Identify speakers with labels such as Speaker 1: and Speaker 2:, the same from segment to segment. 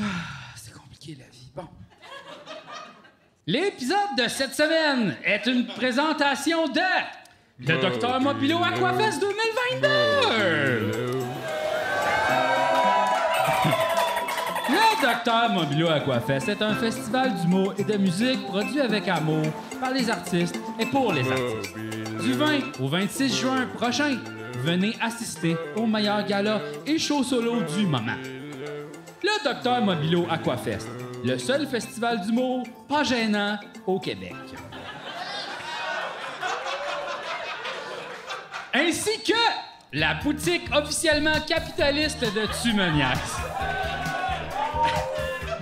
Speaker 1: Ah, c'est compliqué la vie. Bon. L'épisode de cette semaine est une présentation de le Docteur Mopilo Aquafest 2022. Le Docteur Mobilo Aquafest est un festival d'humour et de musique produit avec amour par les artistes et pour les artistes. Du 20 au 26 juin prochain, venez assister au meilleur gala et show solo du moment. Le Docteur Mobilo Aquafest, le seul festival d'humour pas gênant au Québec. Ainsi que la boutique officiellement capitaliste de Tumoniax.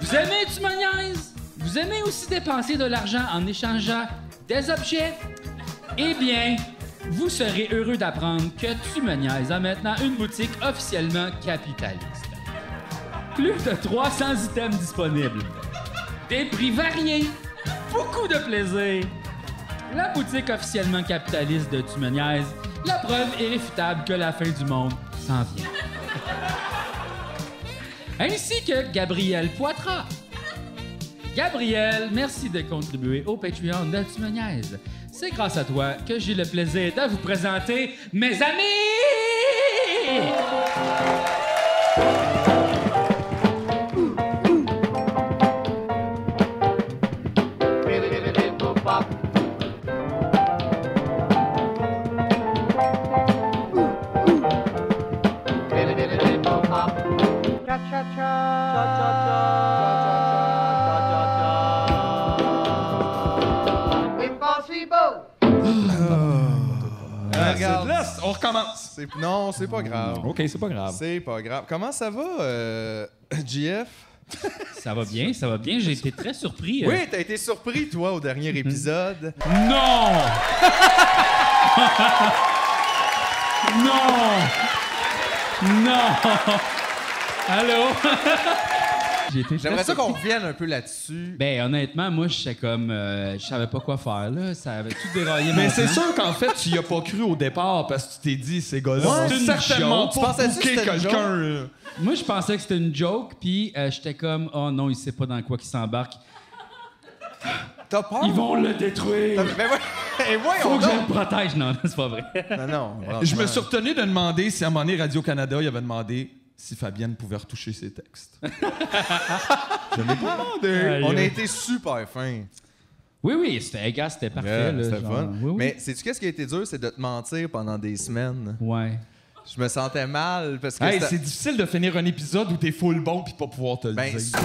Speaker 1: Vous aimez tu me niaises? Vous aimez aussi dépenser de l'argent en échangeant des objets? Eh bien, vous serez heureux d'apprendre que Tu me niaises a maintenant une boutique officiellement capitaliste. Plus de 300 items disponibles. Des prix variés. Beaucoup de plaisir. La boutique officiellement capitaliste de Tu me niaises, la preuve irréfutable que la fin du monde s'en vient ainsi que Gabriel Poitras. Gabriel, merci de contribuer au Patreon de Tu me niaises. C'est grâce à toi que j'ai le plaisir de vous présenter mes amis!
Speaker 2: Impossible!
Speaker 3: Ah, c'est
Speaker 4: Regarde.
Speaker 3: de l'os. on recommence. C'est- Non, c'est pas grave.
Speaker 4: OK, c'est pas grave.
Speaker 3: C'est pas grave. Comment ça va, euh, GF?
Speaker 1: Ça va bien, ça va bien. J'ai été très surpris. euh.
Speaker 3: Oui, t'as été surpris, toi, au dernier épisode.
Speaker 1: Non! non! Non! Allô? J'ai été très
Speaker 3: J'aimerais ça
Speaker 1: surpris.
Speaker 3: qu'on revienne un peu là-dessus.
Speaker 1: Ben, honnêtement, moi, j'étais comme. euh, je savais pas quoi faire, là. Ça avait tout déraillé.
Speaker 4: Mais
Speaker 3: Ben,
Speaker 1: mon
Speaker 4: c'est
Speaker 1: plan.
Speaker 4: sûr qu'en fait, tu y as pas cru au départ parce que tu t'es dit, ces gars-là,
Speaker 3: Ouais,
Speaker 4: c'est
Speaker 3: c'est une
Speaker 4: certainement
Speaker 3: joke.
Speaker 4: pas
Speaker 3: Tu pensais-tu que
Speaker 4: booké
Speaker 3: c'était une
Speaker 4: quelqu'un. là.
Speaker 1: Moi, je pensais que c'était une joke, puis euh, j'étais comme, oh non, il sait pas dans quoi qu'il s'embarque.
Speaker 3: T'as peur?
Speaker 1: Ils vont le détruire!
Speaker 3: Ben ouais. Et voyons
Speaker 1: Faut que je
Speaker 3: donc.
Speaker 1: le protège! Non, non, c'est pas vrai.
Speaker 3: Non, non.
Speaker 4: Je me
Speaker 3: franchement.
Speaker 4: suis retenu de demander si à un moment donné, Radio-Canada, il avait demandé si Fabienne pouvait retoucher ses textes.
Speaker 3: Je l'ai pas demandé.
Speaker 1: Aïe,
Speaker 3: On a
Speaker 1: aïe.
Speaker 3: été super fins.
Speaker 1: Oui, oui, c'était gars, c'était parfait.
Speaker 3: Yeah,
Speaker 1: là,
Speaker 3: C'était
Speaker 1: genre,
Speaker 3: fun.
Speaker 1: oui, oui.
Speaker 3: Mais sais-tu qu'est-ce qui a été dur? C'est de te mentir pendant des semaines.
Speaker 1: Ouais.
Speaker 3: Je me sentais mal parce que.
Speaker 4: Hey,
Speaker 3: c'était-
Speaker 4: c'est difficile de finir un épisode où t'es full bon puis pas pouvoir te le
Speaker 3: Ben,
Speaker 4: dire.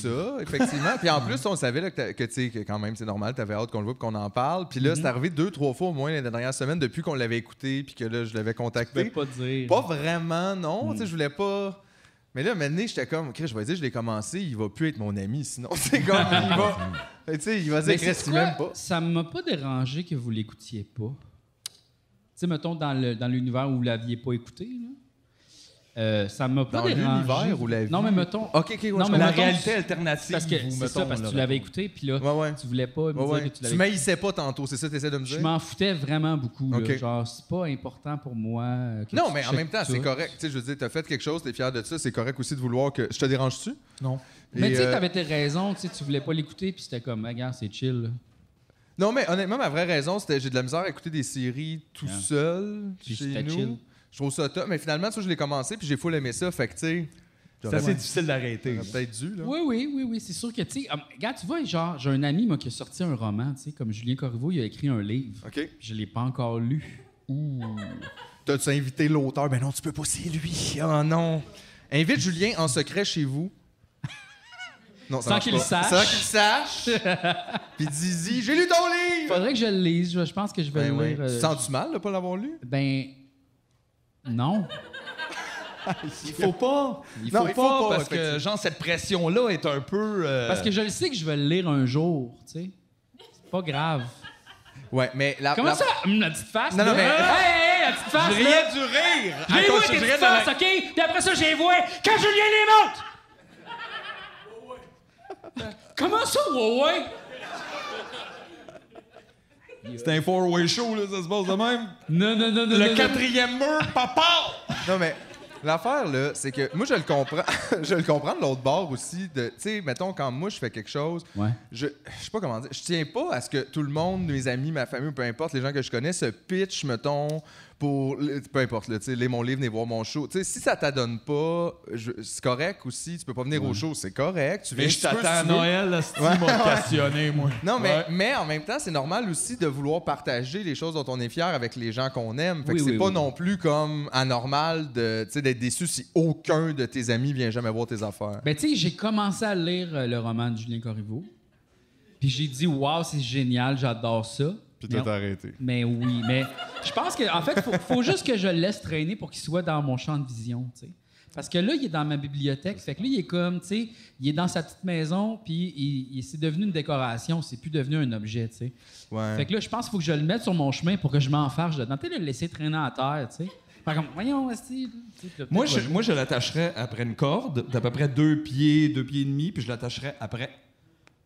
Speaker 3: ça, effectivement. Puis en plus, on savait là, que, t'as- que, tu sais, que quand même, c'est normal, t'avais hâte qu'on le voit et qu'on en parle. Puis là,
Speaker 1: Mm-hmm.
Speaker 3: c'est arrivé deux, trois fois au moins la dernière semaine depuis qu'on l'avait écouté puis que là, je l'avais
Speaker 1: Je peux
Speaker 3: contacté.
Speaker 1: Ben, pas Mm. dire.
Speaker 3: Pas vraiment, non. Tu sais, je voulais pas. Mais là, maintenant, j'étais comme, Chris, je vais dire, je l'ai commencé, il va plus être mon ami, sinon. C'est comme, il va. Tu sais, il va dire,
Speaker 1: Mais
Speaker 3: Chris,
Speaker 1: c'est
Speaker 3: il
Speaker 1: quoi?
Speaker 3: m'aime pas.
Speaker 1: Ça m'a pas dérangé que vous l'écoutiez pas. Tu sais, mettons, dans, le, dans l'univers où vous l'aviez pas écouté, là. Euh, ça m'a pas
Speaker 3: Dans
Speaker 1: dérangé.
Speaker 3: l'univers où la vie- Ah,
Speaker 1: Non, mais mettons.
Speaker 3: Ok, ok, ouais,
Speaker 1: Non,
Speaker 3: je
Speaker 1: mais
Speaker 4: La
Speaker 1: mettons,
Speaker 4: réalité
Speaker 1: tu-
Speaker 4: alternative.
Speaker 1: Parce que
Speaker 4: vous,
Speaker 1: c'est
Speaker 4: mettons,
Speaker 1: ça, parce
Speaker 4: là,
Speaker 1: que tu l'avais écouté, puis là,
Speaker 3: Ouais, ouais.
Speaker 1: tu voulais pas me
Speaker 3: Ouais,
Speaker 1: dire
Speaker 3: ouais.
Speaker 1: que tu
Speaker 3: Tu
Speaker 1: l'avais
Speaker 3: m'haïssais pas tantôt, c'est ça que tu essaies de me
Speaker 1: Je
Speaker 3: dire?
Speaker 1: m'en foutais vraiment beaucoup. là.
Speaker 3: Ok.
Speaker 1: Genre, c'est pas important pour moi. euh, que
Speaker 3: Non,
Speaker 1: tu
Speaker 3: mais en
Speaker 1: checkes
Speaker 3: même temps, c'est
Speaker 1: tout.
Speaker 3: correct. Tu sais, je veux dire, t'as fait quelque chose, t'es fier de ça, c'est correct aussi de vouloir que. Je te dérange-tu?
Speaker 4: Non.
Speaker 3: Et,
Speaker 1: Mais tu sais,
Speaker 3: euh,
Speaker 1: t'avais tes raisons. Tu sais, tu voulais pas l'écouter, puis c'était comme, ah, regarde, c'est chill. là.
Speaker 3: Non, mais honnêtement, ma vraie raison, c'était j'ai de la misère à écouter des séries tout
Speaker 1: Yeah.
Speaker 3: seul,
Speaker 1: Puis
Speaker 3: chez
Speaker 1: c'était
Speaker 3: nous.
Speaker 1: chill.
Speaker 3: Je trouve ça top. Mais finalement, ça, je l'ai commencé, puis j'ai full aimé ça. Fait que, tu sais,
Speaker 4: C'est
Speaker 3: j'aurais-
Speaker 4: assez difficile d'arrêter.
Speaker 3: j'aurais peut-être dû, là.
Speaker 1: Oui, oui, oui, oui. C'est sûr que, tu sais, hum, regarde, tu vois, genre, j'ai un ami, moi, qui a sorti un roman, tu sais, comme Julien Corriveau, il a écrit un livre.
Speaker 3: OK.
Speaker 1: Je l'ai pas encore lu.
Speaker 3: T'as-tu invité l'auteur? Ben non, tu peux pas, c'est lui. Oh non. Invite Julien en secret chez vous. Non,
Speaker 1: Sans
Speaker 3: marche
Speaker 1: qu'il
Speaker 3: pas.
Speaker 1: le sache.
Speaker 3: Sans qu'il le sache. puis dis-y, j'ai lu ton livre!
Speaker 1: Faudrait que je le lise. Je je pense que je vais
Speaker 3: Ben
Speaker 1: le
Speaker 3: ouais.
Speaker 1: lire. euh,
Speaker 3: Tu sens-tu mal de pas l'avoir lu?
Speaker 1: Ben. Non.
Speaker 4: Il faut pas. Il faut,
Speaker 3: Non,
Speaker 4: pas,
Speaker 3: il faut pas,
Speaker 4: parce que,
Speaker 3: effectivement.
Speaker 4: genre, cette pression-là est un peu. euh,
Speaker 1: Parce que je le sais que je vais le lire un jour, tu sais. C'est pas grave.
Speaker 3: Ouais, mais la.
Speaker 1: Comment
Speaker 3: la-
Speaker 1: ça? Hum, la petite face?
Speaker 3: Non,
Speaker 1: là?
Speaker 3: non, mais-
Speaker 1: Hey, hey, la petite face!
Speaker 4: Je
Speaker 1: là.
Speaker 4: riais du rire.
Speaker 1: J'ai
Speaker 4: À
Speaker 1: vu
Speaker 4: cause- je
Speaker 1: tes
Speaker 4: riais
Speaker 1: petites
Speaker 4: de la-
Speaker 1: faces, OK? Puis après ça, j'ai voué quand Julien les monte! Comment ça, ouais, ouais?
Speaker 4: C'est un four-way show, là, ça se passe de même.
Speaker 1: Non, non, non, non.
Speaker 4: Le
Speaker 1: non, non.
Speaker 4: quatrième mur, papa!
Speaker 3: Non, mais. L'affaire, là, c'est que moi, je le comprends. je le comprends de l'autre bord aussi. de- Tu sais, mettons, quand moi, je fais quelque chose,
Speaker 1: Ouais.
Speaker 3: je, je sais pas comment dire. Je tiens pas à ce que tout le monde, mes amis, ma famille, peu importe, les gens que je connais, se pitch, mettons, pour. le- Peu importe, là, tu sais, lis mon livre, venez voir mon show. Tu sais, si ça t'adonne pas, je- c'est correct aussi. Tu peux pas venir au show, c'est correct. Tu viens
Speaker 5: Mais je
Speaker 3: si tu veux,
Speaker 5: t'attends à
Speaker 3: si tu veux.
Speaker 5: Noël, là, c'est m'a passionné, moi.
Speaker 3: Non, mais,
Speaker 5: Ouais.
Speaker 3: mais en même temps, c'est normal aussi de vouloir partager les choses dont on est fier avec les gens qu'on aime. Fait
Speaker 1: Oui,
Speaker 3: que c'est
Speaker 1: oui,
Speaker 3: pas
Speaker 1: oui.
Speaker 3: non plus comme anormal de, tu sais, d'être déçu si aucun de tes amis vient jamais voir tes affaires.
Speaker 1: Ben, tu sais, j'ai commencé à lire euh, le roman de Julien Corriveau. Puis j'ai dit, waouh, c'est génial, j'adore ça. Mais-
Speaker 3: arrêté.
Speaker 1: Mais oui, mais je pense que en fait, faut, faut juste que je le laisse traîner pour qu'il soit dans mon champ de vision, tu sais. Parce que là, il est dans ma bibliothèque, fait que là, il est comme, tu sais, il est dans sa petite maison, puis il, il- c'est devenu une décoration, c'est plus devenu un objet, tu sais.
Speaker 3: Ouais.
Speaker 1: Fait que là, je pense qu'il faut que je le mette sur mon chemin pour que je m'enfarge dedans. Tu sais, le laisser traîner à terre, tu sais. Par contre, voyons, esti, tu sais, puis là,
Speaker 5: Moi,
Speaker 1: peut-être
Speaker 5: je, moi, je l'attacherais après une corde d'à peu près deux pieds, deux pieds et demi, puis je l'attacherais après.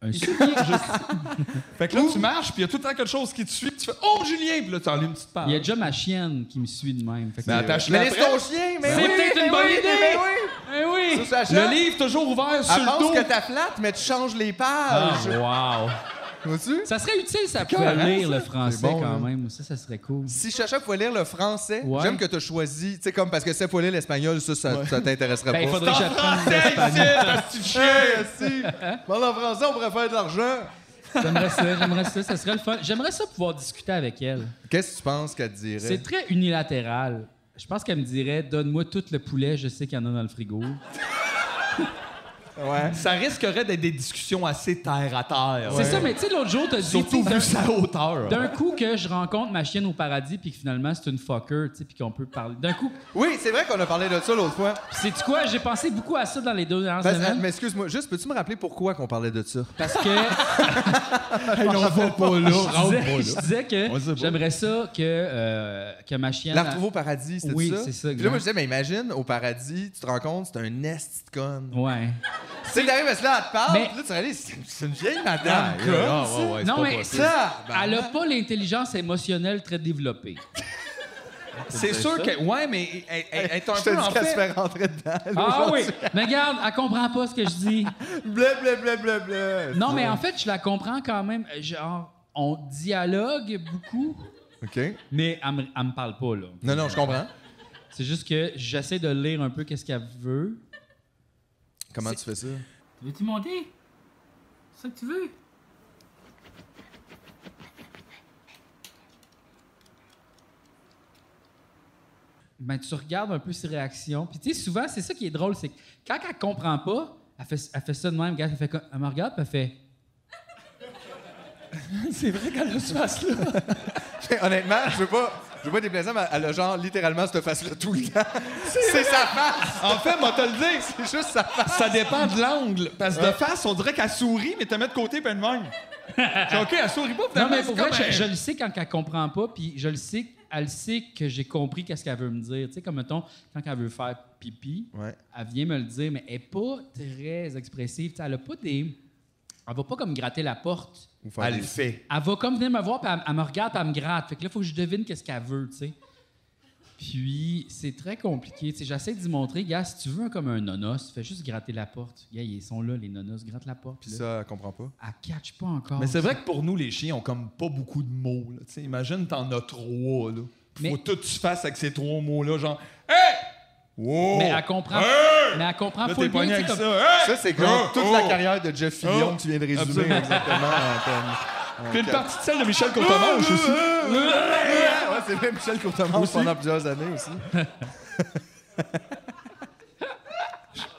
Speaker 1: un soulier, je-
Speaker 5: Fait que là, tu marches, puis il y a tout le temps quelque chose qui te suit, puis tu fais « Oh, Julien! » Puis là, tu enlèves une petite part.
Speaker 3: Ah.
Speaker 1: Il y a déjà ma chienne qui me suit de même. Fait que-
Speaker 5: Mais attache-le
Speaker 3: Mais laisse
Speaker 5: après.
Speaker 3: ton chien, mais
Speaker 1: C'est
Speaker 3: Ben oui,
Speaker 1: peut-être
Speaker 3: mais
Speaker 1: une bonne
Speaker 3: oui,
Speaker 1: idée.
Speaker 3: Mais oui.
Speaker 1: Eh oui!
Speaker 3: Ça, ça
Speaker 5: Le
Speaker 3: change.
Speaker 5: livre toujours ouvert sur
Speaker 3: Elle
Speaker 5: le
Speaker 3: pense
Speaker 5: dos.
Speaker 3: que t'as flatte, mais tu changes les
Speaker 1: Ah,
Speaker 3: pages.
Speaker 1: wow!
Speaker 3: Vois-tu?
Speaker 1: Ça serait utile, ça, pour
Speaker 5: carrément,
Speaker 1: lire
Speaker 5: ça.
Speaker 1: le français
Speaker 3: C'est bon,
Speaker 1: quand
Speaker 3: là.
Speaker 1: même. Ça, ça serait cool.
Speaker 3: Si Chacha pouvait lire le français,
Speaker 1: Ouais.
Speaker 3: j'aime que t'as choisi, tu sais, comme parce que c'est pouvait lire l'espagnol, ça, ça, ça t'intéresserait
Speaker 1: Ben, il
Speaker 3: pas.
Speaker 1: faudrait que j'apprenne l'espagnol.
Speaker 3: Hey, si. Parle en français, on pourrait faire de l'argent.
Speaker 1: J'aimerais ça, j'aimerais ça, ça serait le fun. J'aimerais ça pouvoir discuter avec elle.
Speaker 3: Qu'est-ce que tu penses qu'elle te dirait?
Speaker 1: C'est très unilatéral. Je pense qu'elle me dirait Donne-moi tout le poulet, je sais qu'il y en a dans le frigo.
Speaker 3: Ouais.
Speaker 5: Ça risquerait d'être des discussions assez terre-à-terre.
Speaker 1: C'est ça, mais tu sais, l'autre jour, t'as dit
Speaker 5: Surtout
Speaker 1: tu sais,
Speaker 5: vu sa hauteur. Ben,
Speaker 1: d'un coup que je rencontre ma chienne au paradis, puis que finalement, c'est une fucker, tu sais, puis qu'on peut parler. D'un coup,
Speaker 3: Oui, c'est vrai qu'on a parlé de ça l'autre fois.
Speaker 1: c'est tu quoi J'ai pensé beaucoup à ça dans les deux dernières
Speaker 3: Parce-
Speaker 1: semaines.
Speaker 3: mais excuse-moi, juste peux-tu me rappeler pourquoi qu'on parlait de ça?
Speaker 1: Parce que.
Speaker 5: Hey, on va pas là.
Speaker 3: Ah,
Speaker 1: je,
Speaker 3: oh
Speaker 1: disais, je disais
Speaker 5: On sait
Speaker 1: que
Speaker 5: pas.
Speaker 1: j'aimerais ça que, euh, que ma chienne.
Speaker 3: La retrouve au paradis, c'était
Speaker 1: Oui,
Speaker 3: ça?
Speaker 1: c'est ça,
Speaker 3: Puis là, moi,
Speaker 1: exact.
Speaker 3: je disais, mais imagine, au paradis, tu te rends compte, c'est un nest de conne.
Speaker 1: Ouais.
Speaker 3: Tu sais, t'arrives, parce que là, elle te parle,
Speaker 1: Mais-
Speaker 3: puis là, tu réalises, c'est- c'est une vieille madame.
Speaker 5: Ah,
Speaker 3: conne, ça.
Speaker 1: Non, mais
Speaker 3: Ça, ben,
Speaker 1: elle a pas l'intelligence émotionnelle très développée.
Speaker 5: C'est sûr que. Ouais, mais elle, elle- elle est un
Speaker 3: je te
Speaker 5: peu en
Speaker 3: dis qu'elle se
Speaker 5: fait.
Speaker 3: fait rentrer dedans. là,
Speaker 1: Ah oui!
Speaker 3: aujourd'hui.
Speaker 1: Mais regarde, elle comprend pas ce que je dis.
Speaker 3: Bleu, bleu, bleu, bleu, bleu.
Speaker 1: Non, mais en fait, je la comprends quand même. Genre, on dialogue beaucoup,
Speaker 3: OK.
Speaker 1: mais elle me, elle me parle pas, là.
Speaker 3: Non, non, je comprends.
Speaker 1: C'est juste que j'essaie de lire un peu qu'est-ce qu'elle veut.
Speaker 3: Comment tu fais ça?
Speaker 6: Veux-tu monter? C'est ça que tu veux?
Speaker 1: Ben, tu regardes un peu ses réactions. Puis, tu sais, souvent, c'est ça qui est drôle, c'est que quand elle comprend pas, elle fait, elle fait ça de même. Regarde, Elle, fait, comme- elle me regarde, puis elle fait.
Speaker 5: C'est vrai qu'elle a ce face-là.
Speaker 3: Mais honnêtement, je veux pas, je veux pas être déplaisant, mais elle a genre littéralement cette face-là tout le temps. C'est sa face!
Speaker 5: En fait, moi, te le dire, c'est-
Speaker 3: C'est juste sa face!
Speaker 5: ça dépend de l'angle. Parce que de face, on dirait qu'elle sourit, mais t'as mis de côté, puis elle de même. C'est OK, elle sourit pas,
Speaker 1: Non,
Speaker 5: finalement.
Speaker 1: mais pour
Speaker 5: c'est
Speaker 1: vrai,
Speaker 5: comme
Speaker 1: je, je
Speaker 5: un-
Speaker 1: le sais quand elle comprend pas, puis je le sais, elle sait que j'ai compris qu'est-ce qu'elle veut me dire. Tu sais, comme mettons, quand elle veut faire pipi,
Speaker 3: Ouais.
Speaker 1: elle vient me le dire, mais elle n'est pas très expressive. Tu sais, elle a pas des. Elle va pas comme gratter la porte.
Speaker 5: Elle le fait.
Speaker 1: Elle va comme venir me voir, puis elle, elle me regarde, puis elle me gratte. Fait que là, il faut que je devine qu'est-ce qu'elle veut, tu sais. Puis, c'est très compliqué. Tu sais, j'essaie d'y montrer, gars, si tu veux un- comme un nonos, fais juste gratter la porte. Gars, ils sont là, les nonos, gratte la porte.
Speaker 3: Puis
Speaker 1: là.
Speaker 3: ça, elle comprend pas.
Speaker 1: Elle catch pas encore.
Speaker 5: Mais c'est vrai que pour nous, les chiens, on comme pas beaucoup de mots. là. Tu sais, imagine, t'en as trois. Là.
Speaker 1: Mais-
Speaker 5: Faut tout que tu fasses avec ces trois mots-là, genre Hey! Wow!
Speaker 1: Mais elle comprend.
Speaker 5: Hey!
Speaker 1: Mais elle comprend
Speaker 5: Hein? Là,
Speaker 1: full
Speaker 5: t'es
Speaker 1: bien,
Speaker 5: pogné
Speaker 1: tu sais,
Speaker 5: avec
Speaker 1: comme-
Speaker 5: ça. Hey!
Speaker 3: Ça, c'est comme
Speaker 5: Oh,
Speaker 3: toute
Speaker 5: oh.
Speaker 3: la carrière de Jeff Fillon
Speaker 5: Oh.
Speaker 3: que tu viens de résumer
Speaker 5: Absolument.
Speaker 3: exactement en
Speaker 5: Puis une partie de celle de Michel Courtemanche aussi.
Speaker 3: Ouais, c'est vrai, Michel Courtemanche pendant plusieurs années aussi.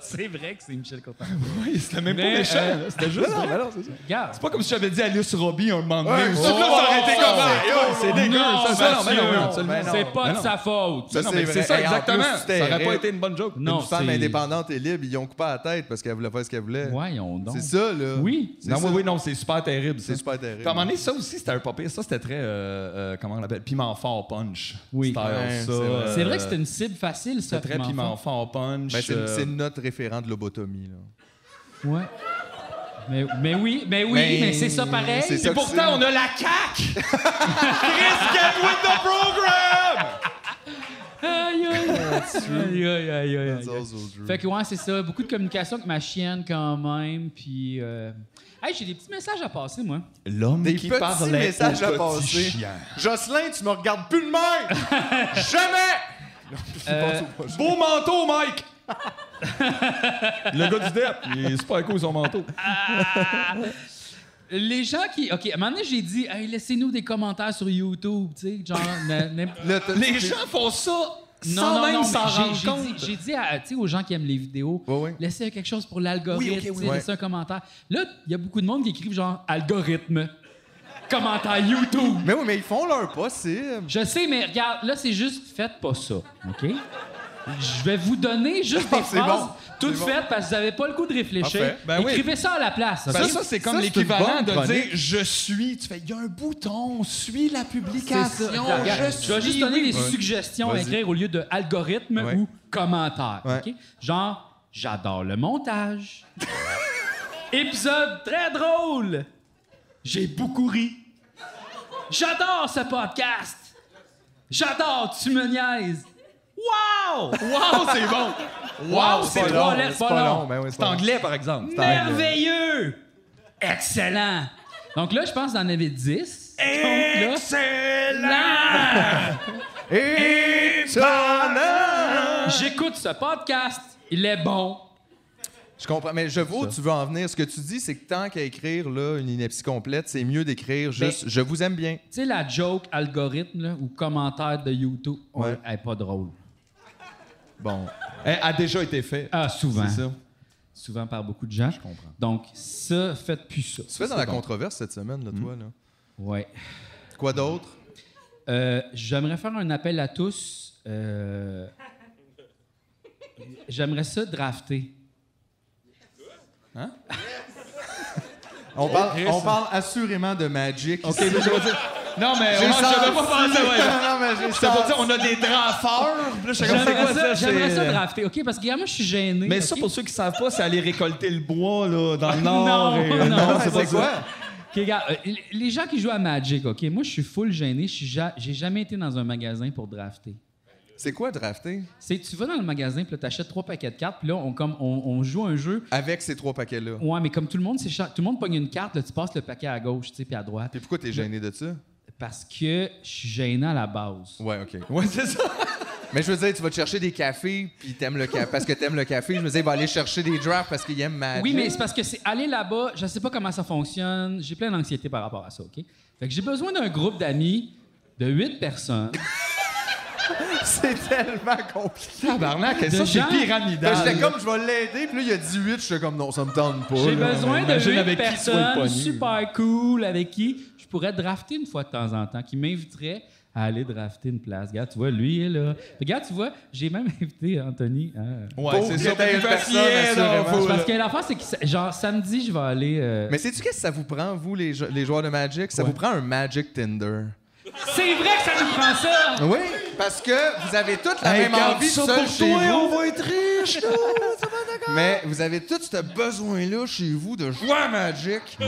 Speaker 1: C'est vrai que c'est Michel Cotin.
Speaker 5: Oui, c'était même
Speaker 1: Mais,
Speaker 5: pas méchant.
Speaker 1: euh,
Speaker 5: là. C'était juste. vrai.
Speaker 1: Regarde.
Speaker 5: C'est pas comme si j'avais dit Alice Robbie un moment donné.
Speaker 3: Ouais,
Speaker 5: ou
Speaker 3: oh,
Speaker 5: ça, là, ça aurait été
Speaker 3: oh,
Speaker 5: comme
Speaker 3: oh,
Speaker 5: Ah, C'est dégueu.
Speaker 1: Non,
Speaker 5: ça, ça, non, mais non,
Speaker 1: monsieur,
Speaker 5: non, absolument.
Speaker 3: mais non.
Speaker 1: C'est pas
Speaker 5: Mais
Speaker 1: de
Speaker 5: non.
Speaker 1: sa faute.
Speaker 3: Ça,
Speaker 5: Non,
Speaker 3: c'est
Speaker 5: mais c'est
Speaker 3: vrai.
Speaker 5: ça,
Speaker 3: Hey, en
Speaker 5: exactement.
Speaker 3: plus, c'était
Speaker 5: Ça aurait pas
Speaker 3: horrible.
Speaker 5: été une bonne joke.
Speaker 1: Non,
Speaker 3: Une femme
Speaker 1: c'est-
Speaker 3: indépendante et libre, ils ont coupé la tête parce qu'elle voulait faire ce qu'elle voulait.
Speaker 1: Voyons donc.
Speaker 3: C'est ça, là.
Speaker 1: Oui.
Speaker 3: C'est
Speaker 5: Non,
Speaker 3: ça.
Speaker 5: oui, oui, non, c'est super terrible.
Speaker 3: C'est
Speaker 5: ça.
Speaker 3: super terrible.
Speaker 5: Puis à un moment donné, ça aussi, c'était un papier. Ça, c'était très. euh, euh, comment on l'appelle Piment fort punch.
Speaker 1: Oui.
Speaker 5: Style,
Speaker 3: Ouais,
Speaker 5: ça,
Speaker 3: c'est vrai.
Speaker 5: euh,
Speaker 1: C'est vrai que c'était une cible facile, ça.
Speaker 4: euh,
Speaker 5: c'était très piment fort punch.
Speaker 3: Ben, c'est,
Speaker 5: euh,
Speaker 3: c'est notre référent de lobotomie, là.
Speaker 1: Ouais. Mais, mais oui, mais oui, mais,
Speaker 3: Mais-
Speaker 1: c'est ça pareil.
Speaker 3: c'est
Speaker 5: Et
Speaker 3: ça.
Speaker 5: pourtant, on a la CAQ! Chris, get with the program!
Speaker 1: Aïe, aïe,
Speaker 3: Ah,
Speaker 1: aïe, aïe, aïe, aïe, aïe. Fait
Speaker 3: Fait
Speaker 1: que ouais, c'est ça. Beaucoup de communication avec ma chienne quand même. Puis, euh... hey, j'ai des petits messages à passer, moi.
Speaker 4: euh, L'homme
Speaker 3: Des
Speaker 4: qui
Speaker 3: petits
Speaker 4: parlait
Speaker 3: messages
Speaker 4: au
Speaker 3: à
Speaker 4: petit
Speaker 3: passer.
Speaker 4: chien.
Speaker 3: Jocelyn, tu me regardes plus de même! Jamais!
Speaker 1: Euh,
Speaker 4: Beau manteau, Mike! le gars du DEP, il est super cool son manteau.
Speaker 1: les gens qui, ok, à un moment donné, j'ai dit, hey, laissez-nous des commentaires sur YouTube, tu sais, genre, ne- n'im-
Speaker 3: Là, t'as-
Speaker 4: Les gens font ça
Speaker 1: non,
Speaker 4: sans
Speaker 1: non,
Speaker 4: même
Speaker 1: non,
Speaker 4: s'en
Speaker 1: mais j'ai-
Speaker 4: rendre
Speaker 1: j'ai
Speaker 4: compte.
Speaker 1: dit- J'ai dit, à- tu sais, aux gens qui aiment les vidéos,
Speaker 3: Ouais, ouais.
Speaker 1: laissez quelque chose pour l'algorithme,
Speaker 4: Oui, ok, oui,
Speaker 1: tu sais,
Speaker 3: ouais.
Speaker 1: laissez un commentaire. Là, il y a beaucoup de monde qui écrivent genre algorithme, commentaire YouTube.
Speaker 3: Mais oui, mais ils font leur possible.
Speaker 1: Je sais, mais regarde, là, c'est juste faites pas ça, OK? Je vais vous donner juste
Speaker 4: Ah,
Speaker 1: des
Speaker 3: c'est
Speaker 1: phrases
Speaker 3: bon,
Speaker 1: toutes
Speaker 3: c'est bon.
Speaker 1: faites parce que vous n'avez pas le coup de réfléchir.
Speaker 3: Parfait.
Speaker 4: Ben oui.
Speaker 1: Écrivez ça à la place, OK?
Speaker 4: Ça, ça c'est comme
Speaker 3: Ben, Ça, c'est une
Speaker 4: l'équivalent
Speaker 3: bonne
Speaker 4: de
Speaker 3: chronique.
Speaker 4: dire je suis. Tu fais, il y a un bouton, suis la
Speaker 1: C'est
Speaker 4: publication.
Speaker 1: ça. Regarde,
Speaker 4: je suis.
Speaker 1: je vais juste donner des
Speaker 3: oui.
Speaker 1: suggestions à
Speaker 3: Vas-y.
Speaker 1: écrire au lieu de algorithme
Speaker 3: Ouais.
Speaker 1: ou commentaire.
Speaker 3: Ouais.
Speaker 1: OK? Genre, j'adore le montage. Épisode très drôle. J'ai beaucoup ri. J'adore ce podcast. J'adore, tu me niaises. Wow!
Speaker 4: Wow, c'est bon.
Speaker 1: Wow, c'est
Speaker 4: pas
Speaker 1: trois
Speaker 4: long.
Speaker 1: lettres,
Speaker 3: C'est
Speaker 1: pas
Speaker 3: pas
Speaker 1: long.
Speaker 3: long, ben oui, c'est
Speaker 4: C'est
Speaker 3: pas long.
Speaker 4: anglais, par exemple.
Speaker 1: Merveilleux! Excellent! Donc là, je pense que vous en avez 10. Donc là,
Speaker 4: Excellent!
Speaker 3: Et Tana!
Speaker 1: j'écoute ce podcast. Il est bon.
Speaker 3: Je comprends, mais je vois où tu veux en venir. Ce que tu dis, c'est que tant qu'à écrire là, une ineptie complète, c'est mieux d'écrire juste Je vous aime bien.
Speaker 1: Tu sais, la joke algorithme là, ou commentaire de YouTube, on-
Speaker 3: Ouais.
Speaker 1: elle est pas drôle.
Speaker 3: Bon.
Speaker 4: Elle a déjà été fait.
Speaker 1: Ah, souvent.
Speaker 4: C'est ça.
Speaker 1: Souvent par beaucoup de gens. Je
Speaker 4: comprends.
Speaker 1: Donc, ça, faites plus ça.
Speaker 3: Tu fais dans la controverse cette semaine, là, toi, là.
Speaker 1: Ouais.
Speaker 3: Quoi d'autre?
Speaker 1: Euh, J'aimerais faire un appel à tous. Euh, J'aimerais ça drafter.
Speaker 3: On parle,
Speaker 4: Chris.
Speaker 3: on parle assurément de Magic.
Speaker 4: OK,
Speaker 3: ici.
Speaker 4: mais je veux dire. Non, mais
Speaker 3: J'ai
Speaker 4: on-
Speaker 3: senti.
Speaker 4: j'avais pas pensé. ouais.
Speaker 3: Non, mais j'ai
Speaker 4: Ça veut
Speaker 3: senti.
Speaker 4: dire on a des drafeurs. Puis là, je suis comme, c'est
Speaker 1: J'aimerais
Speaker 4: quoi
Speaker 1: ça,
Speaker 4: ça?
Speaker 1: j'aimerais
Speaker 4: c'est- euh,
Speaker 1: ça drafter, OK? Parce que, regarde, moi, je suis gêné.
Speaker 4: Mais
Speaker 1: OK?
Speaker 4: ça, pour ceux qui savent pas, c'est aller récolter le bois là, dans le
Speaker 1: Non,
Speaker 4: nord. et-
Speaker 5: euh,
Speaker 1: non,
Speaker 3: Non,
Speaker 1: c'est
Speaker 3: c'est
Speaker 1: pas
Speaker 3: quoi?
Speaker 1: OK, regarde, euh, l- les gens qui jouent à Magic, OK? Moi, je suis full gêné. Je suis ja- J'ai jamais été dans un magasin pour drafter.
Speaker 3: C'est quoi drafter?
Speaker 1: C'est tu vas dans le magasin, puis là, t'achètes trois paquets de cartes, puis là, on, comme, on, on joue un jeu.
Speaker 3: Avec ces trois paquets-là.
Speaker 1: Ouais, mais comme tout le monde, c'est cher- tout le monde pogne une carte, là, tu passes le paquet à gauche, tu sais, puis à droite.
Speaker 3: Puis pourquoi t'es gêné de ça?
Speaker 1: Parce que je suis gêné à la base.
Speaker 3: Ouais, OK.
Speaker 4: Ouais, c'est ça.
Speaker 3: Mais je veux dire, tu vas te chercher des cafés, puis t'aimes le café. Parce que t'aimes le café, je me disais, il va aller chercher des drafts parce qu'il aime Magic.
Speaker 1: Oui, mais c'est parce que c'est aller là-bas, je sais pas comment ça fonctionne, j'ai plein d'anxiété par rapport à ça, OK? Fait que j'ai besoin d'un groupe d'amis de huit personnes.
Speaker 3: c'est tellement compliqué.
Speaker 4: Tabarnak,
Speaker 1: De
Speaker 4: ça, c'est
Speaker 1: gens-
Speaker 3: Fait que
Speaker 4: pyramidal.
Speaker 3: J'étais comme, je vais l'aider, puis là, il y a 18, j'étais comme, non, ça me tente pas.
Speaker 1: J'ai
Speaker 3: là.
Speaker 1: besoin de
Speaker 4: imagine
Speaker 1: huit
Speaker 4: avec qui tu vas le
Speaker 1: personnes
Speaker 4: pogner.
Speaker 1: super cool avec qui je pourrais drafter une fois de temps en temps, qui m'inviteraient à aller drafter une place. Regarde, tu vois, lui il est là. Regarde, tu vois, j'ai même invité Anthony. hein.
Speaker 4: Ouais, c'est
Speaker 3: Pauvre
Speaker 4: ça.
Speaker 3: que t'aies
Speaker 4: T'es
Speaker 3: une personne,
Speaker 4: vacillé, là.
Speaker 3: assurément.
Speaker 4: faut-
Speaker 1: Parce que l'affaire, c'est que, c'est- genre, samedi, je vais aller. euh,
Speaker 3: Mais sais-tu qu'est-ce que ça vous prend, vous, les, jou- les joueurs de Magic? Ça vous prend un Magic Tinder.
Speaker 1: C'est vrai que ça nous prend ça!
Speaker 3: Oui, parce que vous avez toutes la
Speaker 4: Hey,
Speaker 3: même
Speaker 4: garde
Speaker 3: envie
Speaker 4: ça
Speaker 3: seul
Speaker 4: pour
Speaker 3: chez
Speaker 4: toi,
Speaker 3: vous.
Speaker 4: on va être riche.
Speaker 3: Mais vous avez tout ce besoin-là chez vous de jouer à Magic. Puis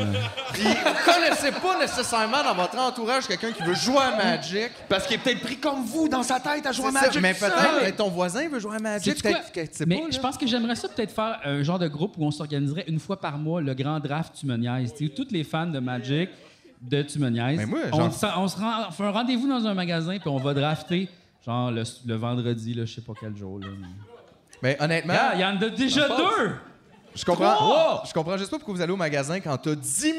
Speaker 3: vous connaissez pas nécessairement dans votre entourage quelqu'un qui veut jouer à Magic.
Speaker 4: Parce qu'il est peut-être pris comme vous dans sa tête à jouer à
Speaker 3: C'est ça,
Speaker 4: Magic.
Speaker 3: mais
Speaker 4: tout seul.
Speaker 3: peut-être
Speaker 5: Ah,
Speaker 3: que ton voisin veut jouer à Magic.
Speaker 1: Sais-tu quoi?
Speaker 3: Peut-être que tu sais
Speaker 1: mais
Speaker 3: pas.
Speaker 1: je
Speaker 3: là.
Speaker 1: pense que j'aimerais ça peut-être faire un genre de groupe où on s'organiserait une fois par mois le grand draft Tu me niaises, tu sais, où Toutes les fans de Magic de Tu me niaises,
Speaker 3: Mais moi,
Speaker 1: on,
Speaker 3: genre-
Speaker 1: s'en- on se rend, on fait un rendez-vous dans un magasin puis on va drafter genre le, le vendredi, là, je sais pas quel jour. là.
Speaker 3: Mais honnêtement,
Speaker 1: Ah, il y en a déjà deux!
Speaker 3: je comprends. Oh!
Speaker 1: Trois!
Speaker 3: Je comprends juste pas pourquoi vous allez au magasin quand t'as 10 000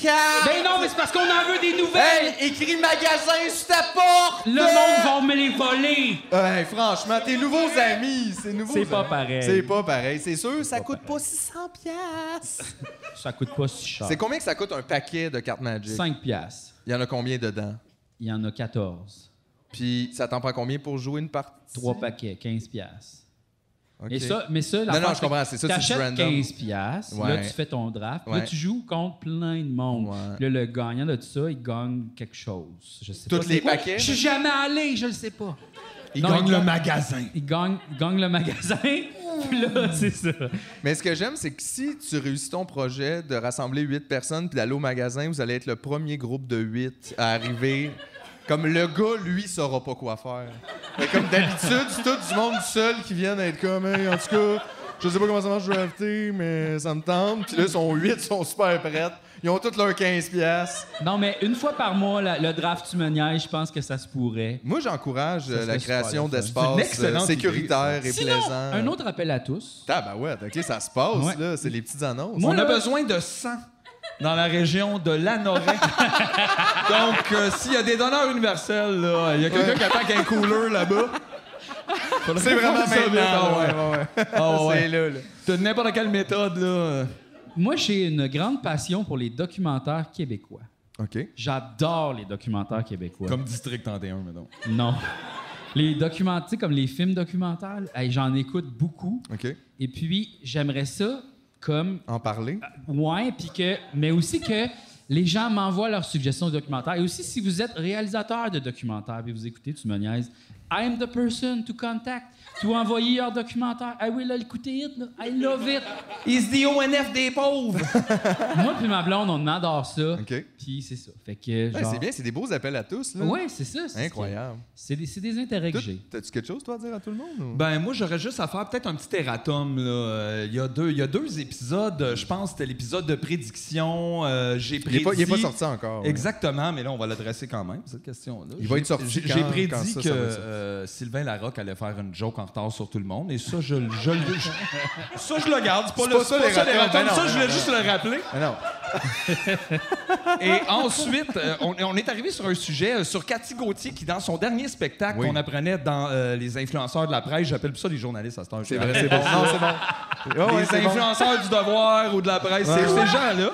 Speaker 3: cartes.
Speaker 1: Ben non, mais c'est parce qu'on en veut des nouvelles!
Speaker 3: Hey, écris magasin sur ta porte!
Speaker 1: Ben, Le monde va me les voler!
Speaker 3: Hey, franchement, tes nouveaux amis, c'est nouveau.
Speaker 1: C'est pas pareil.
Speaker 3: C'est pas pareil, c'est sûr, ça coûte pas 600 piastres.
Speaker 1: Ça coûte pas si cher.
Speaker 3: C'est combien que ça coûte un paquet de cartes Magic?
Speaker 1: 5 piastres.
Speaker 3: Il y en a combien dedans?
Speaker 1: Il y en a 14.
Speaker 3: Puis ça t'en prend combien pour jouer une partie?
Speaker 1: 3 paquets, 15 piastres.
Speaker 3: OK.
Speaker 1: Mais ça, mais ça, la
Speaker 3: Non, non,
Speaker 1: part,
Speaker 3: je comprends, c'est ça, c'est du
Speaker 1: t'achètes
Speaker 3: random.
Speaker 1: 15 piastres, là,
Speaker 3: Ouais.
Speaker 1: tu fais ton draft, là,
Speaker 3: Ouais.
Speaker 1: tu joues contre plein de monde.
Speaker 3: Ouais.
Speaker 1: Puis Là, le gagnant de tout ça, il gagne quelque chose. Je sais
Speaker 3: Tous
Speaker 1: pas. c'est
Speaker 3: les
Speaker 1: quoi.
Speaker 3: paquets?
Speaker 1: Je suis jamais allé, je le sais pas.
Speaker 4: Il
Speaker 1: Non,
Speaker 4: gagne
Speaker 1: il-
Speaker 4: le magasin.
Speaker 1: Il gagne, il gagne le magasin, puis là, c'est ça.
Speaker 3: Mais ce que j'aime, c'est que si tu réussis ton projet de rassembler 8 personnes puis d'aller au magasin, vous allez être le premier groupe de 8 à arriver Comme le gars, lui, saura pas quoi faire. Fait comme d'habitude, c'est tout du monde seul qui vient d'être comme, Hey, en tout cas, je sais pas comment ça marche le drafter, mais ça me tente. Puis là, ils sont 8, ils sont super prêtes. Ils ont toutes leurs 15 piastres.
Speaker 1: Non, mais une fois par mois, la- le draft tu me niaises, je pense que ça se pourrait.
Speaker 3: Moi, j'encourage euh,
Speaker 5: serait
Speaker 3: la création
Speaker 5: super, ça. C'est une
Speaker 3: d'espaces euh,
Speaker 5: excellente
Speaker 3: sécuritaires et
Speaker 1: Sinon,
Speaker 3: plaisants.
Speaker 1: un autre appel à tous.
Speaker 3: Tabarouette, OK, ça se passe,
Speaker 1: Ouais.
Speaker 3: là. C'est les petites annonces.
Speaker 1: Moi,
Speaker 5: On
Speaker 1: là-
Speaker 5: a besoin de sang dans la région de l'Anorak. Donc, euh, s'il y a des donneurs universels, là, il y a quelqu'un qui attend avec un cooler là-bas.
Speaker 3: C'est vraiment
Speaker 5: Ça,
Speaker 3: maintenant.
Speaker 5: là,
Speaker 3: là,
Speaker 5: ouais.
Speaker 3: ouais, ouais, ouais.
Speaker 5: Ah ouais.
Speaker 3: C'est là, là.
Speaker 5: T'as n'importe quelle méthode, là.
Speaker 1: Moi, j'ai une grande passion pour les documentaires québécois.
Speaker 3: OK.
Speaker 1: J'adore les documentaires québécois.
Speaker 5: Comme District 31, mettons.
Speaker 1: Non. Les documentaires, tu sais, comme les films documentaires, là, hey, j'en écoute beaucoup.
Speaker 3: OK.
Speaker 1: Et puis, j'aimerais ça comme
Speaker 3: En parler.
Speaker 1: Ouais, puis que, mais aussi que les gens m'envoient leurs suggestions de documentaires. Et aussi, si vous êtes réalisateur de documentaires, puis vous écoutez, tu me niaises, I am the person to contact, to envoyer leur documentaire. I will écouter it, là. I love it.
Speaker 5: Is the ONF des pauvres!
Speaker 1: Moi, puis ma blonde, on adore ça.
Speaker 3: OK.
Speaker 1: Puis c'est ça. Fait que,
Speaker 3: Ouais,
Speaker 1: genre.
Speaker 3: c'est bien, c'est des beaux appels à tous, là.
Speaker 1: Ouais, c'est ça. c'est-
Speaker 3: Incroyable.
Speaker 1: C'est des, c'est des intérêts que
Speaker 3: Toi,
Speaker 1: j'ai.
Speaker 3: T'as-tu quelque chose, toi, à dire à tout le monde? ou?
Speaker 5: Ben moi j'aurais juste à faire peut-être un petit erratum là. Euh, Il y a deux, il y a deux épisodes. euh, Je pense que c'était l'épisode de prédiction. euh, j'ai
Speaker 3: il,
Speaker 5: prédit.
Speaker 3: est pas, il est pas sorti encore. ouais.
Speaker 5: Exactement, mais là on va l'adresser quand même cette question-là.
Speaker 3: Il va
Speaker 5: J'ai-
Speaker 3: être sorti
Speaker 5: J'ai
Speaker 3: quand-
Speaker 5: j'ai prédit
Speaker 3: quand ça,
Speaker 5: que
Speaker 3: ça va être sorti.
Speaker 5: euh, Sylvain Larocque allait faire une joke en retard sur tout le monde et ça je, le- je, le- je- ça je le garde. C'est pas,
Speaker 3: C'est
Speaker 5: le-
Speaker 3: pas ça,
Speaker 5: c'est
Speaker 3: les ratons.
Speaker 5: les ratons.
Speaker 3: Ben non,
Speaker 5: ça
Speaker 3: ben
Speaker 5: je voulais juste le rappeler.
Speaker 3: Ah non.
Speaker 5: Et ensuite, euh, on, on est arrivé sur un sujet euh, sur Cathy Gauthier qui, dans son dernier spectacle
Speaker 3: Oui.
Speaker 5: qu'on apprenait dans euh, Les influenceurs de la presse, j'appelle plus ça les journalistes à ce temps
Speaker 3: C'est vrai, c'est bon. Ah, Non, c'est bon. Ah Ouais, ouais,
Speaker 5: les
Speaker 3: c'est bon. Ah
Speaker 5: influenceurs du devoir ou de la presse, c'est ces gens-là.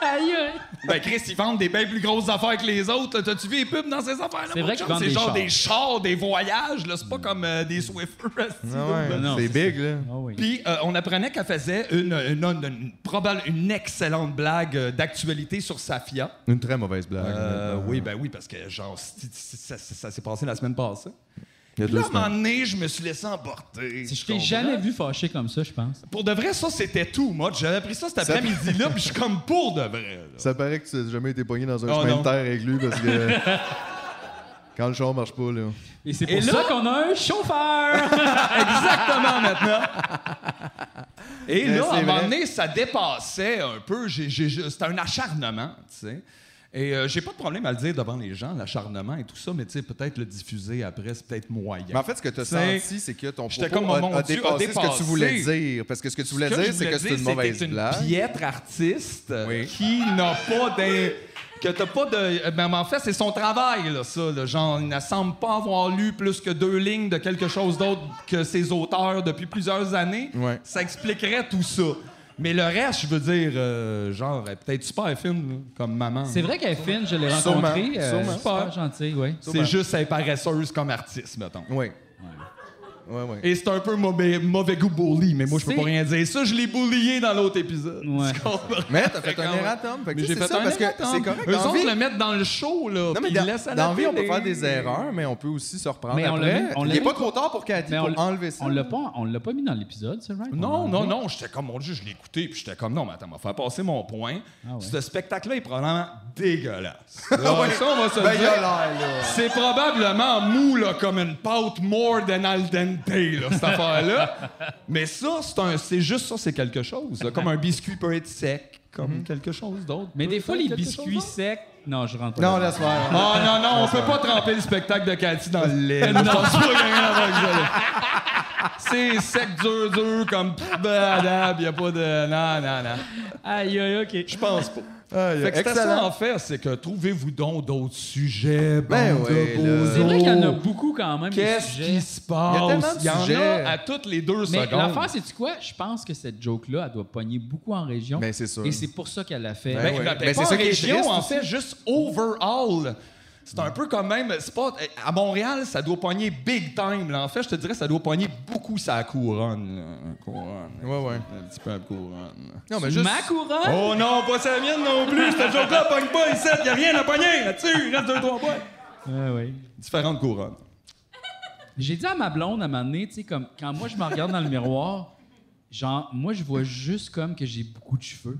Speaker 1: Aïe, aïe.
Speaker 5: Ben Chris, ils vendent des bien plus grosses affaires que les autres. T'as-tu vu les pubs dans ces affaires-là?
Speaker 1: C'est
Speaker 5: mon
Speaker 1: vrai
Speaker 5: chum?
Speaker 1: qu'ils vendent
Speaker 5: C'est
Speaker 1: des
Speaker 5: genre
Speaker 1: chars.
Speaker 5: des chars, des voyages. là. C'est pas comme euh, des Swifters.
Speaker 3: Ah
Speaker 5: Bah
Speaker 3: ouais,
Speaker 1: Non,
Speaker 3: c'est
Speaker 1: c'est
Speaker 3: big, là.
Speaker 1: Ah oui.
Speaker 5: Puis euh, on apprenait qu'elle faisait une, une, une- une probable, une excellente blague euh, d'actualité sur Safia.
Speaker 3: Une très mauvaise blague.
Speaker 5: Euh,
Speaker 3: honnêtement.
Speaker 5: oui, ben oui, parce que genre, c- c- ça, ça- ça s'est passé la semaine passée.
Speaker 3: Il y a
Speaker 5: Puis là,
Speaker 3: deux
Speaker 5: à un moment
Speaker 3: semaines.
Speaker 5: donné, je me suis laissé emporter.
Speaker 1: Je
Speaker 5: tu
Speaker 1: t'ai
Speaker 5: comprends?
Speaker 1: jamais vu fâché comme ça, je pense.
Speaker 5: Pour de vrai, ça, c'était tout, moi. J'avais pris ça cet après-midi-là, puis je suis comme pour de vrai. là.
Speaker 3: Ça paraît que tu n'as jamais été pogné dans un
Speaker 5: Oh,
Speaker 3: chemin
Speaker 5: non.
Speaker 3: de terre aigu parce que. Quand le char marche pas, là.
Speaker 1: Et c'est pour
Speaker 5: Et là-
Speaker 1: ça qu'on a un chauffeur.
Speaker 5: Exactement maintenant. Et
Speaker 3: Mais
Speaker 5: là,
Speaker 3: c'est
Speaker 5: à un moment
Speaker 3: vrai.
Speaker 5: donné, ça dépassait un peu. J'ai- j'ai- j'ai- C'était un acharnement, tu sais. Et euh, j'ai pas de problème à le dire devant les gens, l'acharnement et tout ça, mais tu sais, peut-être le diffuser après, c'est peut-être
Speaker 3: Mais
Speaker 5: moyen.
Speaker 3: en fait, ce que tu as
Speaker 5: C'est-
Speaker 3: senti, c'est que ton
Speaker 5: J'étais
Speaker 3: propos
Speaker 5: comme, oh mon
Speaker 3: a, a
Speaker 5: Dieu, a
Speaker 3: dépassé ce que
Speaker 5: dépassé.
Speaker 3: tu voulais dire. Parce que ce que tu voulais
Speaker 5: Ce que je
Speaker 3: dire, c'est
Speaker 5: voulais
Speaker 3: que c'est une
Speaker 5: dire,
Speaker 3: mauvaise
Speaker 5: c'était une
Speaker 3: blague.
Speaker 5: piètre artiste euh,
Speaker 3: Oui.
Speaker 5: qui n'a pas d'un. Que t'as pas de. euh, ben, en fait, c'est son travail, là, ça. là. Genre, il ne semble pas avoir lu plus que deux lignes de quelque chose d'autre que ses auteurs depuis plusieurs années.
Speaker 3: Ouais.
Speaker 5: Ça expliquerait tout ça. Mais le reste, je veux dire, euh, genre, elle est peut-être super fine, là, comme maman.
Speaker 1: c'est vrai qu'elle est fine, je l'ai
Speaker 3: Sûrement,
Speaker 1: rencontrée. euh,
Speaker 3: sûrement.
Speaker 1: super gentille, oui.
Speaker 5: C'est juste, elle est paresseuse comme artiste, mettons.
Speaker 3: Oui. Oui, oui.
Speaker 5: Et c'est un peu mauvais, mauvais goût bully, mais moi, je peux
Speaker 1: C'est-
Speaker 5: pas rien dire. Ça, je l'ai bullyé dans l'autre épisode.
Speaker 1: Ouais.
Speaker 5: Tu comprends?
Speaker 3: Mais t'as fait
Speaker 5: Fait
Speaker 3: un
Speaker 5: qu'on-
Speaker 3: erratum. Fait que
Speaker 5: Mais j'ai
Speaker 3: c'est
Speaker 5: fait
Speaker 3: ça,
Speaker 5: un
Speaker 3: parce que
Speaker 5: erratum.
Speaker 3: c'est correct.
Speaker 5: Eux
Speaker 3: dans
Speaker 5: autres
Speaker 3: vie-
Speaker 5: le mettent dans le show, là.
Speaker 3: Non, mais
Speaker 5: puis
Speaker 3: dans,
Speaker 5: ils laissent à la
Speaker 3: dans vie, on peut
Speaker 5: télé.
Speaker 3: faire des erreurs, mais on peut aussi se reprendre
Speaker 1: Mais on l'a
Speaker 3: après.
Speaker 1: mis- on
Speaker 3: Il
Speaker 1: l'a
Speaker 3: n'est
Speaker 1: mis-
Speaker 3: pas trop tard pour Cathy
Speaker 1: Mais on
Speaker 3: pour
Speaker 1: l-
Speaker 3: enlever ça.
Speaker 1: On l'a pas, on l'a pas mis dans l'épisode, c'est right?
Speaker 5: Non,
Speaker 1: On l'a
Speaker 5: non,
Speaker 1: pas.
Speaker 5: non, j'étais comme, mon Dieu, je l'ai écouté, puis j'étais comme, non, mais attends, m'a fait passer mon point.
Speaker 1: Ah ouais.
Speaker 5: Ce spectacle-là est probablement dégueulasse. Là, ça, on va se
Speaker 3: Ben, il a
Speaker 5: le
Speaker 3: l'air,
Speaker 5: dire.
Speaker 3: là.
Speaker 5: C'est probablement mou, là, comme une pâte more than al dente, là, cette affaire-là. Mais ça, c'est un, c'est juste ça, c'est quelque chose. là. Comme un biscuit peut être sec, comme quelque chose d'autre.
Speaker 1: Mais
Speaker 5: peut
Speaker 1: des fois,
Speaker 5: être
Speaker 1: les
Speaker 5: quelque
Speaker 1: biscuits
Speaker 5: chose d'autre.
Speaker 1: secs. Non, je rentre pas.
Speaker 3: Non,
Speaker 1: là-dedans.
Speaker 3: laisse faire.
Speaker 5: Ah non, non, on peut pas tremper le spectacle de Cathy dans le lait. là. Je pense pas qu'il y a rien à voir avec ça, là. C'est sec, dur, dur, comme badab, y a pas de... Non, non, non.
Speaker 1: Aïe, aïe, ok.
Speaker 5: Je pense pas.
Speaker 3: Aïe,
Speaker 5: Fait que c'était ça,
Speaker 3: excellent.
Speaker 5: en fait, c'est que trouvez-vous donc d'autres sujets,
Speaker 3: Ben
Speaker 5: bande
Speaker 3: ouais,
Speaker 5: de
Speaker 3: là.
Speaker 5: bozos.
Speaker 1: C'est vrai qu'il y
Speaker 3: Oh.
Speaker 1: en a beaucoup quand même. des
Speaker 5: Qu'est-ce
Speaker 1: sujets.
Speaker 5: qui se
Speaker 3: Il
Speaker 5: passe?
Speaker 3: y a tellement de
Speaker 5: Il y en
Speaker 3: sujets.
Speaker 5: a à toutes les deux
Speaker 1: Mais
Speaker 5: secondes.
Speaker 1: l'affaire, c'est tu quoi? Je pense que cette joke-là, elle doit pogner beaucoup en région.
Speaker 3: Ben, c'est sûr.
Speaker 1: Et c'est pour ça qu'elle l'a fait.
Speaker 3: Ben,
Speaker 5: Ben,
Speaker 3: ouais.
Speaker 5: ben,
Speaker 3: Mais
Speaker 5: pas
Speaker 3: c'est ça
Speaker 5: en
Speaker 3: qui est
Speaker 5: région,
Speaker 3: triste
Speaker 5: en
Speaker 3: aussi.
Speaker 5: fait, juste overall. C'est un peu comme même. C'est pas, à Montréal, ça doit pogner big time. Là. En fait, je te dirais, ça doit pogner beaucoup sa couronne. là. couronne.
Speaker 3: Ouais, ouais.
Speaker 5: Un petit peu à couronne.
Speaker 3: Non, mais
Speaker 1: C'est
Speaker 3: juste.
Speaker 1: Ma couronne?
Speaker 5: Oh non, pas sa mienne non plus. Cette joke-là pogne pas ici. Y'a rien à pogner là-dessus. Il reste deux, trois points.
Speaker 3: Oh.
Speaker 1: Ah, oui.
Speaker 5: Différentes couronnes.
Speaker 1: J'ai dit à ma blonde à un moment donné, tu sais, comme quand moi je me regarde dans le miroir, genre, moi je vois juste comme que j'ai beaucoup de cheveux.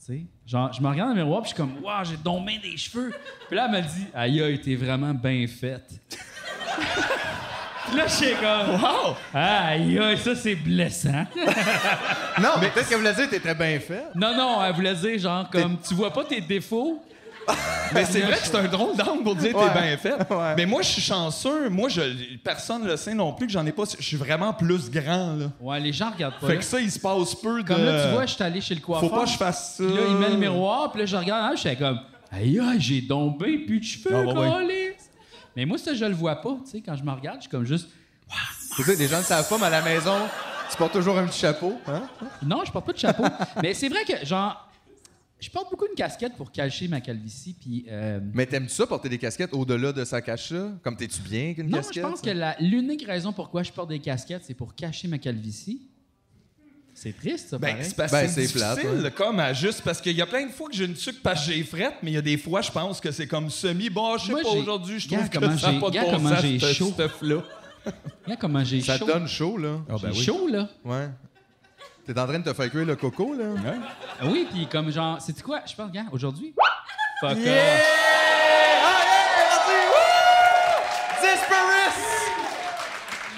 Speaker 1: Tu Tu sais, genre, je me regarde dans le miroir, puis je suis comme, waouh, j'ai tombé des cheveux. Puis là, elle me dit, aïe, aïe, t'es vraiment bien faite. là, je suis comme,
Speaker 5: Oh!
Speaker 1: wow! Aïe, aïe, ça, c'est blessant.
Speaker 3: Non, mais peut-être qu'elle voulait dire que t'étais bien fait.
Speaker 1: non, non, elle voulait dire, genre, comme, tu vois pas tes défauts?
Speaker 5: Mais c'est vrai que c'est un drôle d'angle pour dire que
Speaker 3: Ouais.
Speaker 5: t'es bien fait.
Speaker 3: Ouais.
Speaker 5: Mais moi, je suis chanceux. Moi, je, personne le sait non plus que j'en ai pas. Je suis vraiment plus grand, là.
Speaker 1: Ouais, les gens regardent pas.
Speaker 5: Fait
Speaker 1: là.
Speaker 5: que ça, il se passe peu de.
Speaker 1: Comme là, tu vois, je suis allé chez le coiffeur.
Speaker 5: Faut pas que je fasse ça.
Speaker 1: Puis là, il met le miroir, puis là, je regarde, hein, je suis comme, aïe, aïe, j'ai tombé, puis de cheveux,
Speaker 5: Ah, ouais, ouais.
Speaker 1: câlisse. Mais moi, ça, je le vois pas, tu sais, quand je me regarde, je suis comme juste,
Speaker 3: Tu sais, des gens ne savent pas, mais à la maison, tu portes toujours un petit chapeau. Hein?
Speaker 1: non, je porte pas de chapeau. Mais c'est vrai que, genre, je porte beaucoup une casquette pour cacher ma calvitie, puis. euh,
Speaker 3: Mais t'aimes ça, porter des casquettes au-delà de sa cache-là? Comme t'es-tu bien avec une
Speaker 1: Non, je
Speaker 3: casquette?
Speaker 1: pense que la- l'unique raison pourquoi je porte des casquettes, c'est pour cacher ma calvitie. C'est triste, ça,
Speaker 5: Ben,
Speaker 1: pareil.
Speaker 5: c'est parce
Speaker 3: Ben,
Speaker 5: que
Speaker 3: c'est
Speaker 5: c'est difficile,
Speaker 3: plate, ouais.
Speaker 5: comme à juste parce qu'il y a plein de fois que j'ai une sucre parce que j'ai frette, mais il y a des fois je pense que c'est comme semi. Bon, je sais
Speaker 1: Moi,
Speaker 5: pas
Speaker 1: j'ai-
Speaker 5: aujourd'hui, je
Speaker 1: Regarde
Speaker 5: trouve que
Speaker 1: comment
Speaker 5: ça
Speaker 1: j'ai-
Speaker 5: n'a pas de
Speaker 1: regarde
Speaker 5: bon
Speaker 1: comment
Speaker 5: sens,
Speaker 1: j'ai
Speaker 5: ce
Speaker 1: chaud.
Speaker 5: stuff-là.
Speaker 1: Regarde comment j'ai
Speaker 3: Ça
Speaker 1: chaud.
Speaker 3: te donne Ben chaud, là.
Speaker 1: J'ai chaud, là.
Speaker 3: Ouais. T'es en train de te faire cuire le coco, là.
Speaker 1: Ah Oui, puis comme genre, c'est quoi? Je pense, regarde, aujourd'hui. Fuck off.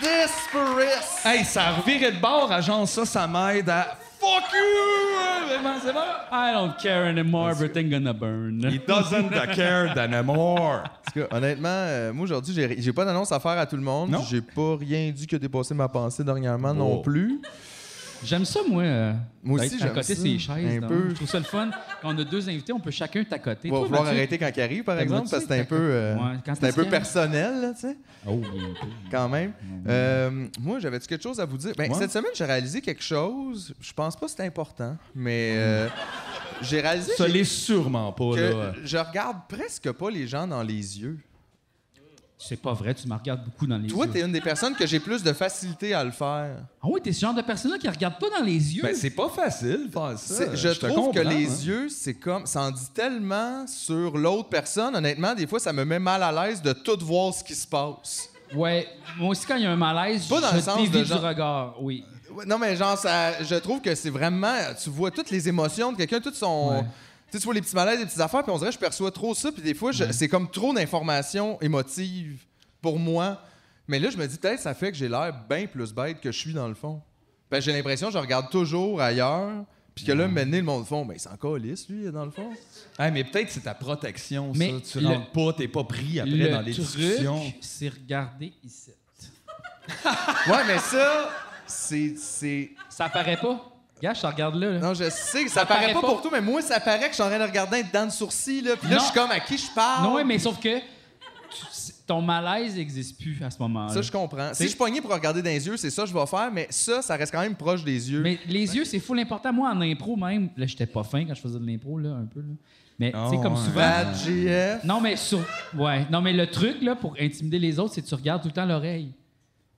Speaker 3: Desperous!
Speaker 5: Hey, ça revirait de bord à genre ça, ça m'aide à fuck you! Vraiment, c'est bon.
Speaker 1: I don't care anymore, everything gonna burn.
Speaker 5: He doesn't care anymore.
Speaker 3: En tout cas, honnêtement, euh, moi aujourd'hui, j'ai- j'ai pas d'annonce à faire à tout le monde.
Speaker 5: Non.
Speaker 3: J'ai pas rien dit qui a dépassé ma pensée dernièrement non plus.
Speaker 1: J'aime ça, moi. euh,
Speaker 3: Moi aussi,
Speaker 1: d'être
Speaker 3: j'aime
Speaker 1: À côté,
Speaker 3: ça.
Speaker 1: c'est chaises.
Speaker 3: Un
Speaker 1: donc.
Speaker 3: peu.
Speaker 1: Je trouve ça le fun. Quand on a deux invités, on peut chacun t'accoter.
Speaker 3: On va
Speaker 1: Toi,
Speaker 3: vouloir
Speaker 1: Mathieu,
Speaker 3: arrêter quand il arrive, par
Speaker 1: t'aimes-tu
Speaker 3: exemple, parce que c'est
Speaker 1: ta
Speaker 3: un peu, euh,
Speaker 1: Ouais, quand
Speaker 3: c'est un
Speaker 1: t'es
Speaker 3: peu
Speaker 1: scared.
Speaker 3: personnel, là, tu sais.
Speaker 1: Oh,
Speaker 3: quand même. Euh, moi, j'avais-tu quelque chose à vous dire? Ben, Cette semaine, j'ai réalisé quelque chose. Je pense pas que c'est important, mais euh, j'ai réalisé
Speaker 5: Ça l'est sûrement pas, là.
Speaker 3: que je regarde presque pas les gens dans les yeux.
Speaker 1: C'est pas vrai, tu me regardes beaucoup dans les
Speaker 3: Toi,
Speaker 1: yeux.
Speaker 3: t'es une des personnes que j'ai plus de facilité à le faire.
Speaker 1: Ah oui, t'es ce genre de personne-là qui regarde pas dans les yeux.
Speaker 5: Ben, c'est pas facile de faire ça.
Speaker 3: C'est- je,
Speaker 5: te
Speaker 3: trouve que
Speaker 5: comprends,
Speaker 3: les
Speaker 5: hein.
Speaker 3: yeux, c'est comme. Ça en dit tellement sur l'autre personne. Honnêtement, des fois, ça me met mal à l'aise de tout voir ce qui se passe.
Speaker 1: Ouais, moi aussi, quand il y a un malaise,
Speaker 3: Pas dans
Speaker 1: je
Speaker 3: le sens de
Speaker 1: t'évite du
Speaker 3: genre-
Speaker 1: regard, oui.
Speaker 3: Ouais, Non, mais genre, ça, je trouve que c'est vraiment. Tu vois toutes les émotions de quelqu'un, tout son.
Speaker 1: Ouais.
Speaker 3: Tu sais, tu vois les petits malaises, les petites affaires, puis on dirait que je perçois trop ça, puis des fois, je- c'est comme trop d'informations émotives pour moi. Mais là, je me dis peut-être ça fait que j'ai l'air bien plus bête que je suis dans le fond. Ben, j'ai l'impression que je regarde toujours ailleurs, puis que là, maintenant, le monde fond, ben, c'est encore lisse, lui, dans le fond.
Speaker 5: Hey, mais peut-être c'est ta protection,
Speaker 1: Mais
Speaker 5: ça. Tu
Speaker 1: le-
Speaker 5: rentres pas, t'es pas pris après
Speaker 1: le
Speaker 5: dans les discussions.
Speaker 1: truc, c'est regarder ici.
Speaker 3: Ouais, mais ça, c'est. c'est-
Speaker 1: Ça paraît pas. Gars, je te regarde là. là.
Speaker 3: Non, je sais que ça, paraît,
Speaker 1: paraît
Speaker 3: pas,
Speaker 1: pas.
Speaker 3: pour toi, mais moi, ça paraît que je suis en train de regarder un dedans de sourcil, là, puis là,
Speaker 1: Non.
Speaker 3: je suis comme à qui je parle.
Speaker 1: Non, ouais, mais sauf que tu- c'est- ton malaise n'existe plus à ce moment-là.
Speaker 3: Ça, je comprends. Si
Speaker 1: T'sais-
Speaker 3: je pognais pour regarder dans les yeux, c'est ça que je vais faire, mais ça, ça reste quand même proche des yeux.
Speaker 1: Mais les yeux, c'est fou l'important. Moi, en impro même, là, j'étais pas fin quand je faisais de l'impro, là, un peu. Là. Mais, tu sais, comme souvent.
Speaker 3: Ah
Speaker 1: euh,
Speaker 3: Bad GF.
Speaker 1: Non, mais sur... ouais. non, mais le truc, là, pour intimider les autres, c'est que tu regardes tout le temps l'oreille.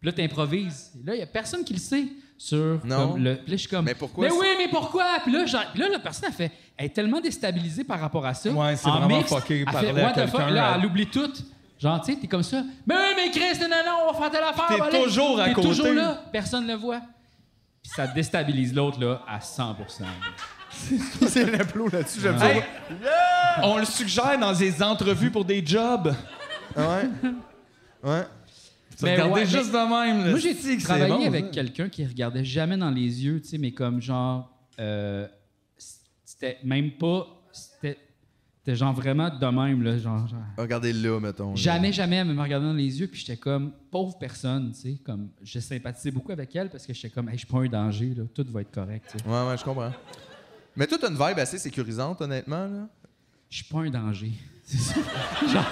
Speaker 1: Puis là, t'improvises. Et Là, il y a personne qui le sait sur.
Speaker 3: Non.
Speaker 1: comme, le... Puis là, je suis comme.
Speaker 3: Mais pourquoi
Speaker 1: Mais
Speaker 3: c'est-
Speaker 1: oui, mais pourquoi? Puis là, genre- puis là, la personne, a fait. Elle est tellement déstabilisée par rapport à ça.
Speaker 5: Ouais, c'est
Speaker 1: En
Speaker 5: vraiment
Speaker 1: mixte,
Speaker 5: fucké
Speaker 1: elle
Speaker 5: parler
Speaker 1: fait,
Speaker 5: à
Speaker 1: What the fuck?
Speaker 5: quelqu'un,
Speaker 1: Là,
Speaker 5: euh,
Speaker 1: elle oublie tout. Genre, tu sais, t'es comme ça. Mais oui, mais Chris, non, non, non, on va faire telle affaire.
Speaker 5: T'es
Speaker 1: voilà.
Speaker 5: toujours à
Speaker 1: T'es
Speaker 5: côté.
Speaker 1: toujours là. Personne le voit. Puis ça déstabilise l'autre, là, à 100
Speaker 3: C'est l'applaud là-dessus, j'aime ça.
Speaker 5: Hey, on le suggère dans des entrevues pour des jobs.
Speaker 3: Ouais. Ouais.
Speaker 1: Mais
Speaker 5: Regardez
Speaker 1: Ben ouais,
Speaker 5: juste de même. là.
Speaker 1: Moi, j'ai
Speaker 5: C'est que c'est
Speaker 1: travaillé
Speaker 5: bon, hein.
Speaker 1: avec
Speaker 5: ça.
Speaker 1: quelqu'un qui regardait jamais dans les yeux, tu sais, mais comme genre. euh, c'était même pas. C'était c'était genre vraiment de même, là. Genre, genre-
Speaker 3: Regardez là, mettons. là.
Speaker 1: Jamais, jamais elle me regardait dans les yeux, puis j'étais comme pauvre personne, tu sais. Comme, je sympathisais beaucoup avec elle parce que j'étais comme, hey, je suis pas un danger, là. Tout va être correct, tu sais.
Speaker 3: Ouais, ouais, je comprends. Mais toi, t'as une vibe assez sécurisante, honnêtement. Là.
Speaker 1: Je suis pas un danger. C'est ça. genre,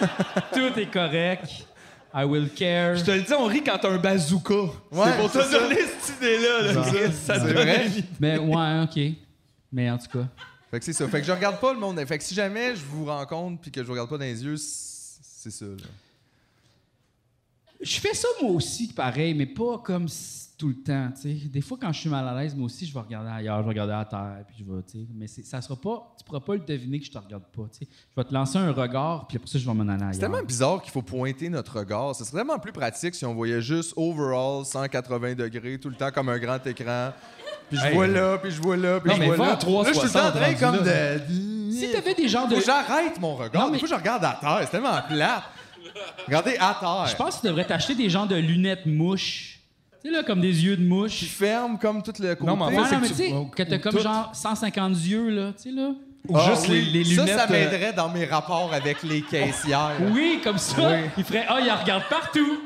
Speaker 1: tout est correct. I will care.
Speaker 5: Je te le dis, on rit quand t'as un bazooka. c'est pour
Speaker 3: c'est
Speaker 5: te
Speaker 3: ça.
Speaker 5: donner cette idée-là. là, Chris. ça te
Speaker 3: C'est
Speaker 5: donne
Speaker 3: vrai.
Speaker 5: envie.
Speaker 1: Mais ouais, OK. Mais en tout cas.
Speaker 3: Fait que c'est ça. Fait que je regarde pas le monde. Fait que si jamais je vous rencontre puis que je vous regarde pas dans les yeux, c'est c'est ça. là.
Speaker 1: Je fais ça moi aussi, pareil, mais pas comme si- tout le temps. tu sais. Des fois, quand je suis mal à l'aise, moi aussi, je vais regarder ailleurs, je vais regarder à terre, puis je vais, tu sais. Mais c'est- ça sera pas, tu pourras pas le deviner que je te regarde pas. tu sais. Je vais te lancer un regard, puis après ça, je vais m'en aller ailleurs.
Speaker 3: C'est tellement bizarre qu'il faut pointer notre regard. Ce serait tellement plus pratique si on voyait juste overall 180 degrés tout le temps comme un grand écran. Puis je vois là, puis je vois là, puis
Speaker 5: Non,
Speaker 3: je
Speaker 5: mais
Speaker 3: vois
Speaker 5: va
Speaker 3: là.
Speaker 5: à
Speaker 3: là,
Speaker 5: 360
Speaker 3: je suis tout le temps en train
Speaker 5: rendu
Speaker 3: comme
Speaker 5: là.
Speaker 3: de...
Speaker 1: Si t'avais des genres de.
Speaker 3: Faut que j'arrête mon regard.
Speaker 1: Non, mais-
Speaker 3: Des fois, je regarde à terre. C'est tellement plat. Regardez à terre.
Speaker 1: Je pense que tu devrais t'acheter des genres de lunettes mouches. Tu sais, là, comme des yeux de
Speaker 3: Je
Speaker 1: mouche.
Speaker 3: ferme comme tout le côté.
Speaker 5: Non, mais en fait,
Speaker 1: Non,
Speaker 5: c'est
Speaker 1: non,
Speaker 5: que
Speaker 1: mais
Speaker 5: tu-
Speaker 1: tu sais,
Speaker 5: ou-
Speaker 1: que t'as
Speaker 5: ou
Speaker 1: comme
Speaker 5: tout.
Speaker 1: genre 150 yeux, là. Tu sais, là.
Speaker 5: Ou
Speaker 3: Ah
Speaker 5: juste
Speaker 3: oui.
Speaker 5: les, les lunettes.
Speaker 3: Ça, ça
Speaker 5: euh, Oh,
Speaker 3: m'aiderait dans mes rapports avec les caissières.
Speaker 1: Oui, comme ça.
Speaker 3: Oui.
Speaker 1: Il ferait Ah, il en regarde partout.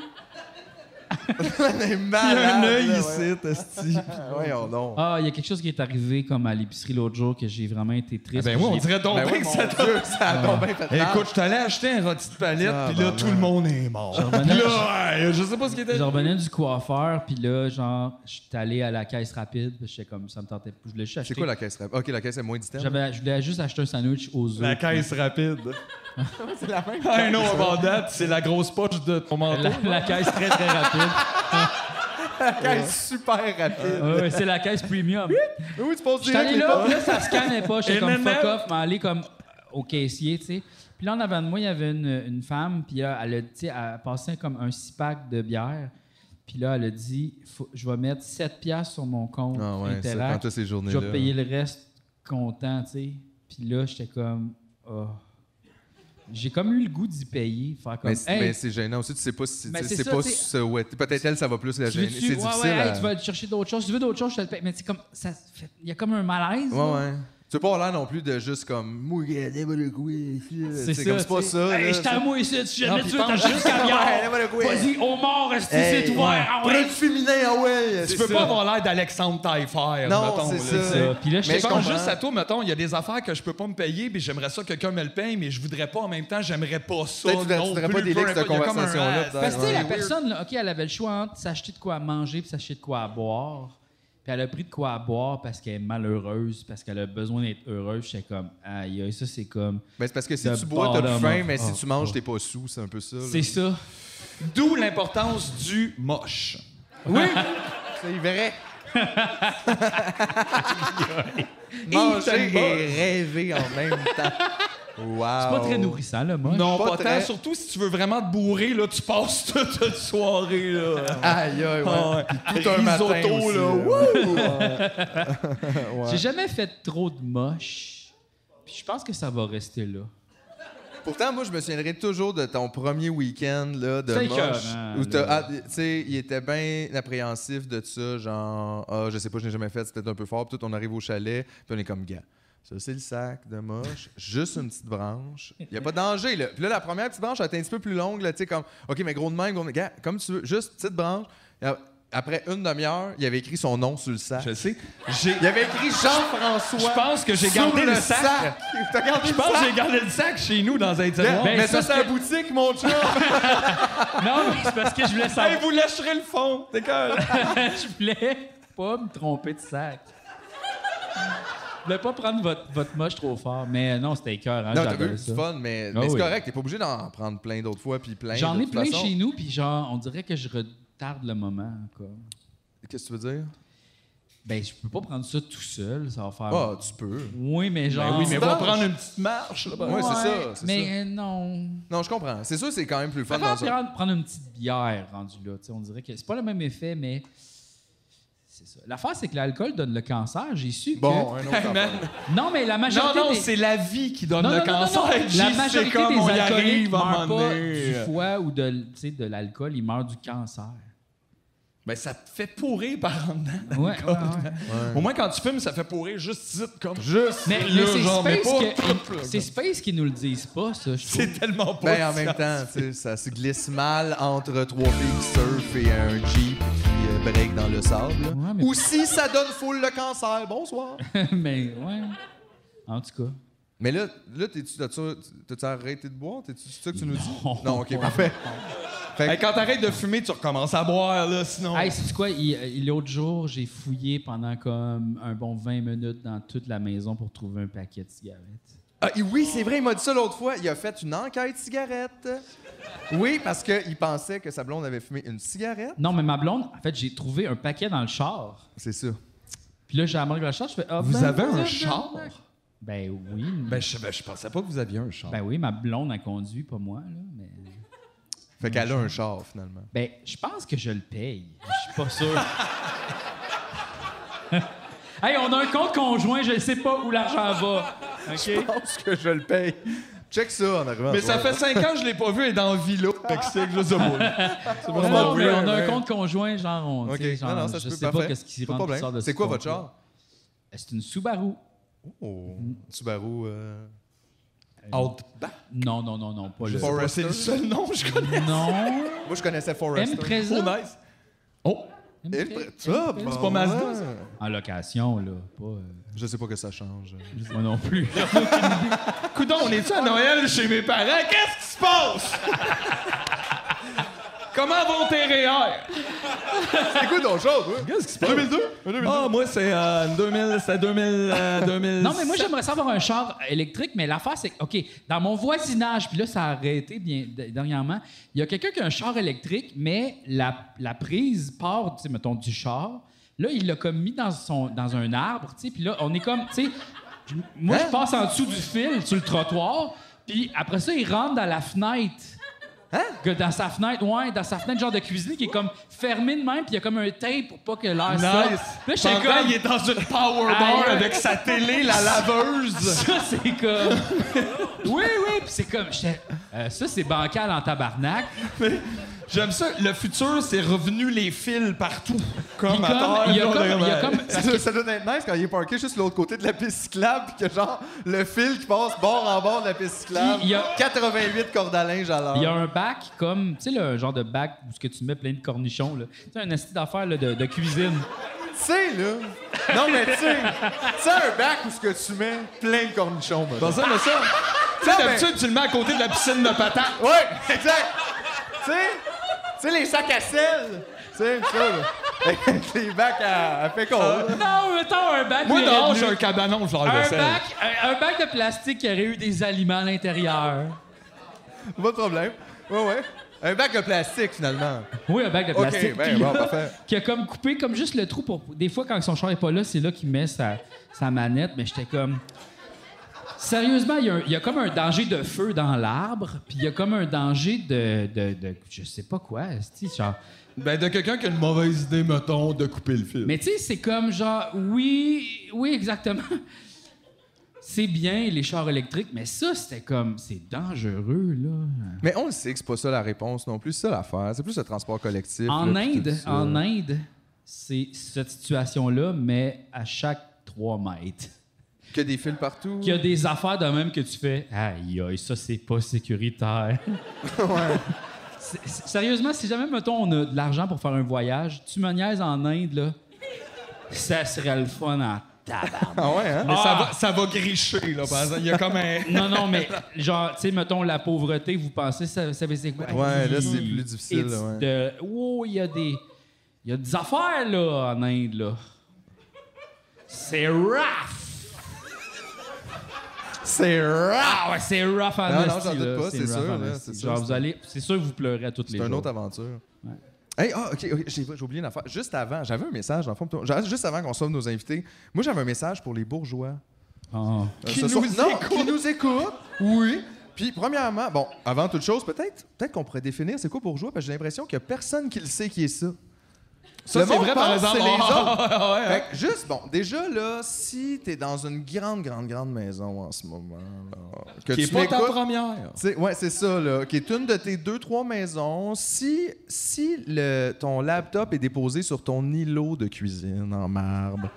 Speaker 3: On est
Speaker 5: Il y a
Speaker 3: malade.
Speaker 5: un œil
Speaker 3: là, ouais.
Speaker 5: ici, Testi.
Speaker 3: Ah, Voyons donc.
Speaker 1: Ah, il y a quelque chose qui est arrivé comme à l'épicerie l'autre jour que j'ai vraiment été triste.
Speaker 5: Ben oui, on
Speaker 1: J'ai-
Speaker 5: dirait donc
Speaker 3: Ben
Speaker 5: bien
Speaker 3: oui,
Speaker 5: que
Speaker 3: mon
Speaker 5: ça t'a-
Speaker 3: Dieu, ça a donc bien fait mal.
Speaker 5: Écoute, je t'allais acheter un rôti de palette,
Speaker 3: Ah,
Speaker 5: puis là,
Speaker 3: ben
Speaker 5: tout le monde est mort.
Speaker 1: Je
Speaker 5: Puis
Speaker 1: revenais-
Speaker 5: là, ouais, je sais pas ce qui était.
Speaker 1: Je revenais du coiffeur, puis là, genre, je suis allé à la caisse rapide, puis j'étais comme, ça me tentait pas. Je voulais juste acheter.
Speaker 3: C'est quoi la caisse rap- Ok, la caisse est moins distante.
Speaker 1: J'avais- Je voulais juste acheter un sandwich aux œufs.
Speaker 5: La caisse rapide.
Speaker 3: C'est la même.
Speaker 5: I know about that. Ben, C'est la grosse poche de ton manteau.
Speaker 1: La, la caisse très, très rapide.
Speaker 3: caisse super rapide.
Speaker 1: Ah ouais, c'est la caisse premium.
Speaker 3: Oui, tu penses
Speaker 1: J'étais
Speaker 3: direct
Speaker 1: allé
Speaker 3: les
Speaker 1: là,
Speaker 3: pas.
Speaker 1: puis là, ça scannait pas. J'étais comme
Speaker 5: M&M.
Speaker 1: fuck off, mais aller comme au caissier, tu sais. Puis là, en avant de moi, il y avait une, une femme, puis là, elle a, tu sais, elle a passé comme un six-pack de bière. Puis là, elle a dit, Faut- je vais mettre 7 piastres sur mon compte
Speaker 3: Ah ouais, ça,
Speaker 1: Interac.
Speaker 3: quand t'as ces
Speaker 1: Je
Speaker 3: journées-là.
Speaker 1: vais payer le reste content, tu sais. Puis là, j'étais comme, oh. J'ai comme eu le goût d'y payer, faire comme,
Speaker 3: Mais,
Speaker 1: hey,
Speaker 3: mais c'est gênant aussi, tu sais pas si
Speaker 1: Mais
Speaker 3: tu sais,
Speaker 1: c'est
Speaker 3: c'est
Speaker 1: ça,
Speaker 3: pas
Speaker 1: t'sais-
Speaker 3: souhaité. Peut-être elle, ça va plus la
Speaker 1: tu
Speaker 3: gêner.
Speaker 1: veux-tu, ouais,
Speaker 3: C'est difficile.
Speaker 1: ouais, hey,
Speaker 3: à-
Speaker 1: tu vas aller chercher d'autres choses. Si tu veux d'autres choses, je te le paye. Mais tu sais, comme, ça fait- il y a comme un malaise. là.
Speaker 3: Ouais, ouais. Tu veux pas avoir l'air non plus de juste comme. Moi, euh, regardez moi le goût, ici, là.
Speaker 1: C'est
Speaker 3: C'est comme
Speaker 1: ça.
Speaker 3: c'est pas
Speaker 1: tu sais.
Speaker 3: ça.
Speaker 1: Hey,
Speaker 3: là,
Speaker 1: je t'amoue ici. Si jamais
Speaker 5: Non,
Speaker 1: tu
Speaker 5: puis
Speaker 1: veux, t'as juste un
Speaker 3: Ouais, là, voilà,
Speaker 1: caviar.
Speaker 3: ouais.
Speaker 1: Vas-y, au mort, est-ce que
Speaker 3: Hey,
Speaker 1: c'est toi?
Speaker 3: ouais.
Speaker 1: Ah
Speaker 3: Produit
Speaker 1: ouais.
Speaker 3: féminin, ah ouais.
Speaker 5: Tu peux pas avoir l'air d'Alexandre Taillefer,
Speaker 3: Non,
Speaker 5: mettons.
Speaker 3: c'est
Speaker 5: là,
Speaker 3: ça.
Speaker 5: tu
Speaker 1: Ça.
Speaker 5: sais.
Speaker 1: Puis là, j'étais
Speaker 3: Mais
Speaker 5: Je
Speaker 3: je
Speaker 5: pense
Speaker 3: comprends.
Speaker 5: juste à toi, mettons, il y a des affaires que je peux pas me payer, mais j'aimerais ça que quelqu'un me le paye, mais je voudrais pas en même temps, j'aimerais pas ça.
Speaker 3: Peut-être que tu
Speaker 5: non
Speaker 3: voudrais pas
Speaker 5: plus,
Speaker 3: des
Speaker 5: peu
Speaker 3: leaks de
Speaker 5: importe. Il y a comme un
Speaker 3: conversation-là,
Speaker 5: reste.
Speaker 3: peut-être.
Speaker 1: Parce que tu sais, la
Speaker 3: Ouais.
Speaker 1: personne, là, OK, elle avait le choix entre s'acheter de quoi à manger puis s'acheter de quoi à boire. Puis elle a pris de quoi à boire parce qu'elle est malheureuse, parce qu'elle a besoin d'être heureuse. J'étais comme, aïe, aïe, ça, c'est comme.
Speaker 3: Mais c'est parce que si
Speaker 1: The
Speaker 3: tu bois, t'as plus
Speaker 1: bottom
Speaker 3: faim,
Speaker 1: of-
Speaker 3: mais si
Speaker 1: oh,
Speaker 3: tu manges, t'es pas sous. C'est un peu ça. là.
Speaker 1: C'est ça.
Speaker 5: D'où l'importance du moche.
Speaker 3: C'est vrai.
Speaker 5: t'aimes
Speaker 3: Manger
Speaker 5: pas.
Speaker 3: et rêver en même temps. Wow.
Speaker 1: C'est pas très nourrissant, le moche.
Speaker 5: Oh. Non,
Speaker 3: pas
Speaker 5: pas,
Speaker 3: très-
Speaker 5: tant. Surtout si tu veux vraiment te bourrer, là, tu passes toute une soirée. Là.
Speaker 3: Aïe, aïe, ouais.
Speaker 5: Ah ouais.
Speaker 3: Tout un matin
Speaker 5: Risotto,
Speaker 3: aussi,
Speaker 5: là.
Speaker 3: là.
Speaker 1: J'ai jamais fait trop de moche. Puis je pense que ça va rester là.
Speaker 3: Pourtant, moi, je me souviendrai toujours de ton premier week-end là, de
Speaker 1: C'est écœurant,
Speaker 3: moche.
Speaker 5: hein,
Speaker 3: Où t'as-
Speaker 1: là.
Speaker 3: ah, tu sais, il était bien appréhensif de ça, genre, ah, je sais pas, je n'ai jamais fait, c'était un peu fort. Puis tout, on arrive au chalet, puis on est comme, gars, ça, c'est le sac de moche, juste une petite branche. Il n'y a pas de danger, là. Puis là, la première petite branche, elle était un petit peu plus longue, là, tu sais, comme, OK, mais gros de même, gros de- gars, comme tu veux, juste petite branche. Après une demi-heure, il avait écrit son nom sur le sac.
Speaker 5: Je sais. J'ai-
Speaker 3: Il avait écrit Jean-François.
Speaker 5: Je pense que j'ai
Speaker 3: sur
Speaker 5: gardé le sac.
Speaker 3: T'as gardé
Speaker 5: Je
Speaker 3: le
Speaker 5: pense que
Speaker 3: sac?
Speaker 5: j'ai gardé le sac chez nous dans un
Speaker 3: Mais,
Speaker 5: tiroir.
Speaker 1: Ben,
Speaker 3: mais
Speaker 1: ça,
Speaker 3: ça, c'est
Speaker 1: c'est-
Speaker 3: la boutique, mon chum!
Speaker 1: Non, mais c'est parce que je voulais
Speaker 5: Hey, vous lâcherez le fond. T'es comme-
Speaker 1: je voulais pas me tromper de sac. Je voulais pas prendre votre, votre moche trop fort, mais non, c'était cœur. Hein,
Speaker 3: Non, t'as
Speaker 1: j'adorais
Speaker 3: eu
Speaker 1: ça.
Speaker 3: du fun, mais,
Speaker 1: Ah
Speaker 3: mais c'est
Speaker 1: oui.
Speaker 3: correct. T'es pas obligé d'en prendre plein d'autres fois, puis plein.
Speaker 1: J'en
Speaker 3: de
Speaker 1: ai
Speaker 3: toute
Speaker 1: plein
Speaker 3: façon.
Speaker 1: chez nous, puis genre, on dirait que je retarde le moment encore.
Speaker 3: Qu'est-ce que tu veux dire?
Speaker 1: Ben, je peux pas prendre ça tout seul, ça va faire.
Speaker 3: Ah, tu peux.
Speaker 1: Oui, mais genre.
Speaker 5: Ben oui, mais
Speaker 3: on
Speaker 5: on va
Speaker 3: mange.
Speaker 5: prendre une petite marche. Là,
Speaker 3: Ouais, c'est ça, c'est
Speaker 1: mais
Speaker 3: ça.
Speaker 1: euh, non.
Speaker 3: Non, je comprends. C'est sûr, c'est quand même plus fun
Speaker 1: Faire
Speaker 3: dans un.
Speaker 1: prendre, prendre une petite bière rendu là, tu sais, on dirait que c'est pas le même effet, mais. C'est ça. L'affaire, c'est que l'alcool donne le cancer, j'ai su. que-
Speaker 3: Bon, un autre
Speaker 5: Hey, man.
Speaker 3: affaire.
Speaker 1: Non, mais la
Speaker 5: Non,
Speaker 1: majorité.
Speaker 5: non,
Speaker 1: des-
Speaker 5: c'est la vie qui donne
Speaker 1: Non,
Speaker 5: le
Speaker 1: non, non, non,
Speaker 5: cancer.
Speaker 1: non. La
Speaker 5: J,
Speaker 1: majorité
Speaker 5: c'est comme
Speaker 1: des
Speaker 5: on y
Speaker 1: alcooliques
Speaker 5: arrive à un
Speaker 1: meurent
Speaker 5: moment
Speaker 1: pas
Speaker 5: donné.
Speaker 1: du foie ou de, tu sais, de l'alcool, ils meurent du cancer.
Speaker 5: Ben, ça te fait pourrir par en dedans.
Speaker 1: Ouais, ouais, ouais.
Speaker 5: Au moins, quand tu fumes, ça fait pourrir juste ici, comme.
Speaker 3: Juste.
Speaker 1: Mais,
Speaker 5: Là,
Speaker 1: mais c'est
Speaker 5: genre, mais
Speaker 1: Space,
Speaker 5: pas-
Speaker 1: que- c'est Space qui nous le disent pas, ça, je trouve.
Speaker 5: C'est tellement pas.
Speaker 3: Ben, en même temps, tu sais, ça se glisse mal entre trois filles qui surfent et un Jeep qui euh, break dans le sable. là.
Speaker 1: Ouais, mais-
Speaker 3: Ou si ça donne full le cancer. Bonsoir.
Speaker 1: mais ouais. En tout cas.
Speaker 3: mais là, là t'es-tu- t'as-tu t'as-tu arrêté de boire? T'es-tu- C'est ça que tu nous dis?
Speaker 1: Non.
Speaker 3: Non, ok, parfait.
Speaker 5: Hey, quand t'arrêtes de fumer, tu recommences à boire, là, sinon.
Speaker 1: Hey, c'est quoi? Il- euh, il- L'autre jour, j'ai fouillé pendant comme un bon 20 minutes dans toute la maison pour trouver un paquet de cigarettes.
Speaker 3: Ah, et oui, c'est vrai, il m'a dit ça l'autre fois. Il a fait une enquête cigarette. Oui, parce qu'il pensait que sa blonde avait fumé une cigarette.
Speaker 1: Non, mais ma blonde, en fait, j'ai trouvé un paquet dans le char.
Speaker 3: C'est ça.
Speaker 1: Puis là, j'ai amorti le char, je fais ah,
Speaker 5: Vous
Speaker 1: ben,
Speaker 5: avez un
Speaker 1: ben,
Speaker 5: char?
Speaker 1: Ben oui.
Speaker 5: Ben, je, ben, je pensais pas que vous aviez un char.
Speaker 1: Ben oui, ma blonde a conduit, pas moi. Là, mais...
Speaker 3: Fait qu'elle a un char, finalement.
Speaker 1: Ben, je pense que je le paye. Je suis pas sûr. Hey, on a un compte conjoint, je ne sais pas où l'argent va. OK?
Speaker 3: pense que je le paye. Check ça en arrivant.
Speaker 5: Mais ça
Speaker 3: Ouais.
Speaker 5: fait 5 ans que je l'ai pas vu, elle est dans Vilo. Fait que c'est que je sais pas.
Speaker 3: C'est
Speaker 1: Non,
Speaker 3: bon,
Speaker 1: non, mais
Speaker 3: ouais,
Speaker 1: on a un
Speaker 3: ouais.
Speaker 1: compte conjoint, genre, on, tu
Speaker 3: Ok,
Speaker 1: sais, genre,
Speaker 3: non, non, ça
Speaker 1: je
Speaker 3: se peut,
Speaker 1: sais pas
Speaker 3: parfait.
Speaker 1: qu'est-ce qui
Speaker 3: Pas de
Speaker 1: rentre qui
Speaker 3: problème.
Speaker 1: sort de
Speaker 3: C'est
Speaker 1: ce
Speaker 3: quoi votre
Speaker 1: compte-là.
Speaker 3: char?
Speaker 1: C'est une Subaru.
Speaker 3: Oh, Subaru. euh,
Speaker 5: Outback.
Speaker 1: Non, non, non, non, pas le...
Speaker 3: Forester.
Speaker 5: C'est le seul nom que je connais.
Speaker 1: Non,
Speaker 3: Moi, je connaissais
Speaker 1: M
Speaker 3: Forester.
Speaker 5: Oh,
Speaker 1: présent.
Speaker 5: nice. Oh,
Speaker 3: C'est
Speaker 5: pas Mazda,
Speaker 1: En location, là, pas... euh,
Speaker 3: Je sais pas que ça change.
Speaker 1: Moi non plus.
Speaker 5: coudon, on est-tu à Noël chez mes parents? Qu'est-ce qui se passe? Comment vont tes REER?
Speaker 3: C'est quoi ton chose, toi?
Speaker 5: Qu'est-ce qui se passe? 2002? Ah, moi, c'est euh, 2000, c'est 2000, euh, 2000.
Speaker 1: Non, mais moi, j'aimerais savoir un char électrique, mais l'affaire, c'est que, OK, dans mon voisinage, puis là, ça a arrêté bien, d- dernièrement, il y a quelqu'un qui a un char électrique, mais la, la prise part, tu sais, mettons, du char. Là, il l'a comme mis dans, son, dans un arbre, tu sais, puis là, on est comme, tu sais, je- moi,
Speaker 5: Hein?
Speaker 1: je passe en dessous du fil, sur le trottoir, puis après ça, il rentre dans la fenêtre.
Speaker 5: Hein?
Speaker 1: Que dans sa fenêtre, ouais, dans sa fenêtre genre de cuisine qui est comme fermée de même, puis il y a comme un tape pour pas que l'air sorte.
Speaker 5: Nice.
Speaker 1: Là, j'étais
Speaker 5: Pendant,
Speaker 1: comme-
Speaker 5: il est dans une power bar
Speaker 1: Aïe.
Speaker 5: avec sa télé, la laveuse.
Speaker 1: Ça, c'est comme. Oui, oui, puis c'est comme. j'étais, euh, ça, c'est bancal en tabarnak.
Speaker 5: J'aime ça. Le futur, c'est revenu les fils partout. Comme
Speaker 1: Puis
Speaker 5: à
Speaker 1: comme,
Speaker 5: terre,
Speaker 1: il y a
Speaker 5: là,
Speaker 1: comme- il y a
Speaker 5: vraiment.
Speaker 1: comme-
Speaker 3: Ça, ça doit être nice quand il est parké juste de l'autre côté de la piste cyclable, puis que genre, le fil qui passe bord en bord de la piste cyclable,
Speaker 1: Il y a-
Speaker 3: 88 cordes à linge à l'heure.
Speaker 1: Il y a un bac comme. Tu sais, le genre de bac où ce que tu mets plein de cornichons, là. Tu sais, un esti d'affaires là, de, de cuisine.
Speaker 3: Tu sais, là. Non, mais tu sais, tu sais, un bac où ce que tu mets plein de cornichons, mettons.
Speaker 5: Dans ça, mais ça. Tu
Speaker 3: Non,
Speaker 5: sais,
Speaker 3: mais-
Speaker 5: d'habitude, tu le mets à côté de la piscine de patates.
Speaker 3: Ouais, exact. tu sais, tu sais, les sacs à sel. Tu sais, ça, là. Avec les bacs à, à fécond, là.
Speaker 1: Non, mettons un bac.
Speaker 5: Moi,
Speaker 1: de
Speaker 5: dehors,
Speaker 1: Red
Speaker 5: j'ai
Speaker 1: Bull.
Speaker 5: un cabanon, je
Speaker 1: un,
Speaker 5: leur vaisselle.
Speaker 1: bac, un, un bac de plastique qui aurait eu des aliments à l'intérieur.
Speaker 3: Pas de problème. Ouais, ouais. Un bac de plastique, finalement.
Speaker 1: Oui, un bac de
Speaker 3: OK,
Speaker 1: plastique.
Speaker 3: ben,
Speaker 1: puis
Speaker 3: bon,
Speaker 1: là,
Speaker 3: parfait.
Speaker 1: Qui a comme coupé comme juste le trou pour. Des fois, quand son char est pas là, c'est là qu'il met sa, sa manette. Mais j'étais comme. Sérieusement, il y, a un- il y a comme un danger de feu dans l'arbre, puis il y a comme un danger de. de, de- je sais pas quoi, esti, genre.
Speaker 5: Ben, de quelqu'un qui a une mauvaise idée, mettons, de couper le fil.
Speaker 1: Mais tu sais, c'est comme genre. Oui, oui, exactement. C'est bien les chars électriques, mais ça, c'était comme. C'est dangereux, là.
Speaker 3: Mais on le sait que c'est pas ça la réponse non plus. C'est ça l'affaire. C'est plus le transport collectif.
Speaker 1: En
Speaker 3: là, puis tout
Speaker 1: Inde,
Speaker 3: ça.
Speaker 1: en Inde, c'est cette situation-là, mais à chaque 3 mètres.
Speaker 3: Que des fils partout.
Speaker 1: Qu'il y a des affaires de même que tu fais Aïe, aïe, ça, c'est pas sécuritaire. C'est- c'est- Sérieusement, si jamais, mettons, on a de l'argent pour faire un voyage, tu me niaises en Inde, là, ça serait le fun en tabarnak.
Speaker 3: Ah ouais, hein?
Speaker 5: Mais ça,
Speaker 1: Ah!
Speaker 5: va, ça va gricher, là, par exemple. Il y a comme un.
Speaker 1: Non, non, mais genre, tu sais, mettons, la pauvreté, vous pensez, ça, vous savez c'est quoi?
Speaker 3: Ouais,
Speaker 1: Hey,
Speaker 3: là, c'est plus difficile,
Speaker 1: it's
Speaker 3: ouais.
Speaker 1: the- Oh, il y a des... Il y a des affaires, là, en Inde, là. C'est rough!
Speaker 3: C'est rare.
Speaker 1: Ah ouais, c'est rough en
Speaker 3: Non, non,
Speaker 1: esti,
Speaker 3: j'en doute
Speaker 1: là.
Speaker 3: pas, c'est
Speaker 1: rough
Speaker 3: sûr,
Speaker 1: en
Speaker 3: là,
Speaker 1: esti.
Speaker 3: c'est
Speaker 1: Genre,
Speaker 3: sûr,
Speaker 1: vous allez... C'est sûr que vous pleurez à toutes les
Speaker 3: C'est une
Speaker 1: jours.
Speaker 3: autre aventure. Hey, ah, ok, ok, j'ai j'ai oublié une affaire. Juste avant, j'avais un message, dans le fond, pour toi. juste avant qu'on sauve nos invités, moi j'avais un message pour les bourgeois.
Speaker 1: Ah.
Speaker 3: Euh,
Speaker 5: Qui
Speaker 3: ce
Speaker 5: nous
Speaker 3: soir- non,
Speaker 5: écoutent.
Speaker 3: qui nous écoutent, oui. Puis, premièrement, bon, avant toute chose, peut-être peut-être qu'on pourrait définir c'est quoi bourgeois, parce que j'ai l'impression qu'il n'y a personne qui le sait qui est ça.
Speaker 5: Ça,
Speaker 3: Le
Speaker 5: c'est
Speaker 3: monde
Speaker 5: vrai, par
Speaker 3: pense que c'est
Speaker 5: exemple.
Speaker 3: les
Speaker 5: Ah, ouais, ouais, ouais.
Speaker 3: Fait que juste, bon, déjà, là, si t'es dans une grande, grande, grande maison en ce moment, là, que
Speaker 5: Qui est
Speaker 3: tu
Speaker 5: pas ta
Speaker 3: m'écoutes,
Speaker 5: première.
Speaker 3: tu sais, ouais, c'est ça, là, qui est une de tes deux, trois maisons, si, si le, ton laptop est déposé sur ton îlot de cuisine en marbre,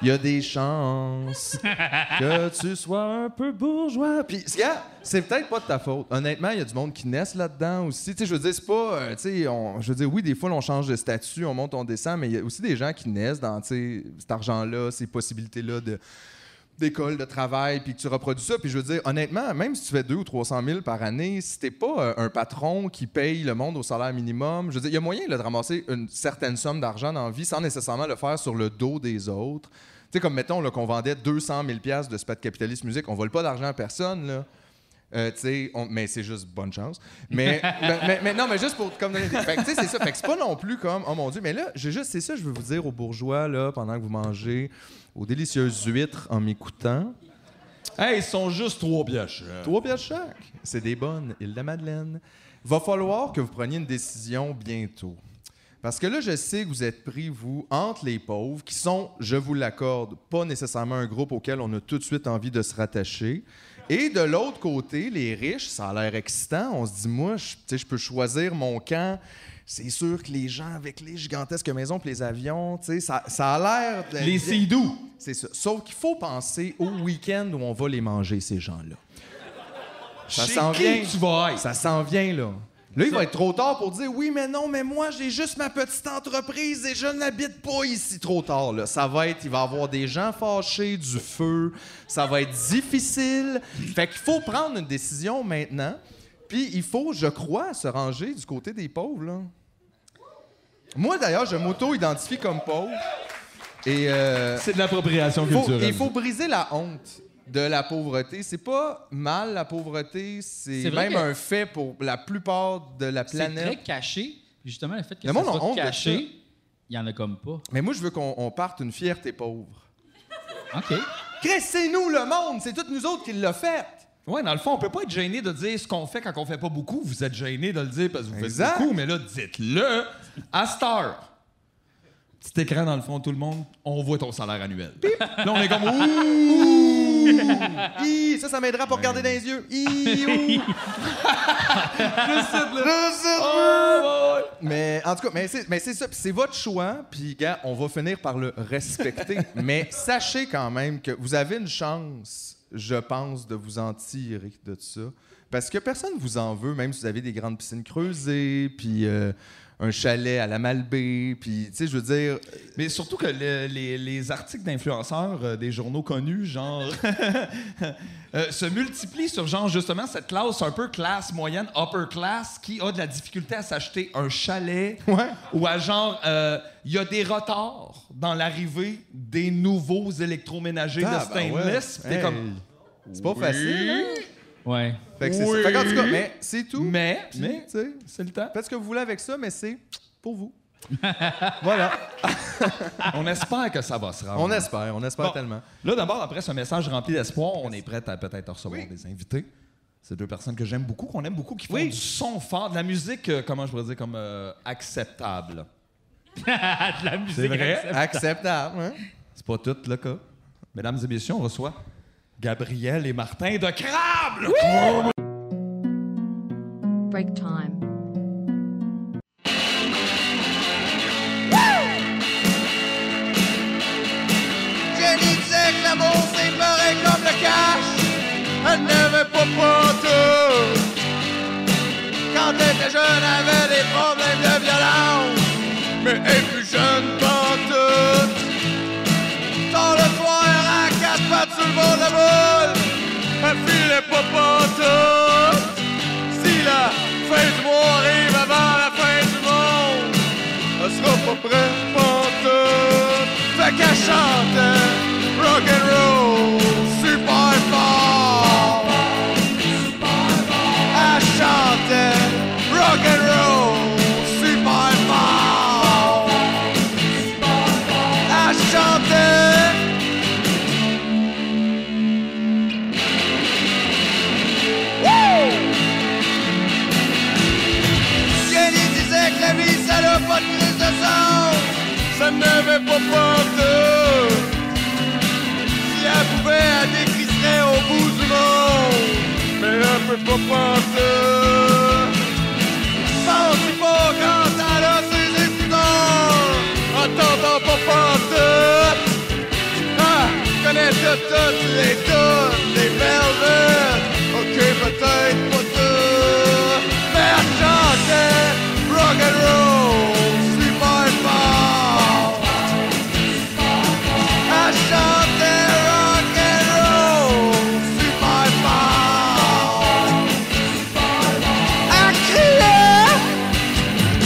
Speaker 3: il y a des chances que tu sois un peu bourgeois. Puis, gars, c'est peut-être pas de ta faute. Honnêtement, il y a du monde qui naissent là-dedans aussi. Tu sais, je veux dire, c'est pas. euh, tu sais, on- je veux dire, oui, des fois, on change de statut, on monte, on descend, mais il y a aussi des gens qui naissent dans, tu sais, cet argent-là, ces possibilités-là de d'école, de travail, puis que tu reproduis ça. Puis je veux dire, honnêtement, même si tu fais 2 ou 300 000 par année, si t'es pas euh, un patron qui paye le monde au salaire minimum, je veux dire, il y a moyen là, de ramasser une certaine somme d'argent dans la vie sans nécessairement le faire sur le dos des autres. Tu sais, comme mettons là, qu'on vendait 200 000 piastres de spat capitaliste musique, on vole pas d'argent à personne, là. Euh, tu sais, on- mais c'est juste bonne chance. Mais, ben, mais, mais non, mais juste pour comme donner des- Fait que, tu sais, c'est ça. Fait que c'est pas non plus comme, oh mon Dieu, mais là, j'ai juste, c'est ça, je veux vous dire aux bourgeois, là, pendant que vous mangez aux délicieuses huîtres en m'écoutant.
Speaker 5: Hey, ils sont juste trois pièges.
Speaker 3: Trois pièces chaque. C'est des bonnes. Île de la Madeleine. Va falloir que vous preniez une décision bientôt. Parce que là, je sais que vous êtes pris, vous, entre les pauvres, qui sont, je vous l'accorde, pas nécessairement un groupe auquel on a tout de suite envie de se rattacher. Et de l'autre côté, les riches, ça a l'air excitant. On se dit, moi, je tu sais, je peux choisir mon camp. C'est sûr que les gens avec les gigantesques maisons puis les avions, tu sais, ça, ça a l'air... de-
Speaker 5: Les Seydou.
Speaker 3: C'est ça. Sauf qu'il faut penser au week-end où on va les manger, ces gens-là. Ça
Speaker 5: Chez
Speaker 3: s'en
Speaker 5: qui
Speaker 3: vient.
Speaker 5: tu vas être?
Speaker 3: Ça s'en vient, là. Là, il va être trop tard pour dire oui, mais non, mais moi, j'ai juste ma petite entreprise et je n'habite pas ici trop tard. Là. Ça va être, il va y avoir des gens fâchés, du feu, ça va être difficile. Fait qu'il faut prendre une décision maintenant. Puis il faut, je crois, se ranger du côté des pauvres. Là. Moi, d'ailleurs, je m'auto-identifie comme pauvre. Et. euh,
Speaker 5: C'est de l'appropriation
Speaker 3: faut-
Speaker 5: culturelle.
Speaker 3: il faut briser la honte de la pauvreté. C'est pas mal la pauvreté, c'est
Speaker 1: C'est vrai
Speaker 3: même
Speaker 1: que-
Speaker 3: un fait pour la plupart de la
Speaker 1: C'est très
Speaker 3: planète.
Speaker 1: caché. Justement, le fait que
Speaker 3: Le
Speaker 1: ça
Speaker 3: monde a
Speaker 1: soit
Speaker 3: honte de ça.
Speaker 1: caché, il y en a comme pas.
Speaker 3: Mais moi, je veux qu'on on parte une fierté pauvre.
Speaker 1: OK.
Speaker 3: Chris, c'est nous le monde, c'est toutes nous autres qui l'a fait.
Speaker 5: Ouais, dans le fond, on peut pas être gêné de dire ce qu'on fait quand on fait pas beaucoup. Vous êtes gêné de le dire parce que vous
Speaker 3: Exact.
Speaker 5: faites beaucoup, mais là, dites-le à Star. Petit écran dans le fond, tout le monde, on voit ton salaire annuel. Là, on
Speaker 3: Ah,
Speaker 5: est comme ouh!
Speaker 3: Hi, ça, ça m'aidera pour regarder dans les yeux. Hi, ouh. Juste là. Mais en tout cas, mais c'est, mais c'est ça, puis c'est votre choix, puis gars, on va finir par le respecter. mais sachez quand même que vous avez une chance, je pense, de vous en tirer de ça. Parce que personne vous en veut, même si vous avez des grandes piscines creusées, puis euh, un chalet à la Malbaie, puis tu sais, je veux dire,
Speaker 5: Mais surtout que le- les, les articles d'influenceurs euh, des journaux connus, genre, euh, se multiplient sur, genre, justement, cette classe un peu classe moyenne, upper class, qui a de la difficulté à s'acheter un chalet
Speaker 3: euh,
Speaker 5: ou à, genre, euh, il y a des retards dans l'arrivée des nouveaux électroménagers
Speaker 3: Ah, ben
Speaker 5: de stainless.
Speaker 3: ouais.
Speaker 5: Puis t'es
Speaker 3: Hey.
Speaker 5: comme,
Speaker 3: c'est pas facile. hein?
Speaker 1: Ouais.
Speaker 3: Fait que c'est ça. Fait qu'en tout cas, mais c'est tout.
Speaker 5: mais,
Speaker 3: Puis,
Speaker 5: mais,
Speaker 3: tu sais,
Speaker 5: c'est le temps.
Speaker 3: Faites ce que vous voulez avec ça, mais c'est pour vous. voilà.
Speaker 5: On espère que ça va se rendre.
Speaker 3: On espère, on espère
Speaker 5: Ah Bon.
Speaker 3: tellement.
Speaker 5: Là, d'abord, après ce message rempli d'espoir, on est prête à peut-être recevoir des invités. C'est deux personnes que j'aime beaucoup, qu'on aime beaucoup, qui font du son fort, de la musique, euh, comment je pourrais dire, comme euh, acceptable.
Speaker 1: Ah, de la musique. accepte.
Speaker 3: Acceptable, hein?
Speaker 5: C'est pas tout le cas. Mesdames et messieurs, on reçoit Gabriel et Martin de Crable!
Speaker 7: Break time.
Speaker 8: Jenny disait que l'amour c'est pareil comme le cash Elle n'avait pas tout Quand elle était jeune, elle avait des problèmes de violence Mais elle est plus jeune pantoute Dans le soir, à quatre pattes sur le bord de la boule Elle filait pas pantoute Si la fin du mois arrive avant la fin du monde elle sera pas prête pour tout. Fait qu'elle chante rock and roll super fort. Elle chante rock and roll super fort. Elle chante. Jenny disait que la vie ça n'a pas de crise de sens Ça n'avait pas peur de Si elle pouvait, elle décrisserait au bout du monde Mais elle peut pas penser Pense pas quand elle a ses écouteurs En t'entendant pas penser ah, je connais toutes, toutes les tunes des Velvet Ok, peut-être pas tout Mais elle chantait rock'n'roll super fort Elle chantait rock'n'roll super fort Elle criait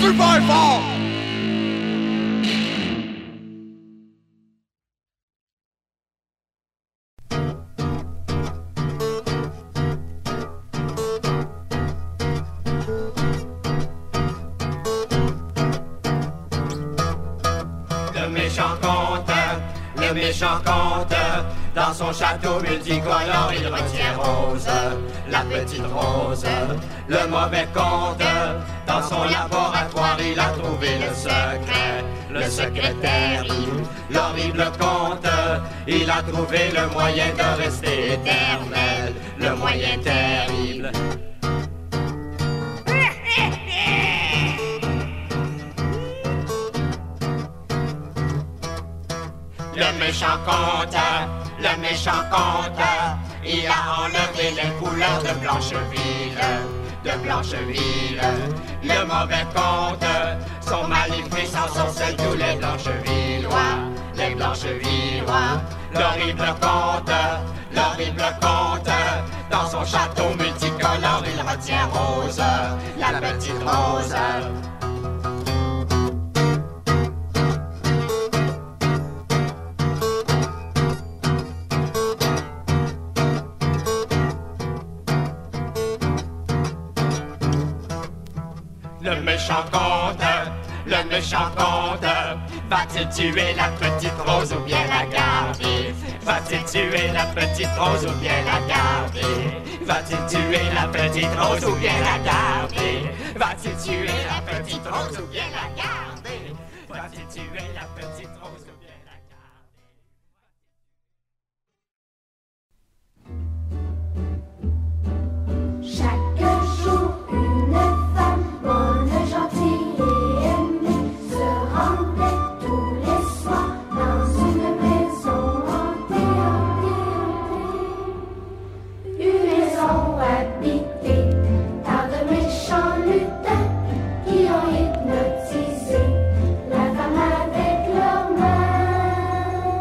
Speaker 9: super fort!
Speaker 4: Le méchant comte, le méchant comte, dans son château multicolore, il retient rose, la petite rose. Le mauvais comte, dans son laboratoire, il a trouvé le secret, le secrétaire. il- L'horrible comte, il a trouvé le moyen de rester éternel, le moyen terrible. le méchant comte, le méchant comte, il a enlevé les couleurs de Blancheville, de Blancheville. Le mauvais comte, son maléfice en sorcelle tous les Blanchevillois, les Blanchevillois. L'horrible comte, l'horrible comte, dans son château multicolore, il retient Rose, la petite Rose. Le méchant comte, le méchant comte Va-t-il tuer la petite rose ou bien la garder Va-t-il tuer la petite rose ou bien la garder Va-t-il tuer la petite rose ou bien la garder Va-t-il tuer la petite rose ou bien la garder Va-t-il tuer la petite rose ou bien la garder
Speaker 10: Chaque jour, une femme bonne, gentille et aimée se rendait tous les soirs dans une maison hantée, hantée, hantée. Une maison habitée par de méchants lutins qui ont hypnotisé la femme avec leurs mains.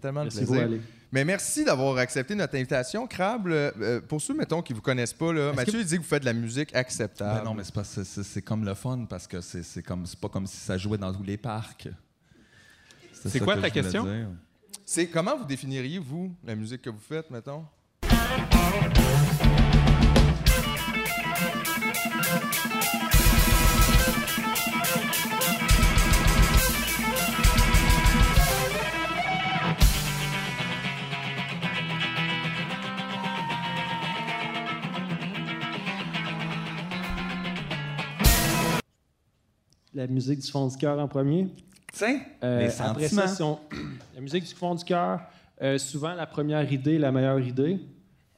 Speaker 3: Tellement de
Speaker 11: Laissez-vous
Speaker 3: plaisir.
Speaker 11: aller.
Speaker 3: Mais merci d'avoir accepté notre invitation. Crable, euh, pour ceux, mettons, qui vous connaissent pas, là, Mathieu, il dit que vous faites de la musique acceptable.
Speaker 5: Ben non, mais c'est, pas, c'est, c'est- c'est comme le fun parce que c'est, c'est, comme, c'est pas comme si ça jouait dans tous les parcs.
Speaker 4: C'est
Speaker 5: ça
Speaker 4: quoi
Speaker 5: que
Speaker 4: ta
Speaker 5: je voulais
Speaker 4: question?
Speaker 5: dire.
Speaker 3: C'est comment vous définiriez, vous, la musique que vous faites, mettons?
Speaker 11: La musique du fond du cœur en premier.
Speaker 5: Tiens,
Speaker 11: Euh,
Speaker 5: les
Speaker 11: après ça,
Speaker 5: sentiments.
Speaker 11: si on- la musique du fond du cœur, euh, souvent la première idée, la meilleure idée.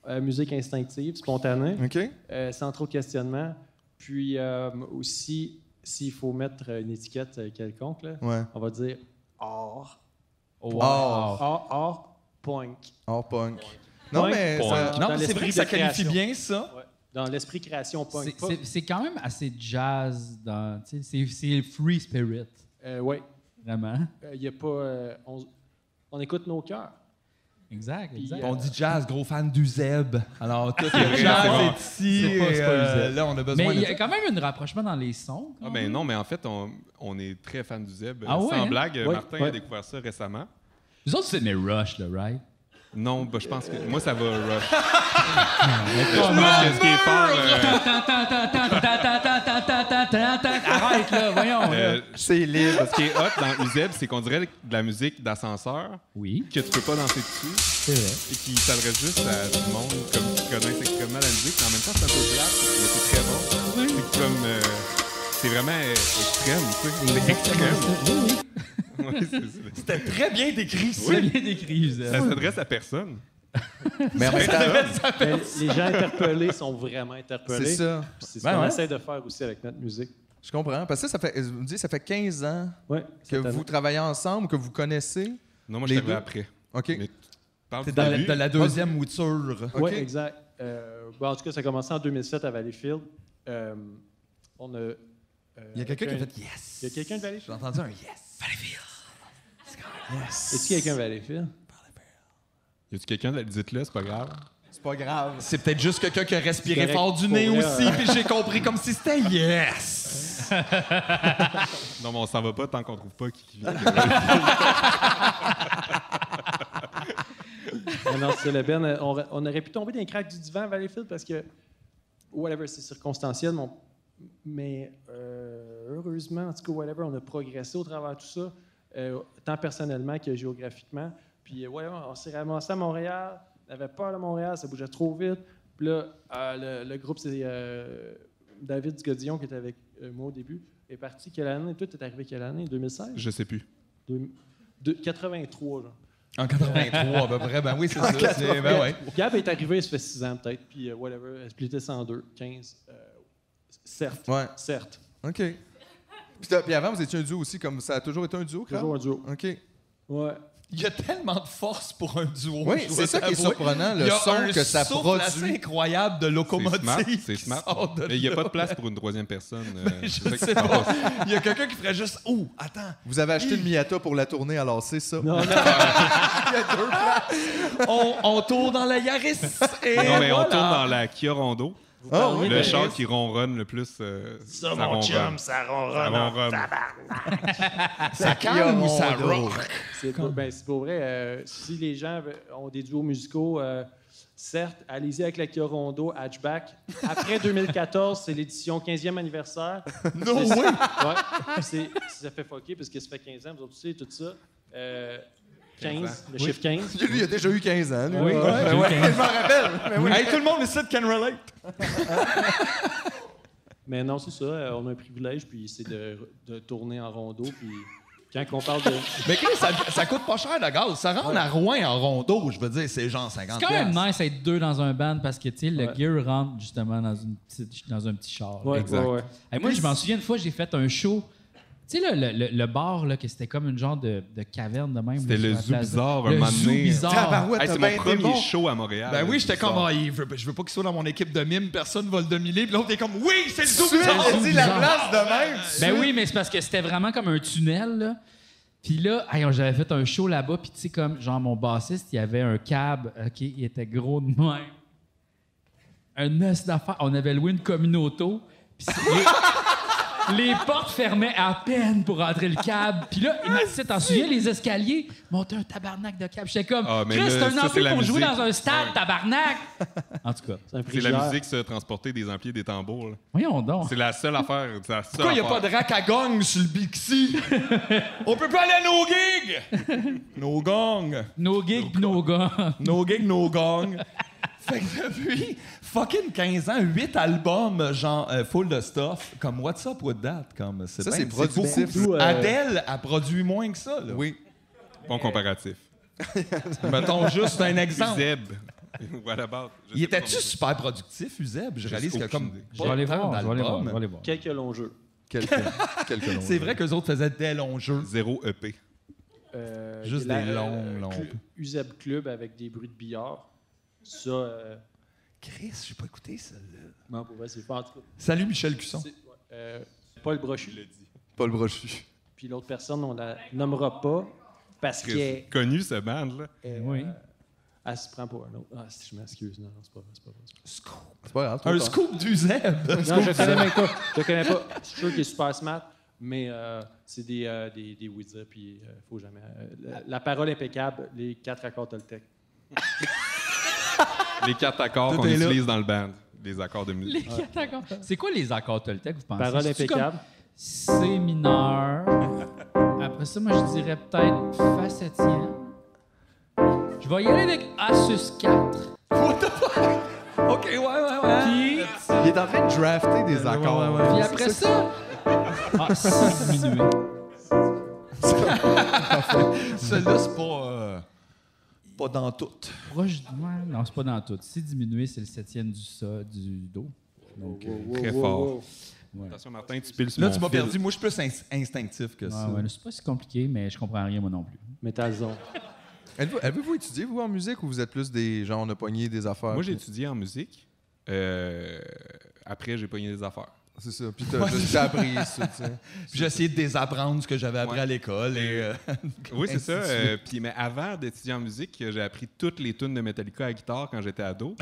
Speaker 11: Euh, musique instinctive, spontanée,
Speaker 3: OK?
Speaker 11: euh, sans trop de questionnement. Puis euh, aussi, s'il faut mettre une étiquette euh, quelconque, là,
Speaker 3: Ouais.
Speaker 11: on va dire or.
Speaker 3: Or.
Speaker 11: Or, or, punk.
Speaker 3: Or punk. Non,
Speaker 11: Punk.
Speaker 3: mais ça-
Speaker 11: Dans
Speaker 5: Non, mais c'est
Speaker 11: l'esprit
Speaker 5: vrai que ça
Speaker 11: de
Speaker 5: qualifie
Speaker 11: création.
Speaker 5: bien ça.
Speaker 11: Ouais. Dans l'esprit création punk.
Speaker 1: C'est- c'est- C'est quand même assez jazz. dans- tu sais, C'est c'est free spirit,
Speaker 11: oui,
Speaker 1: vraiment.
Speaker 11: il n'y a pas. euh, on, on écoute nos cœurs.
Speaker 1: Exact,
Speaker 11: Puis,
Speaker 1: exact.
Speaker 11: euh,
Speaker 5: On dit jazz, gros fan du Zeb. Alors, tout le jazz est ici.
Speaker 1: C'est pas-
Speaker 5: et,
Speaker 1: c'est pas le
Speaker 5: euh,
Speaker 1: Zeb.
Speaker 5: là, on a besoin
Speaker 1: Mais
Speaker 5: de
Speaker 1: il y a quand même un rapprochement dans les sons.
Speaker 4: Ah
Speaker 1: quand
Speaker 4: ben
Speaker 1: même.
Speaker 4: non, mais en fait, on, on est très fan du Zeb.
Speaker 1: Ah
Speaker 4: Sans
Speaker 1: ouais, hein?
Speaker 4: blague,
Speaker 11: Ouais,
Speaker 4: Martin
Speaker 11: ouais.
Speaker 4: a découvert ça récemment.
Speaker 1: Vous autres, c'est mes Rush, là, right?
Speaker 4: Non, ben, je pense que moi, ça va rush. je pense que ce qui est fort... euh,
Speaker 1: Arrête, là, voyons. là.
Speaker 4: euh, c'est libre. Ce qui est hot dans Uzeb, c'est qu'on dirait de la musique d'ascenseur
Speaker 1: Oui,
Speaker 4: que tu peux pas danser dessus
Speaker 1: c'est vrai.
Speaker 4: et qui s'adresse juste à du monde comme, qui connaissent extrêmement la musique. Mais en même temps, c'est un peu plat, mais c'est très bon. C'est comme... euh, c'est vraiment euh, extrême, tu sais. C'est extrême.
Speaker 1: Oui,
Speaker 4: Ouais, c'est- c'est-
Speaker 5: C'était très bien décrit, ça.
Speaker 1: oui. C'est bien décrit, Uzeb.
Speaker 4: ça s'adresse à personne.
Speaker 3: mais en même temps,
Speaker 11: Mais Euh, les gens interpellés sont vraiment interpellés.
Speaker 3: c'est ça.
Speaker 11: Puis C'est ce
Speaker 5: Ben
Speaker 11: qu'on
Speaker 5: ouais.
Speaker 11: essaie de faire aussi avec notre musique.
Speaker 3: Je comprends. Parce que ça, ça fait, vous me dites, ça fait 15 ans
Speaker 11: Ouais,
Speaker 3: que
Speaker 11: cette année.
Speaker 3: vous travaillez ensemble, que vous connaissez.
Speaker 4: Non, moi,
Speaker 3: Les
Speaker 4: je
Speaker 3: deux.
Speaker 4: suis arrivé après.
Speaker 3: OK.
Speaker 4: Mais tu parles
Speaker 5: C'est
Speaker 4: du
Speaker 5: dans la,
Speaker 4: début.
Speaker 5: de la deuxième mouture.
Speaker 3: OK.
Speaker 11: Oui, exact. Euh, bon, en tout cas, ça a commencé en 2007 à Valleyfield. Euh, on a. euh,
Speaker 5: Il y a quelqu'un qui a
Speaker 11: aucun-
Speaker 5: fait yes.
Speaker 11: Il y a quelqu'un de
Speaker 5: J'ai
Speaker 11: Valleyfield.
Speaker 5: entendu un yes.
Speaker 11: Est-ce qu'il y a quelqu'un de Valleyfield?
Speaker 4: Y a-tu quelqu'un de la dites-le, c'est pas grave.
Speaker 3: C'est pas grave.
Speaker 5: C'est peut-être juste quelqu'un qui a respiré
Speaker 11: Correct.
Speaker 5: fort du nez
Speaker 11: Pour vrai,
Speaker 5: aussi,
Speaker 11: euh.
Speaker 5: puis j'ai compris comme si c'était yes.
Speaker 4: Non, mais on s'en va pas tant qu'on trouve pas qui vient.
Speaker 11: Non, non, c'est le Ben. Euh, On, aurait- on aurait pu tomber dans les cracks du divan à Valleyfield parce que, whatever, c'est circonstanciel, mais, on- mais, euh, heureusement, en tout cas, whatever, on a progressé au travers de tout ça, euh, tant personnellement que géographiquement. Puis, euh, ouais, on s'est ramassé à Montréal, on avait peur de Montréal, ça bougeait trop vite. Puis là, euh, le, le groupe, c'est euh, David Godillon qui était avec euh, moi au début, est parti quelle année? Toi, t'es arrivé quelle année? 2016?
Speaker 4: Je sais plus.
Speaker 11: Deux- deux- 83, genre.
Speaker 5: En 83, à peu près. Ben oui, c'est ça. c'est- Ben ouais.
Speaker 11: Gab est arrivé, ça fait 6 ans peut-être, puis euh, whatever, splitté 102, 15. euh, certes,
Speaker 3: Ouais.
Speaker 11: certes.
Speaker 3: OK. Puis, t'as- puis avant, vous étiez un duo aussi, comme ça a toujours été un duo, Crab?
Speaker 11: Toujours un duo.
Speaker 3: OK.
Speaker 11: Ouais.
Speaker 5: Il y a tellement de force pour un duo.
Speaker 3: Oui,
Speaker 5: je dois
Speaker 3: c'est ça qui est
Speaker 5: t'avouer.
Speaker 3: surprenant,
Speaker 5: Il
Speaker 3: le
Speaker 5: y a
Speaker 3: son
Speaker 5: un
Speaker 3: que ça
Speaker 5: souffle assez
Speaker 3: produit.
Speaker 5: incroyable de
Speaker 4: C'est
Speaker 5: locomotive.
Speaker 4: smart. C'est
Speaker 5: qui
Speaker 4: smart.
Speaker 5: sort de
Speaker 4: Mais il n'y a
Speaker 5: là.
Speaker 4: pas de place pour une troisième personne. euh,
Speaker 5: Je
Speaker 4: c'est ça qui
Speaker 5: sais
Speaker 4: se passe.
Speaker 5: pas. Il y a quelqu'un qui ferait juste Oh, attends,
Speaker 3: Vous avez acheté le Miata pour la tournée, alors c'est ça.
Speaker 11: Non, non,
Speaker 5: on, on tourne dans la Yaris. Et
Speaker 4: Non, mais on
Speaker 5: voilà.
Speaker 4: tourne dans la Kia Rondo.
Speaker 11: vous
Speaker 3: Ah, oui,
Speaker 11: parliez
Speaker 4: Le
Speaker 11: de-
Speaker 4: char qui ronronne le plus. euh, ça, mon chum, ça ronronne. Ça ronronne.
Speaker 5: Ça calme ou ça
Speaker 3: Rondo.
Speaker 5: rock?
Speaker 11: C'est pour, ben, c'est pour vrai, euh, si les gens ve- ont des duos musicaux, euh, certes, allez-y avec la Kia Rondo, Hatchback. Après 2014, c'est l'édition 15e anniversaire.
Speaker 5: No
Speaker 11: C'est-
Speaker 5: way!
Speaker 11: Ouais. C'est, ça fait fucker parce que ça fait 15 ans, vous autres, tu sais, tout ça. Euh, 15, le chiffre 15.
Speaker 3: Lui, il a déjà eu 15 ans, lui.
Speaker 11: Ouais, ouais.
Speaker 5: Ouais, ouais, je m'en rappelle. Hey, tout le monde ici can relate.
Speaker 11: Mais non, c'est ça. euh, on a un privilège, puis c'est de, de tourner en rondeau. Puis quand on parle de.
Speaker 5: Mais Chris, ça, ça coûte pas cher le gaz. Ça rentre à Rouen en rondeau, je veux dire, c'est genre 50
Speaker 1: C'est quand même
Speaker 5: piastres.
Speaker 1: nice d'être deux dans un band parce que, tu sais, le
Speaker 11: Ouais.
Speaker 1: gear rentre justement dans, une petite, dans un petit char. là.
Speaker 11: Ouais,
Speaker 4: Exact.
Speaker 11: ouais, ouais.
Speaker 1: Hey, moi, je m'en souviens une fois, j'ai fait un show. Tu sais, le, le- le- le bar, là, que c'était comme une genre de, de caverne de même.
Speaker 4: C'était
Speaker 1: là,
Speaker 4: le
Speaker 1: sur la place.
Speaker 4: zoo bizarre, un
Speaker 1: Le
Speaker 4: moment
Speaker 1: zoo
Speaker 4: donné.
Speaker 1: bizarre.
Speaker 4: Hey, c'est mon premier show à Montréal.
Speaker 5: Ben
Speaker 4: le
Speaker 5: oui, j'étais
Speaker 4: bizarre.
Speaker 5: comme, Ah, il veut- je veux pas qu'il soit dans mon équipe de mime, personne va le dominer. Puis l'autre est comme, oui, c'est le zoo
Speaker 3: Tu
Speaker 5: bizarre.
Speaker 3: as dit la place de même.
Speaker 1: Ben oui, mais c'est parce que c'était vraiment comme un tunnel. là. Puis là, hey, j'avais fait un show là-bas, puis tu sais, comme, genre, mon bassiste, il avait un cab, OK, il était gros de même. Un os d'affaires. On avait loué une communauto, puis c'est- les, les portes fermaient à peine pour entrer le cab. Puis là, il m'a dit, t'en souviens, les escaliers, monter un tabarnak de cab. J'étais comme,
Speaker 4: Ah, mais
Speaker 1: Chris,
Speaker 4: là,
Speaker 1: c'est un
Speaker 4: ça, c'est
Speaker 1: ampli
Speaker 4: la
Speaker 1: pour jouer
Speaker 4: musique.
Speaker 1: dans un stade, tabarnak! En tout cas,
Speaker 11: C'est un
Speaker 4: C'est la
Speaker 11: frigère.
Speaker 4: musique se transporter des ampliers et des tambours. là.
Speaker 1: voyons donc.
Speaker 4: C'est la seule affaire. c'est La seule
Speaker 5: Pourquoi il n'y a pas
Speaker 4: affaire.
Speaker 5: de rack à gong sur le Bixi? On peut pas aller à nos gigs! Nos gongs!
Speaker 1: Nos gigs, pis nos gars.
Speaker 5: Nos gigs, nos gongs! Fait que depuis fucking 15 ans, 8 albums, genre euh, full de stuff, comme What's Up With That? Comme,
Speaker 3: Ça,
Speaker 5: bien-
Speaker 3: c'est productif.
Speaker 5: beaucoup.
Speaker 11: Surtout, euh,
Speaker 5: Adèle a produit moins que ça. Là.
Speaker 3: Oui.
Speaker 4: Bon comparatif.
Speaker 5: Mettons juste un exemple.
Speaker 4: Zeb. What about? Je
Speaker 5: Il
Speaker 4: sais pas
Speaker 5: était-tu
Speaker 4: comment-
Speaker 5: super productif, Uzeb? Je réalise qu'il y a
Speaker 4: aucune
Speaker 5: comme.
Speaker 4: idée.
Speaker 1: Je vais aller
Speaker 5: pas tant
Speaker 1: voir, je vais aller voir,
Speaker 5: d'albums.
Speaker 1: je vais aller voir.
Speaker 11: Quelques longs jeux.
Speaker 3: Quelques, quelques noms,
Speaker 5: C'est
Speaker 3: là.
Speaker 5: vrai qu'eux autres faisaient des longs jeux.
Speaker 4: Zéro E EP.
Speaker 11: Euh,
Speaker 5: Juste
Speaker 11: la-
Speaker 5: des longs,
Speaker 11: euh,
Speaker 5: longs.
Speaker 11: cl- Usab Club avec des bruits de billard. Ça, euh,
Speaker 5: Chris, j'ai pas écouté celle-là.
Speaker 11: non, pour vrai, c'est pas en tout cas.
Speaker 5: Salut Michel Cusson.
Speaker 11: c'est- ouais, euh, Paul Brochu.
Speaker 3: Paul Brochu.
Speaker 11: Puis l'autre personne, on la nommera pas parce
Speaker 4: Chris,
Speaker 11: qu'elle est-
Speaker 4: Connu ce band là.
Speaker 11: elle,
Speaker 1: Oui.
Speaker 11: euh, elle se prend pour un autre. Ah, si je m'excuse, non, non, c'est pas vrai, c'est pas vrai. c'est
Speaker 3: C'est pas grave.
Speaker 5: Un
Speaker 3: trop tard.
Speaker 5: scoop d'Uzeb.
Speaker 11: pas vrai. Non, je connais même pas. Je connais pas. Je suis sûr qu'il est super smart, mais euh, c'est des, euh, des, des Ouija, puis euh, faut jamais. euh, la, la parole impeccable, les quatre accords Toltec.
Speaker 4: Les quatre accords
Speaker 5: Tout
Speaker 4: qu'on
Speaker 5: est là.
Speaker 4: utilise dans le band. Les accords de musique.
Speaker 1: Les quatre accords. C'est quoi les accords Toltec, vous pensez?
Speaker 11: Parole
Speaker 1: C'est-tu comme
Speaker 11: impeccable.
Speaker 1: C mineur. Après ça, moi, je dirais peut-être Fa septième. Je vais y aller avec A sus 4.
Speaker 5: OK, ouais, ouais, ouais.
Speaker 1: Puis,
Speaker 3: Il est en train de drafter des accords.
Speaker 1: puis après ça, ah, Si diminué.
Speaker 5: Celui-là, c'est pas. euh, pas dans tout.
Speaker 1: Proche du. ouais, Non, c'est pas dans tout. Si diminué, c'est le septième du sol, du do. Donc, euh,
Speaker 4: Très fort. Attention Martin, tu piles sur
Speaker 5: Là,
Speaker 4: mon
Speaker 5: tu m'as
Speaker 4: fil.
Speaker 5: perdu. Moi, je suis plus ins- instinctif que ça.
Speaker 1: ouais, ouais, c'est pas si compliqué, mais je comprends rien, moi non plus.
Speaker 11: Metal Zone.
Speaker 3: Avez-vous avez-vous étudié, vous, en musique, ou vous êtes plus des gens, on a pogné des affaires?
Speaker 4: Moi, j'ai étudié en musique. Euh, après, j'ai pogné des affaires.
Speaker 3: C'est ça. Puis t'as juste appris ça, tu sais.
Speaker 5: Puis j'ai essayé de désapprendre ce que j'avais appris
Speaker 4: Ouais.
Speaker 5: à l'école. Et, euh,
Speaker 4: Oui, c'est ça.
Speaker 5: Ainsi de
Speaker 4: euh, puis, mais avant d'étudier en musique, euh, j'ai appris toutes les tunes de Metallica à la guitare quand j'étais ado.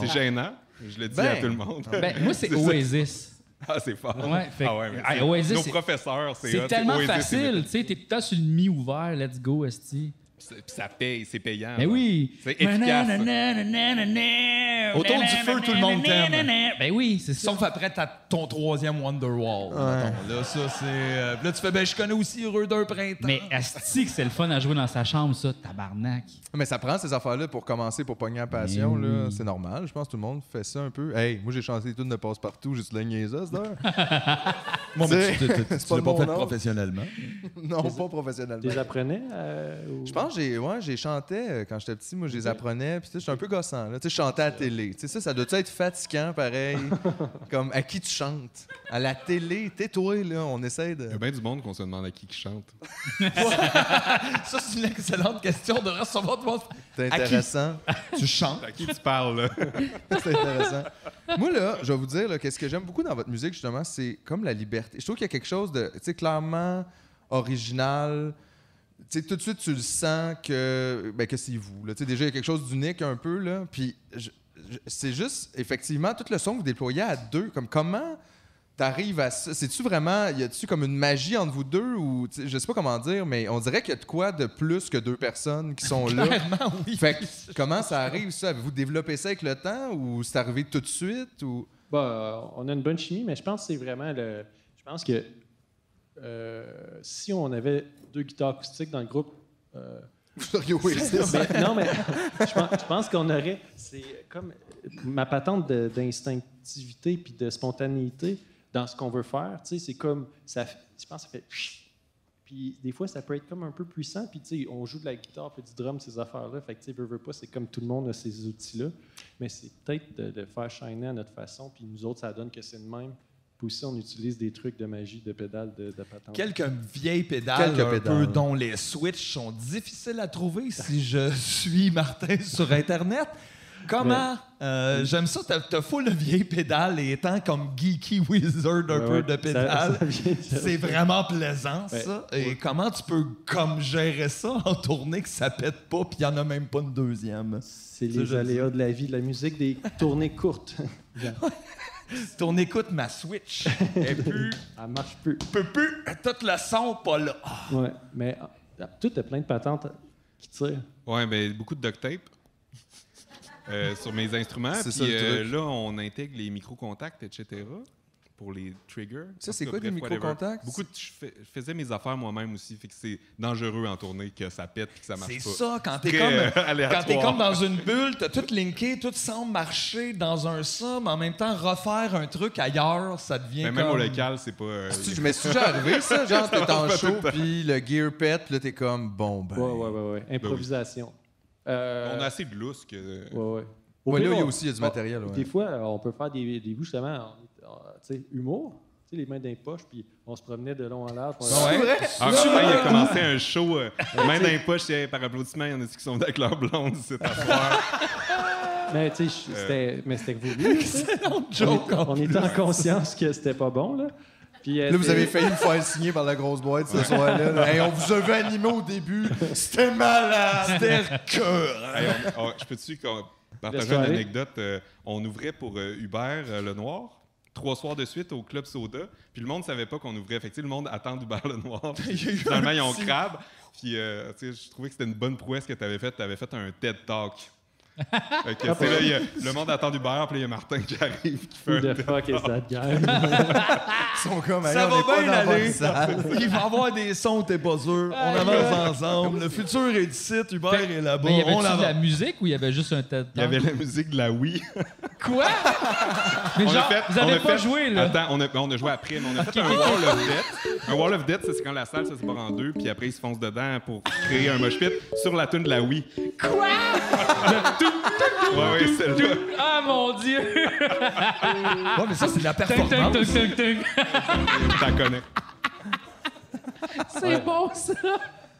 Speaker 4: C'est gênant. Je le dis à
Speaker 3: Ben.
Speaker 4: tout le monde.
Speaker 1: Ben, moi, c'est
Speaker 4: ça.
Speaker 1: Oasis.
Speaker 4: Ah, c'est fort.
Speaker 1: Ouais, fait que-
Speaker 4: ah ouais, mais
Speaker 1: Ah,
Speaker 4: c'est-
Speaker 1: Oasis,
Speaker 4: nos
Speaker 1: c'est-
Speaker 4: professeurs, c'est hot,
Speaker 1: C'est tellement
Speaker 4: Oasis, c'est
Speaker 1: facile.
Speaker 4: Metallica.
Speaker 1: Tu sais, t'es tout le temps sur le mi ouvert. Let's go, Esti.
Speaker 4: Puis c'est- puis ça paye, c'est payant.
Speaker 1: Ben
Speaker 4: genre.
Speaker 1: oui!
Speaker 4: C'est efficace.
Speaker 5: Autour du feu, tout le monde t'aime.
Speaker 1: Ben oui, c'est ça.
Speaker 5: sauf après ta- ton troisième Wonderwall. mettons. Là, ça, c'est. euh, puis là, tu fais, ben, je connais aussi Heureux d'un printemps.
Speaker 1: Mais Asti, que c'est le fun à jouer dans sa chambre, ça, tabarnak.
Speaker 3: Mais ça prend ces affaires-là pour commencer, pour pogner la passion. là. C'est normal. Je pense que tout le monde fait ça un peu. Hey, moi, j'ai chanté des tunes de passe-partout. J'ai-tu de la niaiseuse, là?
Speaker 5: Bon, mais tu, tu- tu- tu
Speaker 3: C'est pas le
Speaker 5: l'as pas
Speaker 3: bon
Speaker 5: fait
Speaker 3: nom.
Speaker 5: professionnellement.
Speaker 3: Non, pas
Speaker 11: Tu
Speaker 3: professionnellement.
Speaker 11: les apprenais? euh, ou-
Speaker 3: Je pense que j'ai ouais, j'ai chanté euh, quand j'étais petit, moi je les apprenais, puis tu sais, j'étais un peu gossant là, tu sais, je chantais à la télé. Tu sais ça ça doit être fatigant pareil comme à qui tu chantes À la télé, tais-toi là, on essaie de
Speaker 4: Il y a bien du monde qu'on se demande à qui qui chante.
Speaker 5: Ça, c'est une excellente question de recevoir tout le monde.
Speaker 3: C'est
Speaker 5: À qui?
Speaker 3: intéressant.
Speaker 5: Tu chantes.
Speaker 4: À qui tu parles, là?
Speaker 3: C'est intéressant. Moi, là, je vais vous dire, là, qu'est-ce que j'aime beaucoup dans votre musique, justement, c'est comme la liberté. Je trouve qu'il y a quelque chose de, tu sais, clairement original. Tu sais, tout de suite, tu le sens que, ben, que c'est vous. Là. Tu sais, déjà, il y a quelque chose d'unique un peu, là. Puis, je- je- c'est juste, effectivement, tout le son que vous déployez à deux, comme comment t'arrives à ça? C'est-tu vraiment, y a-tu comme une magie entre vous deux ou, tu sais, je sais pas comment dire, mais on dirait qu'il y a de quoi de plus que deux personnes qui sont là.
Speaker 5: Clairement, oui.
Speaker 3: Fait que, comment ça arrive, ça? Avez-vous développé ça avec le temps ou c'est arrivé tout de suite? Ou...
Speaker 11: Bah, euh, on a une bonne chimie, mais je pense que c'est vraiment le. Je pense que euh, si on avait deux guitares acoustiques dans le groupe. euh, mais- non, mais je pense, je pense qu'on aurait. C'est comme ma patente de- d'instinctivité puis de spontanéité dans ce qu'on veut faire. Tu sais, c'est comme. Ça, fait- je pense que ça fait. Puis des fois, ça peut être comme un peu puissant. Puis tu sais, on joue de la guitare, puis du drum, ces affaires-là. Fait que tu sais, veux, veux pas, c'est comme tout le monde a ces outils-là. Mais c'est peut-être de, de faire shiner à notre façon. Puis nous autres, ça donne que c'est le même. Puis aussi, on utilise des trucs de magie, de pédales, de, de patente.
Speaker 5: Quelques vieilles pédales,
Speaker 3: Quelques
Speaker 5: un
Speaker 3: pédales.
Speaker 5: peu dont les switches sont difficiles à trouver si je suis Martin sur Internet. Comment Euh, J'aime ça, t'as t'as full le vieille pédale et étant comme geeky wizard un
Speaker 11: Ouais,
Speaker 5: peu
Speaker 11: ouais,
Speaker 5: de
Speaker 11: ça-
Speaker 5: pédale.
Speaker 11: ça vient de-
Speaker 5: C'est vraiment plaisant,
Speaker 11: Ouais.
Speaker 5: ça. Et comment tu peux comme gérer ça en tournée que ça pète pas puis il y en a même pas une deuxième?
Speaker 11: C'est les aléas de la vie, de la musique, des tournées courtes.
Speaker 5: Ton écoute, ma Switch, et plus,
Speaker 11: Elle marche plus.
Speaker 5: peu, peu, tout le son pas là. Ah,
Speaker 11: Ouais, mais euh, tout est plein de patentes qui tirent.
Speaker 4: Ouais, ben beaucoup de duct tape euh, sur mes instruments.
Speaker 3: C'est
Speaker 4: Puis
Speaker 3: ça, le
Speaker 4: euh,
Speaker 3: truc.
Speaker 4: là, on intègre les micro-contacts, etc. pour les triggers.
Speaker 3: Ça,
Speaker 4: En
Speaker 3: c'est
Speaker 4: tout
Speaker 3: quoi
Speaker 4: cas,
Speaker 3: des
Speaker 4: bref, whatever.
Speaker 3: micro-contacts?
Speaker 4: Beaucoup de- je fais- je faisais mes affaires moi-même aussi, fait que c'est dangereux en tournée que ça pète et que ça marche
Speaker 5: C'est
Speaker 4: pas.
Speaker 5: ça, quand t'es
Speaker 4: Très,
Speaker 5: comme,
Speaker 4: euh,
Speaker 5: quand
Speaker 4: aléatoire.
Speaker 5: t'es comme dans une bulle, t'as tout linké, tout semble marcher dans un somme, en même temps, refaire un truc ailleurs, ça devient
Speaker 4: Mais
Speaker 5: comme...
Speaker 4: même au local, c'est pas. euh,
Speaker 3: Tu- Je me suis déjà arrivé, ça. Genre, t'es en show, puis le gear pet, puis là, t'es comme, bon, ben.
Speaker 11: Ouais, ouais, ouais, ouais. Improvisation. Euh,
Speaker 4: on a assez euh, de lousse que.
Speaker 11: Ouais, ouais.
Speaker 3: Ouais,
Speaker 11: pire,
Speaker 3: là, il y a
Speaker 11: on-
Speaker 3: aussi il y a du
Speaker 11: on-
Speaker 3: matériel, ouais.
Speaker 11: Des fois, euh, on peut faire des, des bouts justement, en- en- tu sais, humour, tu sais, les mains dans les poches, puis on se promenait de long en large. puis on-
Speaker 3: Ah,
Speaker 5: Ouais.
Speaker 4: En plus, il a commencé un show, euh, main d'un poche, par applaudissement, il y en a qui sont venus avec leur blonde, c'est à soir.
Speaker 11: Mais tu sais, je- c'était- mais c'était que vous mieux, ça. On
Speaker 5: Joke,
Speaker 11: était- On était en conscience que c'était pas bon, là. Puis, euh,
Speaker 3: Là, vous
Speaker 11: c'est-
Speaker 3: avez failli me faire signer par la grosse boîte ce soir-là. là. Hey, on vous avait animé au début. C'était malade.
Speaker 5: C'était cœur.
Speaker 4: Hey, on- on- je peux-tu qu'on- partager
Speaker 11: Laisse-toi
Speaker 4: une
Speaker 11: aller.
Speaker 4: anecdote? Euh, on ouvrait pour euh, Hubert euh, Lenoir, trois soirs de suite au Club Soda, puis le monde savait pas qu'on ouvrait. Fait que, tu sais, le monde attend Hubert Lenoir. puis
Speaker 5: Il y a eu
Speaker 4: Finalement,
Speaker 5: un
Speaker 4: ils ont
Speaker 5: petit-
Speaker 4: crabe. Puis, euh, tu sais, je trouvais que c'était une bonne prouesse que tu avais faite. Tu avais fait un TED Talk. Fait
Speaker 11: Ah,
Speaker 4: que, tu sais, là, il y a- le monde attend Hubert, puis là, il y a Martin qui arrive, qui fait
Speaker 11: Who
Speaker 4: un
Speaker 11: the
Speaker 4: TED Talk.
Speaker 11: fuck is that guy?
Speaker 3: Ils sont comme, hey,
Speaker 5: Ça
Speaker 3: on
Speaker 5: va
Speaker 3: est pas
Speaker 5: bien
Speaker 3: dans la bonne
Speaker 5: aller.
Speaker 3: salle.
Speaker 5: Il va y avoir des sons, t'es pas sûr. On avance ensemble. Le futur est ici, Hubert
Speaker 1: Fait-
Speaker 5: est là-bas.
Speaker 1: Mais y avait
Speaker 5: On
Speaker 1: de la
Speaker 5: l'avance.
Speaker 1: musique ou il y avait juste un TED Talk?
Speaker 4: Il y avait la musique de la Wii.
Speaker 1: Quoi? mais
Speaker 4: On a
Speaker 1: genre,
Speaker 4: fait-
Speaker 1: vous
Speaker 4: on
Speaker 1: avez
Speaker 4: a
Speaker 1: pas
Speaker 4: fait-
Speaker 1: joué, là.
Speaker 4: Attends, on a, ben, on a
Speaker 1: Ah.
Speaker 4: joué après, mais on a fait un Wall of Death. Un Wall of Death, ça, c'est quand la salle se sépare en deux, puis après, ils se foncent dedans pour créer un mosh pit sur la tune de la Wii. Quoi? ouais, ouais, celle-là.
Speaker 1: Ah, mon Dieu!
Speaker 5: Ouais, mais ça, c'est de la
Speaker 1: Tung, tung,
Speaker 5: performance.
Speaker 1: tung, tung, tung.
Speaker 4: T'en connais.
Speaker 1: C'est bon, ça!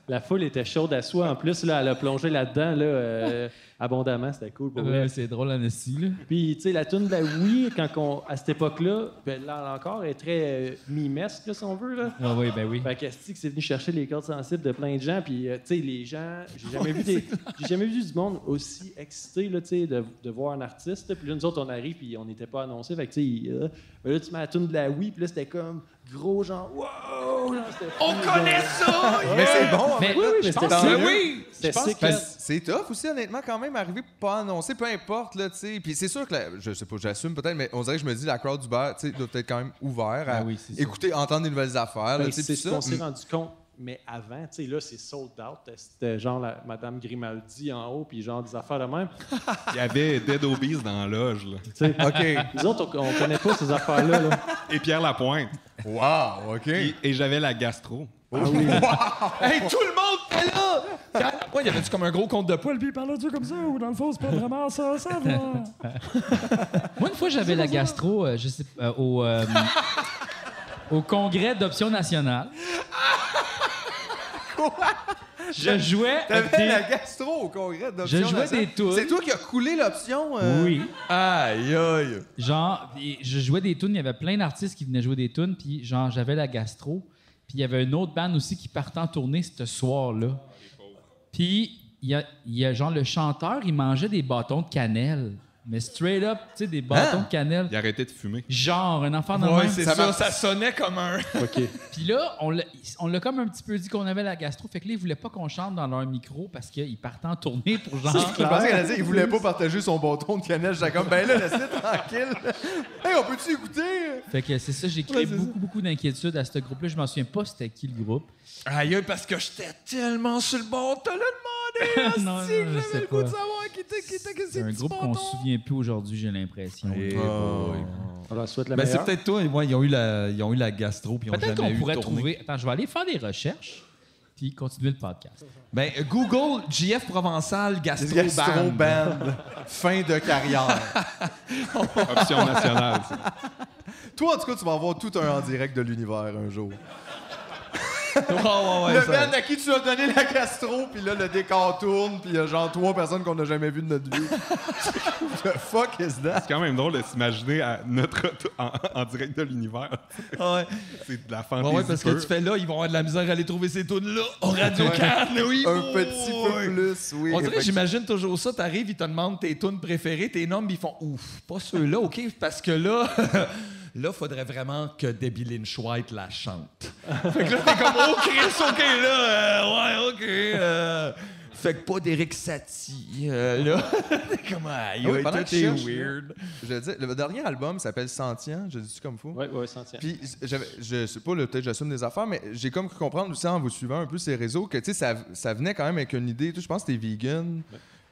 Speaker 11: La foule était chaude à soi. En plus, là, elle a plongé là-dedans là, euh, abondamment. C'était cool pour vrai.
Speaker 1: Ouais, c'est drôle, Annecy, là.
Speaker 11: Puis, tu sais, la tune de la Wii, quand qu'on- à cette époque-là, ben, là encore, elle est très euh, mimesque, là, si on veut. Là.
Speaker 1: Ah oui, ben oui.
Speaker 11: Fait que c'est que c'est venu chercher les cordes sensibles de plein de gens. Puis, euh, tu sais, les gens, j'ai jamais, vu des- j'ai jamais vu du monde aussi excité là, tu sais, de, de voir un artiste. Puis là, nous autres, on arrive, puis on n'était pas annoncé. Fait que, tu sais, il- euh, mais là, tu mets la tune de la Wii, puis là, c'était comme gros, genre, wow! Genre, c'était
Speaker 5: On
Speaker 11: fou,
Speaker 5: connaît
Speaker 11: genre.
Speaker 5: ça!
Speaker 3: Mais c'est bon. hein.
Speaker 1: Mais
Speaker 11: Oui, oui, mais
Speaker 1: je pense
Speaker 11: c'était
Speaker 1: que
Speaker 11: sérieux.
Speaker 1: oui!
Speaker 11: C'était
Speaker 3: pense
Speaker 11: sick,
Speaker 3: que
Speaker 11: là.
Speaker 3: c'est tough aussi, honnêtement, quand même, arriver pas annoncé, peu importe, là, tu sais. Puis c'est sûr que, la- je sais pas, j'assume peut-être, mais on dirait que je me dis, la crowd du bar, tu sais, doit être quand même ouvert à
Speaker 1: Ah oui, c'est ça.
Speaker 3: écouter, entendre des nouvelles affaires, là,
Speaker 11: Ben,
Speaker 3: tu sais,
Speaker 11: c'est
Speaker 3: puis ça.
Speaker 11: ce
Speaker 3: Mm.
Speaker 11: qu'on s'est rendu compte. Mais avant, tu sais, là, c'est sold out. euh, C'était genre la, Madame Grimaldi en haut, puis genre des affaires de même.
Speaker 4: Il y avait Dead Obies dans la loge, là.
Speaker 11: Tu sais,
Speaker 3: OK.
Speaker 11: Nous autres, on, on connaît pas ces affaires-là. là.
Speaker 4: Et Pierre Lapointe.
Speaker 3: Wow, OK.
Speaker 4: Et, et j'avais la gastro.
Speaker 5: Hey, tout le monde est là! Quand- Ouais, il y avait-tu comme un gros compte de poils, puis il parlait Dieu comme ça, ou dans le fond, c'est pas vraiment ça, ça va?
Speaker 1: Moi, une fois, j'avais la gastro euh, je sais, euh, au, euh, au congrès d'option nationale. Je jouais
Speaker 3: T'avais
Speaker 1: des-
Speaker 3: la gastro au congrès d'option.
Speaker 1: Je jouais
Speaker 3: nationale.
Speaker 1: des tours.
Speaker 3: C'est toi qui as coulé l'option. euh,
Speaker 1: Oui.
Speaker 5: Aïe, aïe.
Speaker 1: Genre, et je jouais des tunes, il y avait plein d'artistes qui venaient jouer des tunes, puis genre, j'avais la gastro. Puis il y avait une autre band aussi qui partait en tournée ce soir-là. Puis il y a, il y a genre le chanteur, il mangeait des bâtons de cannelle. Mais straight up, tu sais, des bâtons de cannelle.
Speaker 4: Il arrêtait de fumer.
Speaker 1: Genre, un enfant dans
Speaker 5: Ouais,
Speaker 1: même.
Speaker 5: c'est
Speaker 3: Ça
Speaker 5: ça,
Speaker 3: marche.
Speaker 5: ça sonnait comme un.
Speaker 1: Puis là, on l'a- on l'a comme un petit peu dit qu'on avait la gastro. Fait que là, ils voulaient pas qu'on chante dans leur micro parce qu'ils partaient en tournée pour genre.
Speaker 3: Je pensais qu'elle a dit il voulait pas partager son bâton de cannelle. J'étais comme, ben là, laisse-le tranquille. Hey, on peut-tu écouter?
Speaker 1: Fait que c'est ça, j'ai créé beaucoup, beaucoup d'inquiétude à ce groupe-là. Je m'en souviens pas c'était qui le groupe.
Speaker 5: Aïe, aïe, parce que j'étais tellement sur le bord, t'as le demandé!
Speaker 1: non, non, je sais pas.
Speaker 5: savoir qui t'es, qui t'es, qui
Speaker 1: C'est un groupe qu'on se souvient plus aujourd'hui, j'ai
Speaker 5: Ah.
Speaker 1: l'impression.
Speaker 11: On leur souhaite la
Speaker 5: Ben, c'est
Speaker 11: meilleure.
Speaker 5: peut-être toi et moi, ils ont eu la, ils ont eu la gastro puis ils ont
Speaker 1: Peut-être
Speaker 5: jamais
Speaker 1: qu'on
Speaker 5: eu
Speaker 1: pourrait
Speaker 5: de tournée.
Speaker 1: trouver. Attends, je vais aller faire des recherches puis continuer le podcast.
Speaker 5: Ben, euh, Google, JF Provençal, gastro,
Speaker 3: Gastro
Speaker 5: band.
Speaker 3: band. fin de carrière.
Speaker 4: Option nationale. ça.
Speaker 3: Toi, en tout cas, tu vas avoir tout un en direct de l'univers un jour.
Speaker 5: ouais, ouais,
Speaker 3: le
Speaker 5: ça-
Speaker 3: band à qui tu as donné la gastro, puis là, le décor tourne, puis il y a genre trois personnes qu'on n'a jamais vues de notre vie. The fuck is that?
Speaker 12: C'est quand même drôle de s'imaginer à notre auto- en, en direct de l'univers.
Speaker 5: Ouais.
Speaker 12: C'est de la
Speaker 5: Ouais,
Speaker 12: fantaisie.
Speaker 5: ouais, parce que tu fais là, ils vont avoir de la misère à aller trouver ces tunes-là au Radio Cannes, oui.
Speaker 3: Un
Speaker 5: boy.
Speaker 3: petit peu plus, oui.
Speaker 5: On dirait que
Speaker 3: effectivement.
Speaker 5: j'imagine toujours ça, t'arrives, ils te demandent tes tunes préférées, tes noms, puis ils font ouf, pas ceux-là, OK, parce que là, là, faudrait vraiment que Debbie Lynch White la chante. fait que là, t'es comme, oh Chris, OK, là, euh, ouais, OK. euh, fait que pas d'Eric Satie, euh, là. t'es comme, aïe,
Speaker 3: Ah oui,
Speaker 5: aïe,
Speaker 3: pendant
Speaker 5: toi,
Speaker 3: que je
Speaker 5: t'es
Speaker 3: cherche,
Speaker 5: weird.
Speaker 3: Je veux dire, le dernier album s'appelle Sentient, je dis comme fou.
Speaker 11: Oui, oui, sentient.
Speaker 3: Puis, j'avais- je sais pas, là, peut-être j'assume des affaires, mais j'ai comme cru comprendre aussi en vous suivant un peu ces réseaux que, tu sais, ça, ça venait quand même avec une idée. Tu sais, Je pense que t'es vegan.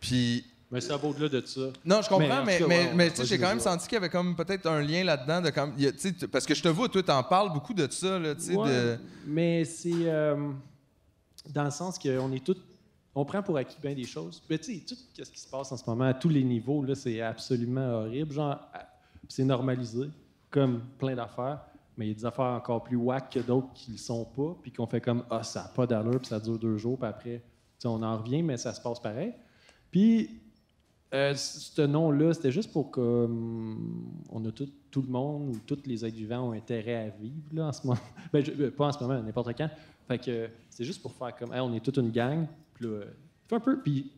Speaker 3: Puis,
Speaker 11: Mais ça va au-delà de ça.
Speaker 3: non, je
Speaker 11: Mais
Speaker 3: comprends,
Speaker 11: en
Speaker 3: mais,
Speaker 11: tout cas,
Speaker 3: mais,
Speaker 11: ouais,
Speaker 3: mais
Speaker 11: ouais,
Speaker 3: tu sais,
Speaker 11: vas-y,
Speaker 3: j'ai quand
Speaker 11: vas-y,
Speaker 3: même
Speaker 11: ouais.
Speaker 3: senti qu'il y avait comme peut-être un lien là-dedans. de comme- il y a- tu sais, t- Parce que je te vois, toi, t'en parles beaucoup de ça, là, tu sais,
Speaker 11: Ouais,
Speaker 3: de-
Speaker 11: Mais c'est euh, dans le sens qu'on est tous. On prend pour acquis bien des choses. Mais tu sais, tout ce qui se passe en ce moment à tous les niveaux, là, c'est absolument horrible. Genre, à- c'est normalisé, comme plein d'affaires. Mais il y a des affaires encore plus whack que d'autres qui le sont pas, puis qu'on fait comme Ah, ça n'a pas d'allure, puis ça dure deux jours, puis après, tu sais, on en revient, mais ça se passe pareil. Puis, euh, c- ce nom-là, c'était juste pour que hum, on a tout, tout le monde ou tous les adjuvants ont intérêt à vivre là, en ce moment. Ben, je- euh, pas en ce moment, n'importe quand. Fait que euh, c'est juste pour faire comme, Hey, on est toute une gang. Puis là, euh, fais un peu. Puis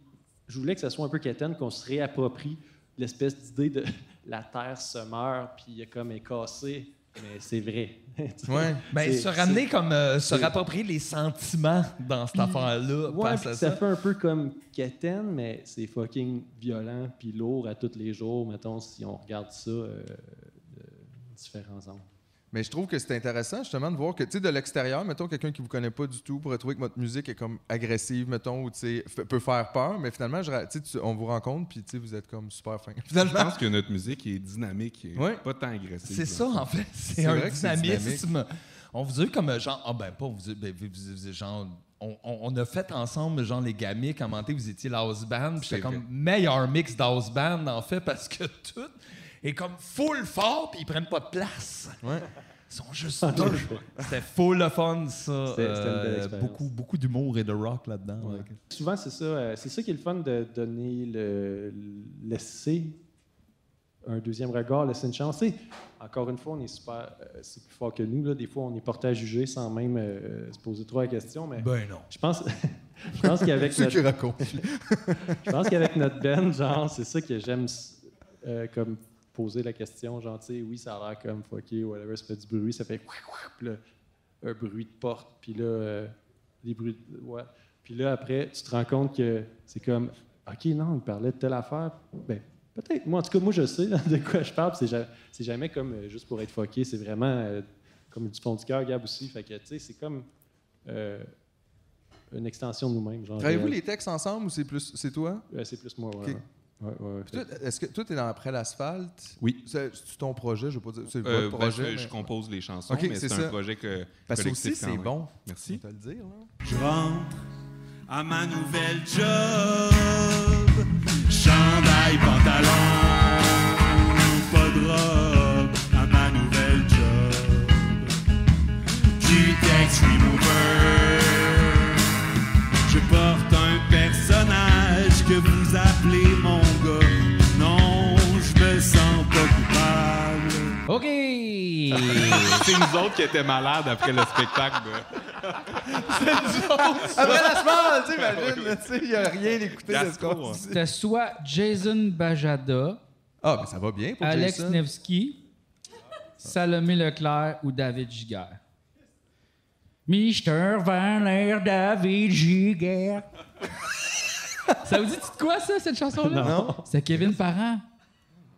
Speaker 11: je voulais que ça soit un peu quétaine, qu'on se réapproprie l'espèce d'idée de la terre se meurt, puis euh, comme est cassée. Mais c'est vrai. Tu sais,
Speaker 3: Ouais.
Speaker 5: Ben,
Speaker 11: c'est-
Speaker 5: se ramener comme, euh, se
Speaker 11: c'est- Mm.
Speaker 5: rapproprier les sentiments dans cette affaire-là,
Speaker 11: Ouais,
Speaker 5: passe
Speaker 11: puis
Speaker 5: à
Speaker 11: ça
Speaker 5: ça.
Speaker 11: fait un peu comme Keten, mais c'est fucking violent puis lourd à tous les jours, mettons, si on regarde ça euh, de différents angles.
Speaker 3: Mais je trouve que c'est intéressant justement de voir que, tu sais, de l'extérieur, mettons, quelqu'un qui vous connaît pas du tout pourrait trouver que votre musique est comme agressive, mettons, ou tu sais, f- peut faire peur, mais finalement, je ra- tu sais, tu- on vous rencontre, puis tu sais, vous êtes comme super fin.
Speaker 12: Je pense que notre musique est dynamique et
Speaker 3: Ouais.
Speaker 12: pas tant agressive.
Speaker 5: C'est ça, en fait. C'est
Speaker 3: C'est
Speaker 5: un
Speaker 3: vrai que c'est
Speaker 5: dynamisme. On vous a eu comme euh, genre. Ah, ben, pas vous. a- ben, vous- vous- vous- genre, on, on- on a fait ensemble, genre, les gamins commenter. Vous étiez la house band. puis J'étais
Speaker 12: vrai.
Speaker 5: comme meilleur mix d'house band, en fait, parce que tout est comme full fort, puis ils prennent pas de place.
Speaker 3: Ouais.
Speaker 5: Ils sont juste deux. C'était full le fun, ça.
Speaker 11: Ah,
Speaker 5: euh,
Speaker 11: C'était- c'était une belle expérience.
Speaker 5: beaucoup beaucoup d'humour et de rock là-dedans.
Speaker 11: Ouais.
Speaker 5: Ouais.
Speaker 11: Souvent, c'est ça, euh, c'est ça qui est le fun de donner le laisser un deuxième regard, laisser une chance. Tu sais, encore une fois, on est super, euh, c'est plus fort que nous. Là. Des fois, on est porté à juger sans même euh, se poser trop la question, mais
Speaker 5: Ben non.
Speaker 11: je pense, je pense qu'avec
Speaker 3: Ceux
Speaker 11: notre
Speaker 3: qui racontent.
Speaker 11: Je pense qu'avec notre band, genre, c'est ça que j'aime euh, comme poser la question, genre, tu sais, oui, ça a l'air comme fucké, whatever, ça fait du bruit, ça fait puis là, un bruit de porte, puis là, euh, des bruits de- ouais. Puis là, après, tu te rends compte que c'est comme, OK, non, il parlait de telle affaire, ben, peut-être. Moi, en tout cas, moi, je sais là, de quoi je parle, puis c'est ja- c'est jamais comme euh, juste pour être fucké, c'est vraiment euh, comme du fond du cœur, Gab aussi, fait que, tu sais, c'est comme euh, une extension de nous-mêmes, genre.
Speaker 3: Travaillez-vous
Speaker 11: réel.
Speaker 3: les textes ensemble ou c'est plus c'est toi?
Speaker 11: Euh, c'est plus moi, ouais.
Speaker 3: Ok.
Speaker 11: ouais. Ouais, ouais,
Speaker 3: Puis toi, Est-ce que toi, t'es dans Après l'asphalte?
Speaker 12: Oui.
Speaker 3: C'est c'est-tu ton projet, je veux pas dire. C'est
Speaker 12: Euh, ben,
Speaker 3: votre projet.
Speaker 12: je-
Speaker 3: mais-
Speaker 12: je compose les chansons,
Speaker 3: Ok,
Speaker 12: mais
Speaker 3: c'est
Speaker 12: c'est
Speaker 3: ça.
Speaker 12: un projet que.
Speaker 3: Parce que
Speaker 12: collectif
Speaker 3: aussi,
Speaker 12: quand
Speaker 3: c'est
Speaker 12: même.
Speaker 3: bon. Je vais
Speaker 12: Merci.
Speaker 3: te le dire, là.
Speaker 4: Je rentre à ma nouvelle job. Chandail, pantalon, pas de robe à ma nouvelle job. Q-Tex Remover. Je porte un personnage que vous appelez mon gars. Non, je me sens pas coupable.
Speaker 1: OK!
Speaker 12: C'est nous autres qui étaient malades après le spectacle. de-
Speaker 3: Après l'asphalte, t'imagines, là, tu sais, il n'y a rien écouté de ce
Speaker 12: Gastro,
Speaker 3: qu'on
Speaker 12: hein.
Speaker 3: dit.
Speaker 1: C'était soit Jason Bajada,
Speaker 3: Ah, ben ça va bien pour
Speaker 1: Alex
Speaker 3: Jason.
Speaker 1: Nevsky, Salomé Leclerc ou David Giguère. Mister Valère David Giguère. ça vous dit de quoi, ça, cette chanson-là?
Speaker 3: Non.
Speaker 1: C'est Kevin Parent.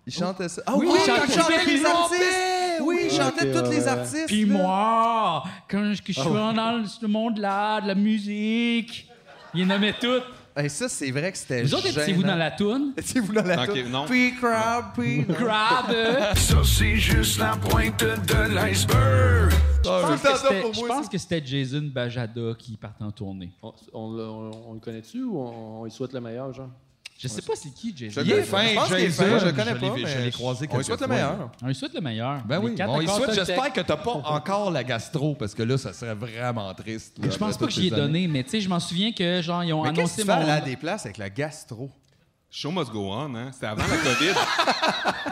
Speaker 3: Il chantait ça. Ah oui,
Speaker 1: Oui,
Speaker 3: il
Speaker 1: il
Speaker 3: chantait,
Speaker 1: chantait
Speaker 3: les
Speaker 1: Pépino
Speaker 3: artistes. Oui, il
Speaker 11: Ouais,
Speaker 3: chantait
Speaker 11: ok,
Speaker 3: tous
Speaker 11: ouais,
Speaker 3: les
Speaker 11: ouais.
Speaker 3: artistes.
Speaker 1: Puis
Speaker 3: là.
Speaker 1: moi, quand je, que je
Speaker 3: Ah
Speaker 1: suis dans le, ce monde-là, de la musique, il nommait tout.
Speaker 3: Hey, ça, c'est vrai que c'était
Speaker 1: Vous autres, étiez-vous dans la toune?
Speaker 3: Étiez-vous dans la
Speaker 12: Ok,
Speaker 3: tour?
Speaker 12: non.
Speaker 3: Puis crowd, puis...
Speaker 1: Crab! euh,
Speaker 4: Ça, c'est juste la pointe de l'iceberg.
Speaker 1: Je pense
Speaker 3: Tout le
Speaker 1: que
Speaker 3: temps ça
Speaker 1: c'était-
Speaker 3: pour
Speaker 1: je
Speaker 3: moi,
Speaker 1: pense
Speaker 3: ça.
Speaker 1: que c'était Jason Bajada qui partait en tournée.
Speaker 3: Oh,
Speaker 11: On, on le- on- on le connaît-tu ou on, on lui souhaite le meilleur, genre?
Speaker 1: Je sais pas c'est qui, Jason.
Speaker 3: Je
Speaker 5: Il est
Speaker 3: connais-
Speaker 5: fin,
Speaker 3: je pense qu'il est
Speaker 5: Jason.
Speaker 3: fin, je le
Speaker 5: Je
Speaker 3: connais
Speaker 5: l'ai
Speaker 3: pas,
Speaker 5: vu- je
Speaker 3: mais
Speaker 5: l'ai croisé
Speaker 3: On lui
Speaker 5: quelques
Speaker 3: souhaite le
Speaker 5: fois.
Speaker 3: meilleur.
Speaker 1: On lui souhaite le meilleur.
Speaker 5: Ben oui,
Speaker 1: Les quatre
Speaker 5: on y
Speaker 1: accords
Speaker 5: souhaite.
Speaker 1: Toltec.
Speaker 5: J'espère que t'as pas encore la gastro, parce que là, ça serait vraiment triste. là,
Speaker 1: Je pense
Speaker 5: après
Speaker 1: pas que j'y ai
Speaker 5: toutes ces
Speaker 1: donné, mais tu sais, je m'en souviens que, genre, ils ont
Speaker 3: Mais qu'est-ce que
Speaker 1: annoncé
Speaker 3: tu
Speaker 1: mon.
Speaker 3: fais là des places avec la gastro?
Speaker 4: Show must go on, hein? C'était avant la COVID.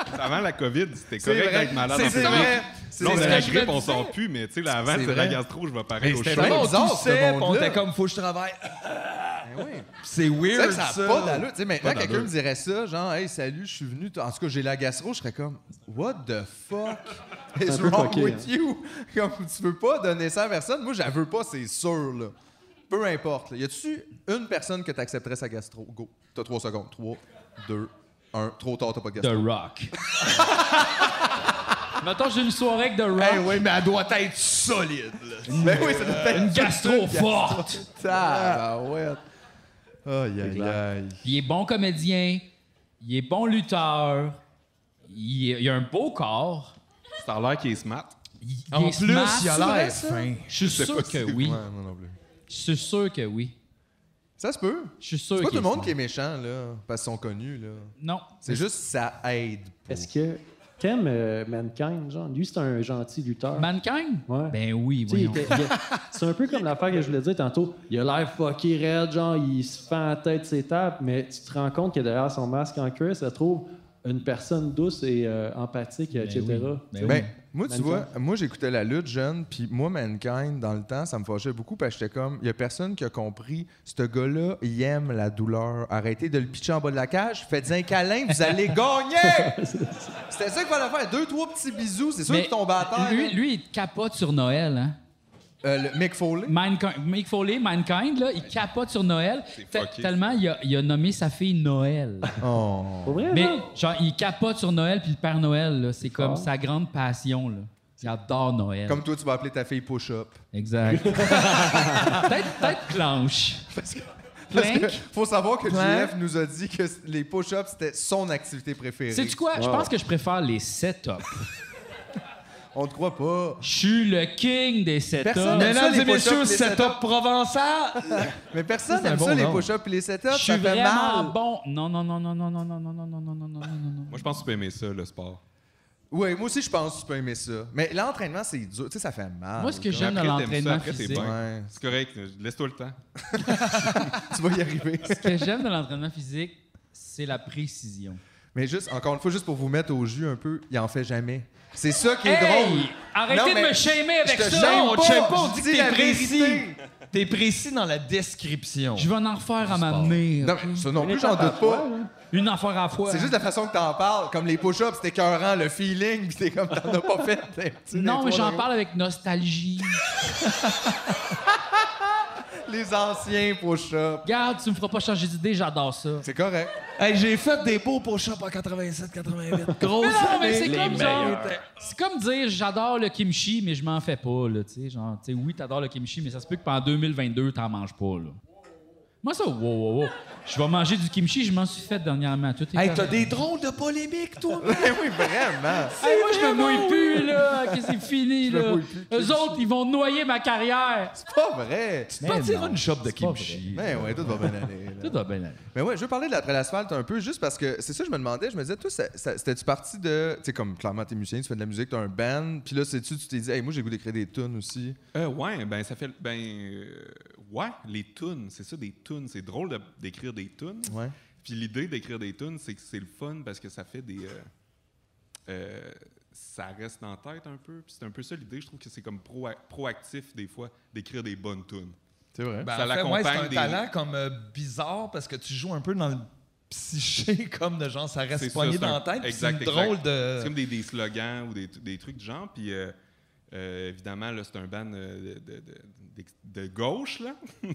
Speaker 4: C'était avant la COVID, c'était correct d'être malade en
Speaker 3: C'est
Speaker 4: public.
Speaker 3: vrai. C'est
Speaker 4: Là, on a
Speaker 3: vrai.
Speaker 4: la grippe, on s'en pue, mais tu sais, là, avant,
Speaker 3: C'est
Speaker 4: c'était la
Speaker 3: vrai.
Speaker 4: gastro, je vais pareil au
Speaker 3: c'était
Speaker 4: show.
Speaker 3: bien
Speaker 5: années. On
Speaker 3: bizarre, ce
Speaker 5: toussait, puis on
Speaker 3: monde-là.
Speaker 5: était comme, faut que je travaille.
Speaker 3: Ben oui.
Speaker 5: C'est
Speaker 3: C'est vrai
Speaker 5: weird,
Speaker 3: que ça
Speaker 5: ça.
Speaker 3: n'a pas d'allure. Tu sais, maintenant,
Speaker 5: d'allure.
Speaker 3: quelqu'un me dirait ça, genre, hey, salut, je suis venu. t- En tout cas, j'ai la gastro. Je serais comme, what the fuck is
Speaker 11: un peu
Speaker 3: wrong
Speaker 11: fucké,
Speaker 3: with
Speaker 11: hein.
Speaker 3: you? Comme, tu veux pas donner ça à personne? Moi, je la veux pas, c'est sûr, là. Peu importe. là. Y a-tu une personne que t'accepterais sa gastro? Go. T'as trois secondes. Trois, deux, un. Trop tard, t'as pas de
Speaker 1: The
Speaker 3: gastro.
Speaker 1: Rock. Mettons, j'ai une soirée avec The Rock.
Speaker 5: Eh oui, mais elle doit être solide. là.
Speaker 3: Ben oui, ça doit être
Speaker 1: Une gastro forte.
Speaker 3: tabarouette. Aïe, aïe, aïe.
Speaker 1: Il est bon comédien. Il est bon lutteur. Il, est- il a un beau corps.
Speaker 4: Ça a l'air qu'il est smart.
Speaker 1: Il, il
Speaker 5: En
Speaker 1: est
Speaker 5: plus,
Speaker 1: smart.
Speaker 5: il a l'air fin.
Speaker 1: Je suis sûr que oui.
Speaker 3: Ouais, moi non plus.
Speaker 1: Je suis sûr que oui.
Speaker 3: Ça se peut.
Speaker 1: Je suis sûr
Speaker 3: C'est pas tout
Speaker 1: qu'il
Speaker 3: le monde
Speaker 1: smart.
Speaker 3: qui est méchant, là, parce qu'ils sont connus, là.
Speaker 1: Non.
Speaker 3: C'est juste ça aide. pour-
Speaker 11: Est-ce que t'aimes euh, Mankind, genre? Lui, c'est un gentil lutteur.
Speaker 1: Mankind?
Speaker 11: Ouais.
Speaker 1: Ben oui,
Speaker 11: Tu sais, il
Speaker 1: voyons.
Speaker 11: était- il a- c'est un peu comme l'affaire que je voulais dire tantôt. Il a l'air fucké raide, genre, il se fait en tête ses tapes, mais tu te rends compte que derrière son masque en cuir, ça trouve une personne douce et euh, empathique, etc.
Speaker 1: Ben oui.
Speaker 11: Tu sais,
Speaker 3: Ben, moi, tu
Speaker 11: Mankind.
Speaker 3: vois, moi, j'écoutais la lutte jeune, puis moi, Mankind, dans le temps, ça me fâchait beaucoup parce que j'étais comme, il y a personne qui a compris, ce gars-là, il aime la douleur. Arrêtez de le pitcher en bas de la cage, faites un câlin, vous allez gagner! C'était ça qu'il fallait faire, deux, trois petits bisous, c'est sûr
Speaker 1: Mais
Speaker 3: qu'il tombe à terre. hein?
Speaker 1: Lui,
Speaker 3: là.
Speaker 1: lui, il capote sur Noël. Hein?
Speaker 3: Euh, le Mick Foley.
Speaker 1: Mankind, Mick Foley, Mankind, là, il capote sur Noël. Te-
Speaker 4: fucké,
Speaker 1: tellement il a, il a nommé sa fille Noël.
Speaker 11: Pour vrai,
Speaker 1: Mais
Speaker 11: genre?
Speaker 1: genre, il capote sur Noël puis le Père Noël, là, c'est comme
Speaker 11: fort.
Speaker 1: sa grande passion. Là. Il adore Noël.
Speaker 3: Comme toi, tu vas appeler ta fille Push-Up.
Speaker 1: Exact. peut-être peut-être Clanche.
Speaker 3: Parce que
Speaker 1: Plank.
Speaker 3: faut savoir que JF nous a dit que c- les push-ups, c'était son activité préférée.
Speaker 1: Sais-tu quoi? Je pense que je préfère les setups.
Speaker 3: On te croit pas.
Speaker 1: Je suis le king des setups.
Speaker 3: Personne-
Speaker 1: Mais
Speaker 5: Mesdames
Speaker 3: Ça,
Speaker 5: et
Speaker 3: les push-ups,
Speaker 5: messieurs,
Speaker 3: les
Speaker 5: setup
Speaker 3: setups.
Speaker 5: provençal.
Speaker 3: Mais personne
Speaker 5: un
Speaker 3: n'aime
Speaker 5: bon
Speaker 3: ça, les
Speaker 5: nom.
Speaker 3: push-ups et les setups.
Speaker 1: Je suis
Speaker 3: ça fait
Speaker 1: vraiment
Speaker 3: mal.
Speaker 1: bon. Non, non, non, non, non, non, non, non, non, non, non, non, non, non, non.
Speaker 4: Moi, je pense que tu peux aimer ça, le sport.
Speaker 3: Oui, moi aussi, je pense que tu peux aimer ça. Mais l'entraînement, c'est dur. Tu sais, ça fait mal.
Speaker 1: Moi, ce que
Speaker 4: Mais
Speaker 1: j'aime de
Speaker 4: après, t'aimes ça,
Speaker 1: l'entraînement
Speaker 4: après, t'es
Speaker 1: physique,
Speaker 4: bon.
Speaker 3: Ouais.
Speaker 4: C'est correct, laisse-toi le temps.
Speaker 3: tu vas y arriver.
Speaker 1: ce que j'aime de l'entraînement physique, c'est la précision.
Speaker 3: Mais juste, encore une fois, juste pour vous mettre au jus un peu, il en fait jamais. C'est ça qui est drôle.
Speaker 1: Hey! Arrêtez
Speaker 3: Non,
Speaker 1: de
Speaker 3: mais
Speaker 1: me shamer avec
Speaker 3: je te
Speaker 1: ça!
Speaker 3: shame
Speaker 5: Non, on te shame pas, on
Speaker 3: je
Speaker 5: dit
Speaker 3: dis
Speaker 5: que
Speaker 3: la
Speaker 5: t'es précis.
Speaker 3: vérité.
Speaker 5: T'es précis dans la description.
Speaker 1: Je vais en refaire à m'amener.
Speaker 3: Non, mais ça non
Speaker 11: Mais
Speaker 3: plus, j'en
Speaker 11: t'as
Speaker 3: doute
Speaker 11: pas
Speaker 3: pas.
Speaker 1: hein.
Speaker 11: le choix, là.
Speaker 1: Une affaire à la fois.
Speaker 3: C'est juste la façon que t'en parles. Comme les push-ups, c'était écœurant, le feeling, puis t'es comme, t'en as pas fait. t'es- tu sais,
Speaker 1: Non,
Speaker 3: les
Speaker 1: mais
Speaker 3: trois
Speaker 1: j'en
Speaker 3: derniers-
Speaker 1: parle avec nostalgie.
Speaker 3: Les anciens push-ups.
Speaker 1: Regarde, tu me feras pas changer d'idée, j'adore ça.
Speaker 3: C'est correct.
Speaker 5: Hey, j'ai fait des beaux push-ups en 87-88. Grosse
Speaker 1: Mais non, mais c'est
Speaker 5: année.
Speaker 1: comme genre. C'est comme dire j'adore le kimchi, mais je m'en fais pas, là. Tu sais, genre, tu sais, oui, t'adores le kimchi, mais ça se peut que pendant 2022, t'en manges pas, là. Moi, ça, wow, wow, wow. Je vais manger du kimchi, je m'en suis fait dernièrement. Tout est
Speaker 5: Hey,
Speaker 1: correct.
Speaker 5: t'as des drôles de polémiques, toi.
Speaker 3: Mais oui, vraiment.
Speaker 1: Hey, moi, je me mouille plus, là, que c'est fini,
Speaker 3: me
Speaker 1: là.
Speaker 3: mouille plus,
Speaker 1: Eux autres, ils vont noyer ma carrière.
Speaker 3: C'est pas vrai.
Speaker 1: Mais
Speaker 5: Partir
Speaker 1: Eh non,
Speaker 5: une shop de
Speaker 1: c'est pas
Speaker 5: kimchi.
Speaker 3: Mais Ben ouais, tout va bien aller. là.
Speaker 1: Tout va bien aller.
Speaker 3: Mais ouais, je veux parler de l'après l'asphalte un peu, juste parce que c'est ça que je me demandais. Je me disais, toi, ça- ça- c'était-tu parti de. Tu sais, comme clairement, t'es musicien, tu fais de la musique, t'as un band, puis là, sais-tu, tu t'es dit, hey, moi, j'ai le goût d'écrire des tunes aussi.
Speaker 4: Euh, ouais, ben ça fait. Ben. euh, ouais, les tunes, c'est ça, des tunes. C'est drôle de- d'écrire des tunes.
Speaker 3: Ouais.
Speaker 4: Puis l'idée d'écrire des tunes, c'est que c'est le fun parce que ça fait des. euh, euh, ça reste en tête un peu. Puis c'est un peu ça l'idée. Je trouve que c'est comme proa- proactif des fois d'écrire des bonnes tunes.
Speaker 3: C'est vrai.
Speaker 5: Ben,
Speaker 4: Ça
Speaker 5: en fait,
Speaker 4: l'accompagne
Speaker 5: ouais, c'est un
Speaker 4: des-
Speaker 5: talent comme euh, bizarre parce que tu joues un peu dans le psyché comme de genre ça
Speaker 4: C'est
Speaker 5: reste
Speaker 4: ça,
Speaker 5: poigné
Speaker 4: c'est un-
Speaker 5: dans la tête. puis C'est
Speaker 4: exact,
Speaker 5: une
Speaker 4: exact.
Speaker 5: drôle
Speaker 4: C'est
Speaker 5: de.
Speaker 4: comme des, des slogans ou des, des trucs du genre. Puis euh, euh, évidemment, là, c'est un ban euh, de, de- de- de gauche, là.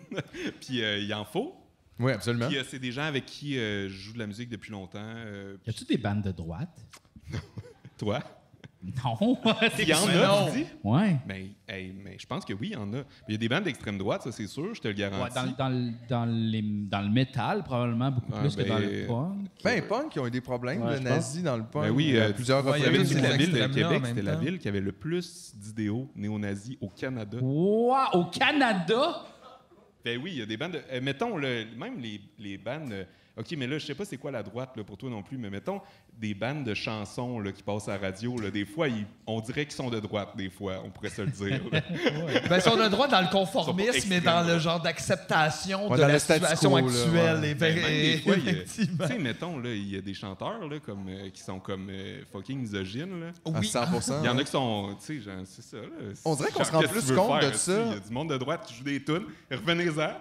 Speaker 4: Puis euh, il en faut.
Speaker 3: oui, absolument.
Speaker 4: Puis euh, c'est des gens avec qui euh, je joue de la musique depuis longtemps. euh,
Speaker 1: Y a-tu des bandes de droite?
Speaker 4: toi?
Speaker 1: Non.
Speaker 4: Il y en
Speaker 5: Mais
Speaker 4: a,
Speaker 5: non.
Speaker 4: tu dis?
Speaker 1: ouais.
Speaker 4: Mais, hey, mais je pense que oui, il y en a. Mais Il y a des bandes d'extrême droite, ça c'est sûr, je te le
Speaker 1: Ouais,
Speaker 4: garantis.
Speaker 1: dans, dans, le- dans, les- dans le métal, probablement, beaucoup
Speaker 4: Ouais,
Speaker 1: plus que
Speaker 4: ben,
Speaker 1: dans le punk.
Speaker 3: Ben, les punks, ils ont eu des problèmes,
Speaker 11: Ouais,
Speaker 3: le
Speaker 11: je pense.
Speaker 3: nazi dans le punk.
Speaker 4: Ben oui,
Speaker 3: il y a
Speaker 4: euh,
Speaker 3: plusieurs
Speaker 5: ouais, il y
Speaker 4: Il y avait
Speaker 5: avait
Speaker 4: dit
Speaker 5: des
Speaker 4: que la ville de
Speaker 5: extrêmes-là en
Speaker 4: Québec,
Speaker 5: même
Speaker 4: c'était la
Speaker 5: temps.
Speaker 4: ville qui avait le plus d'idéaux néo-nazis au Canada.
Speaker 1: Wow! Au Canada?
Speaker 4: Ben oui, il y a des bandes. de- euh, mettons, le- même les, les bandes euh, OK, mais là, je sais pas c'est quoi la droite là, pour toi non plus, mais mettons des bandes de chansons là, qui passent à la radio. là, des fois, ils- on dirait qu'ils sont de droite, des fois, on pourrait se le dire. là.
Speaker 5: Ben, ils sont de droit dans le
Speaker 4: Ils sont
Speaker 5: conformisme
Speaker 4: pas
Speaker 5: et dans
Speaker 4: extrêmes.
Speaker 5: le genre d'acceptation
Speaker 3: Ouais,
Speaker 5: de
Speaker 3: dans
Speaker 5: la
Speaker 3: le statu
Speaker 5: situation
Speaker 3: quo, là,
Speaker 5: actuelle.
Speaker 3: ouais.
Speaker 5: Et
Speaker 4: Ben, même des fois, il y a-
Speaker 5: effectivement.
Speaker 4: Tu sais, mettons, là, il y a des chanteurs là, comme, euh, qui sont comme euh, fucking misogynes. Là.
Speaker 3: À
Speaker 5: Oui.
Speaker 3: 100
Speaker 4: Il y en a qui sont, tu sais, genre, c'est ça. Là.
Speaker 3: On dirait Ah. qu'on
Speaker 4: Genre,
Speaker 3: se rend
Speaker 4: qu'est-ce que
Speaker 3: plus
Speaker 4: tu veux
Speaker 3: compte de
Speaker 4: tu sais?
Speaker 3: ça.
Speaker 4: Il y a du monde de droite qui joue des tunes. Revenez-en.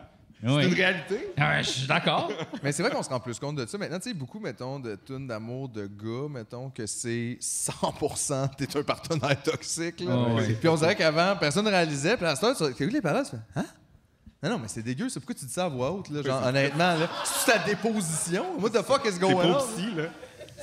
Speaker 4: C'est
Speaker 1: Oui.
Speaker 4: une réalité.
Speaker 1: Ah ouais, je suis d'accord.
Speaker 3: Mais c'est vrai qu'on se rend plus compte de ça. Maintenant, tu sais, beaucoup, mettons, de tunes d'amour de gars, mettons, que c'est 100 t'es un partenaire toxique. Là.
Speaker 1: Ah ouais.
Speaker 3: Puis on dirait qu'avant, personne ne réalisait. Puis à cette heure, tu t'écoutes les paroles, tu fais Hein? Non, non, mais c'est dégueu, c'est pourquoi tu dis ça à voix haute, là, genre, honnêtement, là. C'est ta déposition. What the fuck is
Speaker 4: C'est
Speaker 3: going
Speaker 4: pas
Speaker 3: on?
Speaker 4: psy, là.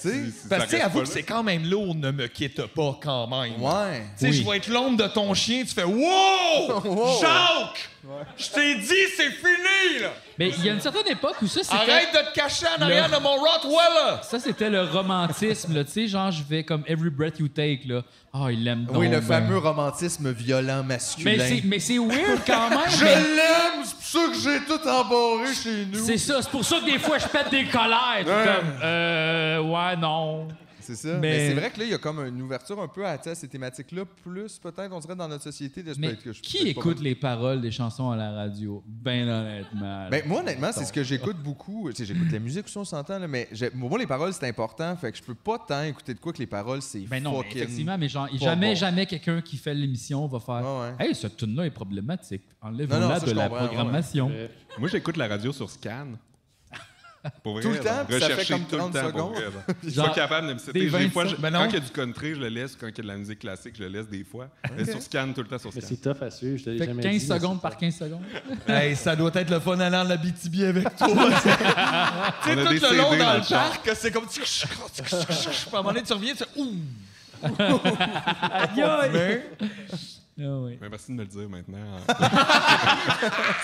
Speaker 3: Tu sais?
Speaker 5: Parce que, tu sais,
Speaker 4: reste
Speaker 5: avoue
Speaker 4: pas
Speaker 5: que
Speaker 4: là.
Speaker 5: c'est quand même lourd, ne me quitte pas quand même.
Speaker 3: Ouais.
Speaker 5: Tu sais,
Speaker 1: Oui.
Speaker 5: je vais être l'ombre de ton chien, tu fais Wow!
Speaker 3: Wow!
Speaker 5: Jacques! Je t'ai dit, c'est fini, là!
Speaker 1: Mais il y a une certaine époque où ça, c'était.
Speaker 5: Arrête de te cacher en arrière
Speaker 1: Le-
Speaker 5: de mon Rottweiler!
Speaker 1: Ça, c'était le romantisme, là. Tu sais, genre, je vais comme Every Breath You Take, là. Ah, il l'aime donc.
Speaker 3: Oui, le
Speaker 1: ben.
Speaker 3: fameux romantisme violent masculin.
Speaker 1: Mais c'est, mais c'est weird quand même.
Speaker 3: Je
Speaker 1: mais
Speaker 3: l'aime, c'est pour ça que j'ai tout embarré chez nous.
Speaker 1: c'est ça. C'est pour ça que des fois, je pète des colères. tout comme, euh, ouais, non.
Speaker 3: C'est ça. Mais,
Speaker 1: Mais-
Speaker 3: c'est vrai que là, il y a comme une ouverture un peu à tu sais, à ces thématiques-là, plus peut-être, on dirait, dans notre société. là, je-
Speaker 1: Mais
Speaker 3: peut-être que je-
Speaker 1: qui
Speaker 3: peut-être pas
Speaker 1: écoute
Speaker 3: bonne.
Speaker 1: les paroles des chansons à la radio? Ben honnêtement. là.
Speaker 3: Ben, moi, honnêtement, c'est ce que j'écoute beaucoup. Tu sais, J'écoute la musique aussi, on s'entend, là, mais j'ai- pour moi, les paroles, c'est important. Fait que je peux pas tant écouter de quoi que les paroles, c'est
Speaker 1: Ben non, mais
Speaker 3: fucking-
Speaker 1: effectivement, mais genre,
Speaker 3: pas
Speaker 1: jamais,
Speaker 3: bon.
Speaker 1: jamais quelqu'un qui fait l'émission va faire
Speaker 3: Ouais,
Speaker 1: Hey, ce tune-là est problématique.
Speaker 3: Non, non,
Speaker 1: Enlève-la
Speaker 3: ça,
Speaker 1: de
Speaker 3: je
Speaker 1: la
Speaker 3: comprends, ouais.
Speaker 1: programmation.
Speaker 4: Moi, j'écoute la radio sur Scan. Pour vrai,
Speaker 3: Tout le temps, puis ça fait
Speaker 4: rechercher
Speaker 3: comme
Speaker 4: tout le
Speaker 3: 30
Speaker 4: temps, pour
Speaker 3: secondes.
Speaker 4: vrai, genre. Je suis
Speaker 1: Genre,
Speaker 4: pas capable de me citer.
Speaker 1: des
Speaker 4: Des
Speaker 1: 25
Speaker 4: fois, je-
Speaker 5: Ben non.
Speaker 4: quand il y a du country, je le laisse. Quand il y a de la musique classique, je le laisse des fois. Mais sur Scan, tout le temps sur
Speaker 11: Mais
Speaker 4: Scan.
Speaker 11: c'est tough à suivre, je te l'ai
Speaker 1: Fait que
Speaker 11: jamais
Speaker 1: 15
Speaker 11: dit, mais
Speaker 1: secondes
Speaker 11: c'est
Speaker 1: par 15 secondes.
Speaker 5: hey, ça doit être le fun allant à la BTB avec toi. tu sais,
Speaker 4: On a
Speaker 5: tout
Speaker 4: des
Speaker 5: le long
Speaker 4: CD
Speaker 5: dans
Speaker 4: dans
Speaker 5: le
Speaker 4: le char.
Speaker 5: parc, c'est comme. Puis à un moment donné, tu reviens, tu fais Ouh!
Speaker 1: Ah oui.
Speaker 4: Mais merci de me le dire maintenant. hein.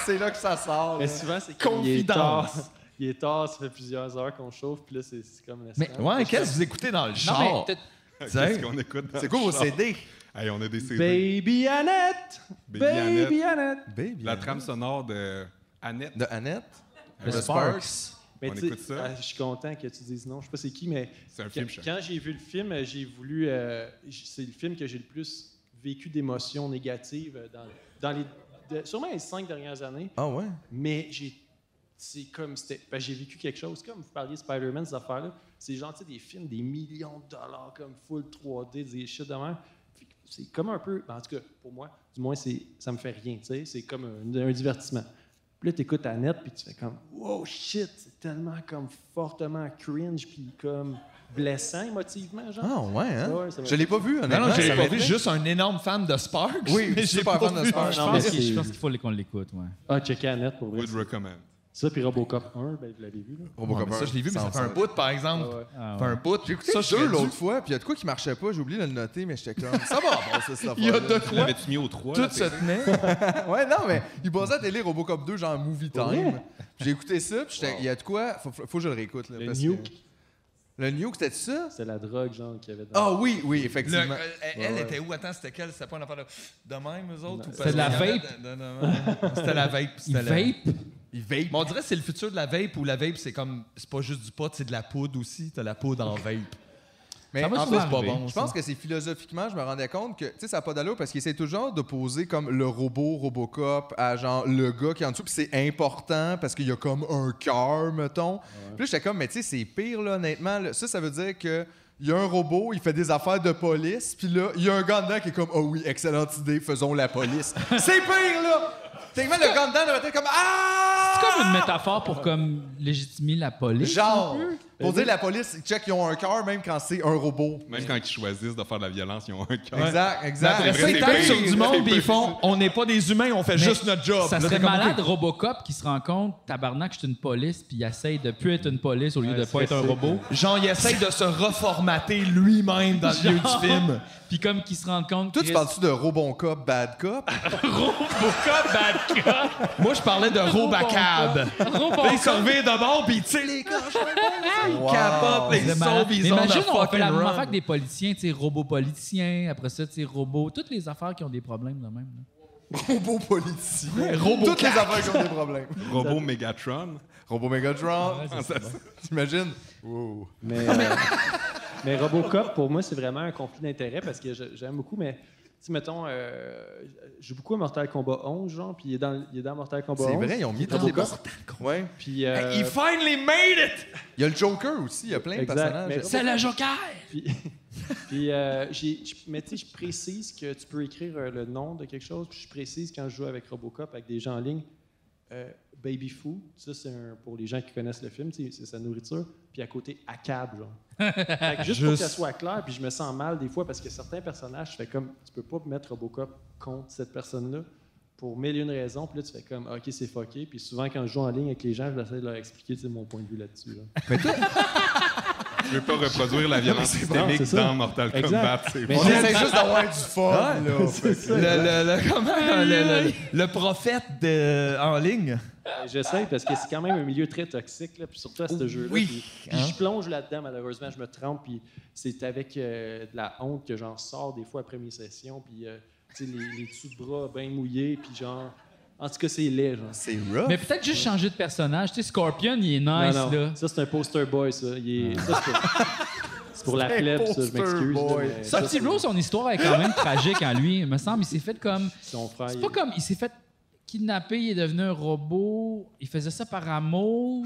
Speaker 3: C'est là que ça sort.
Speaker 11: Mais
Speaker 3: là.
Speaker 11: souvent, c'est qu'il est tard.
Speaker 5: Confidence.
Speaker 11: Il est tard, ça fait plusieurs heures qu'on chauffe, puis là, c'est c'est comme...
Speaker 1: Mais-
Speaker 5: Ouais, qu'est-ce que vous écoutez dans le
Speaker 1: Non, mais
Speaker 5: char?
Speaker 1: t'as-
Speaker 4: Qu'est-ce qu'on écoute dans
Speaker 3: C'est quoi
Speaker 4: le
Speaker 3: vos
Speaker 4: char?
Speaker 3: CD?
Speaker 4: Hey, on a des CD.
Speaker 11: Baby Annette!
Speaker 4: Baby Annette.
Speaker 11: Baby Annette!
Speaker 3: Baby.
Speaker 4: La trame sonore de Annette.
Speaker 3: De Annette?
Speaker 1: Le
Speaker 3: The
Speaker 1: Sparks.
Speaker 11: Mais
Speaker 4: On
Speaker 11: tu sais,
Speaker 4: écoute ça.
Speaker 11: ah, je suis content que tu dises non. Je sais pas c'est qui, mais
Speaker 4: C'est un
Speaker 11: quand,
Speaker 4: film, je sais.
Speaker 11: quand j'ai vu le film, euh, j'ai voulu. euh, j- c'est le film que j'ai le plus vécu d'émotions négatives euh, dans, dans les. de- sûrement les cinq dernières années.
Speaker 3: Ah ouais?
Speaker 11: Mais j'ai. C'est comme. c'était- parce que j'ai vécu quelque chose. Comme vous parliez de Spider-Man, cette affaire-là. C'est genre, tu sais, des films, des millions de dollars, comme full 3D, des shit de même. Puis C'est comme un peu. ben, en tout cas, pour moi, du moins, c'est, ça me fait rien, tu sais. C'est comme un, un divertissement. Puis là, t'écoutes la net, puis tu fais comme. Wow, shit! C'est tellement, comme, fortement cringe, puis comme blessant émotivement, genre.
Speaker 3: Ah ouais, hein?
Speaker 11: Ouais, ça m'a-
Speaker 3: je l'ai pas vu, honnêtement.
Speaker 5: Non, non, j'ai
Speaker 3: ça
Speaker 5: pas
Speaker 3: m'a
Speaker 5: vu,
Speaker 3: fait-
Speaker 5: juste un énorme fan de Sparks.
Speaker 3: Oui,
Speaker 5: mais j'ai
Speaker 3: super
Speaker 5: pas
Speaker 3: fan de
Speaker 5: vu.
Speaker 3: Sparks.
Speaker 1: Je
Speaker 11: Non,
Speaker 1: pense
Speaker 11: mais
Speaker 1: qu'il-
Speaker 11: c'est-
Speaker 1: je pense qu'il faut qu'on l'écoute, ouais.
Speaker 11: Ah, checker la net pour vrai.
Speaker 4: Would recommend.
Speaker 11: Ça, puis Robocop 1, ben, vous l'avez vu, là.
Speaker 3: Robocop
Speaker 5: Ouais, mais Oh ça, je l'ai vu, mais ça fait un
Speaker 3: Sans-
Speaker 5: bout, par exemple.
Speaker 11: Ah ouais.
Speaker 1: Ah
Speaker 5: Ça
Speaker 1: ouais.
Speaker 5: fait un bout.
Speaker 3: J'ai écouté
Speaker 5: ça,
Speaker 3: ça, deux
Speaker 5: j'aurais dû-
Speaker 3: l'autre fois, puis il y a de quoi qui marchait pas, j'ai oublié de le noter, mais j'étais comme ça va bon, ça, cette
Speaker 5: Il y a
Speaker 3: affaire-là.
Speaker 5: de
Speaker 4: Tu
Speaker 5: quoi?
Speaker 4: l'avais-tu mis au 3?
Speaker 5: Tout se tenait.
Speaker 3: Ouais, non, mais il passait à la télé Robocop 2, genre Movie Time.
Speaker 11: Ouais.
Speaker 3: Puis J'ai écouté ça, puis j'étais, il y a de quoi, faut, faut que je le réécoute. Là,
Speaker 11: Le
Speaker 3: parce
Speaker 11: nuke.
Speaker 3: Que... Le nuke, c'était ça?
Speaker 11: C'est la drogue, genre, qu'il y avait dans
Speaker 3: Ah oui, oui,
Speaker 5: Le-
Speaker 3: effectivement.
Speaker 5: euh, elle
Speaker 11: Ouais.
Speaker 5: était où? Attends, c'était quelle? C'était pas une affaire de, de même, eux autres? ou
Speaker 1: C'était
Speaker 5: parce
Speaker 1: de la
Speaker 5: qu'il y en a
Speaker 1: vape.
Speaker 5: de- de- de- de- C'était la vape.
Speaker 1: Il
Speaker 5: c'était la-
Speaker 1: vape?
Speaker 3: Il vape.
Speaker 5: Mais on dirait que c'est le futur de la vape, où la vape, c'est comme... C'est pas juste du pot, c'est de la poudre aussi. T'as la poudre en vape.
Speaker 3: Mais
Speaker 1: Ça va
Speaker 3: en
Speaker 1: souvent
Speaker 3: fait,
Speaker 5: C'est pas
Speaker 1: arriver.
Speaker 5: bon,
Speaker 3: je
Speaker 5: ça.
Speaker 3: pense que c'est philosophiquement, je me rendais compte que, tu sais, ça n'a pas d'allure parce qu'il essaie toujours de poser comme le robot Robocop à genre le gars qui est en dessous, puis c'est important parce qu'il y a comme un cœur, mettons. Puis là, j'étais comme, mais tu sais, c'est pire, là, honnêtement. là. Ça, ça veut dire que. Il y a un robot, il fait des affaires de police, puis là, il y a un gars dedans qui est comme, oh oui, excellente idée, faisons la police. c'est pire, là! Techniquement, le gars dedans devrait être comme, ah!
Speaker 1: C'est comme une métaphore pour comme légitimer la police.
Speaker 3: Genre,
Speaker 2: Mhm.
Speaker 3: pour dire la police, check, ils ont un cœur même quand c'est un robot.
Speaker 4: Même quand ils choisissent de faire de la violence, ils ont un cœur.
Speaker 3: Exact, exact.
Speaker 5: Après ça,
Speaker 4: vrai,
Speaker 5: ils
Speaker 4: c'est
Speaker 5: tapent
Speaker 4: pire.
Speaker 5: sur du monde,
Speaker 4: C'est
Speaker 5: puis ils
Speaker 4: pire.
Speaker 5: font « On n'est pas des humains, on fait
Speaker 1: Mais
Speaker 5: juste notre job. »
Speaker 1: Ça
Speaker 5: Là,
Speaker 1: serait
Speaker 5: t'es comme,
Speaker 1: malade,
Speaker 5: OK.
Speaker 1: Robocop, qui se rend compte, tabarnak, je suis une police, puis il essaye de plus être une police au lieu de pas être un robot.
Speaker 5: Genre, il essaye de se reformater lui-même dans le lieu
Speaker 1: Genre.
Speaker 5: du film.
Speaker 1: Puis comme qu'il se rend compte
Speaker 3: Toi,
Speaker 1: Chris,
Speaker 3: tu parles-tu de Robon Cop, Bad Cop?
Speaker 1: Robocop, bad cop,
Speaker 5: Moi, je parlais de Robacab. Là, ils
Speaker 1: Robocop.
Speaker 5: se revirent de bord, puis ils tirent les coches.
Speaker 3: Wow.
Speaker 5: capotent, les
Speaker 1: C'est malade.
Speaker 5: sauvent, ils
Speaker 1: Mais
Speaker 5: ont
Speaker 1: imagine,
Speaker 5: leur
Speaker 1: on fait
Speaker 5: fucking
Speaker 1: la même
Speaker 5: run.
Speaker 1: affaire que des politiciens, tu sais, robots politiciens, après ça, tu sais, robots, toutes les affaires qui ont des problèmes de même. là.
Speaker 3: Robot politicien.
Speaker 5: robot
Speaker 3: Toutes les affaires qui ont des problèmes.
Speaker 4: Robot Megatron.
Speaker 3: Robot Megatron.
Speaker 2: Ouais, ça, c'est bon.
Speaker 3: T'imagines? Wow.
Speaker 11: Mais, euh, mais Robocop, pour moi, c'est vraiment un conflit d'intérêts parce que je- j'aime beaucoup, mais tu sais, mettons, euh, je joue beaucoup à Mortal Kombat 11, genre, puis il est dans, il est dans Mortal Kombat 11.
Speaker 3: C'est vrai, ils ont mis toutes les
Speaker 11: Robocop.
Speaker 3: Mortal Ouais.
Speaker 11: Puis, euh,
Speaker 5: He finally made it!
Speaker 3: Il y a le Joker aussi, il y a plein de
Speaker 11: Exact, mais-
Speaker 3: personnages.
Speaker 1: C'est le Joker!
Speaker 11: Puis, puis, euh, j'ai- je- mais tu sais, je précise que tu peux écrire euh, le nom de quelque chose, puis je précise quand je joue avec Robocop, avec des gens en ligne, euh, Baby Foo, ça c'est un- pour les gens qui connaissent le film, tu sais, c'est sa nourriture, puis à côté, ACAB, genre. Fait que juste, pour que ça soit clair, puis je me sens mal des fois parce que certains personnages, je fais comme, tu peux pas mettre Robocop contre cette personne-là pour mille et une raisons, puis là tu fais comme, ah, ok, c'est fucké, puis souvent quand je joue en ligne avec les gens, je vais de leur expliquer tu sais, mon point de vue là-dessus. là.
Speaker 4: Je veux pas reproduire la violence systémique
Speaker 11: c'est ça.
Speaker 4: dans Mortal
Speaker 11: Exact.
Speaker 4: Kombat. c'est
Speaker 11: Mais
Speaker 4: vrai.
Speaker 3: On essaie juste d'avoir du fun, là.
Speaker 11: C'est ça,
Speaker 5: Le, le- le- comment, le, le- le prophète de- en ligne.
Speaker 11: Ben, J'essaie parce que c'est quand même un milieu très toxique, là, puis surtout à ce jeu-là.
Speaker 5: Oui,
Speaker 11: Puis,
Speaker 5: hein?
Speaker 11: puis je plonge là-dedans, malheureusement, je me trompe, puis c'est avec euh, de la honte que j'en sors des fois après mes sessions, puis euh, tu sais, les, les dessous de bras bien mouillés, puis genre. En tout cas, c'est laid, genre.
Speaker 3: C'est rough.
Speaker 2: Mais peut-être juste changer de personnage. Tu sais, Scorpion, il est nice,
Speaker 11: non,
Speaker 2: là.
Speaker 11: non. Ça, c'est un poster boy, ça. Il est- ça, c'est pour, c'est pour la
Speaker 3: C'est un
Speaker 11: plèbe, ça, je
Speaker 3: poster
Speaker 11: m'excuse. là,
Speaker 3: boy.
Speaker 11: mais
Speaker 2: Ça,
Speaker 11: ça,
Speaker 2: Petit
Speaker 11: c'est
Speaker 2: Rose, son histoire est quand même tragique en lui. Il me semble, il s'est fait comme.
Speaker 11: Son frère.
Speaker 2: C'est
Speaker 11: il-
Speaker 2: pas comme. Il s'est fait kidnapper, il est devenu un robot. Il faisait ça par amour.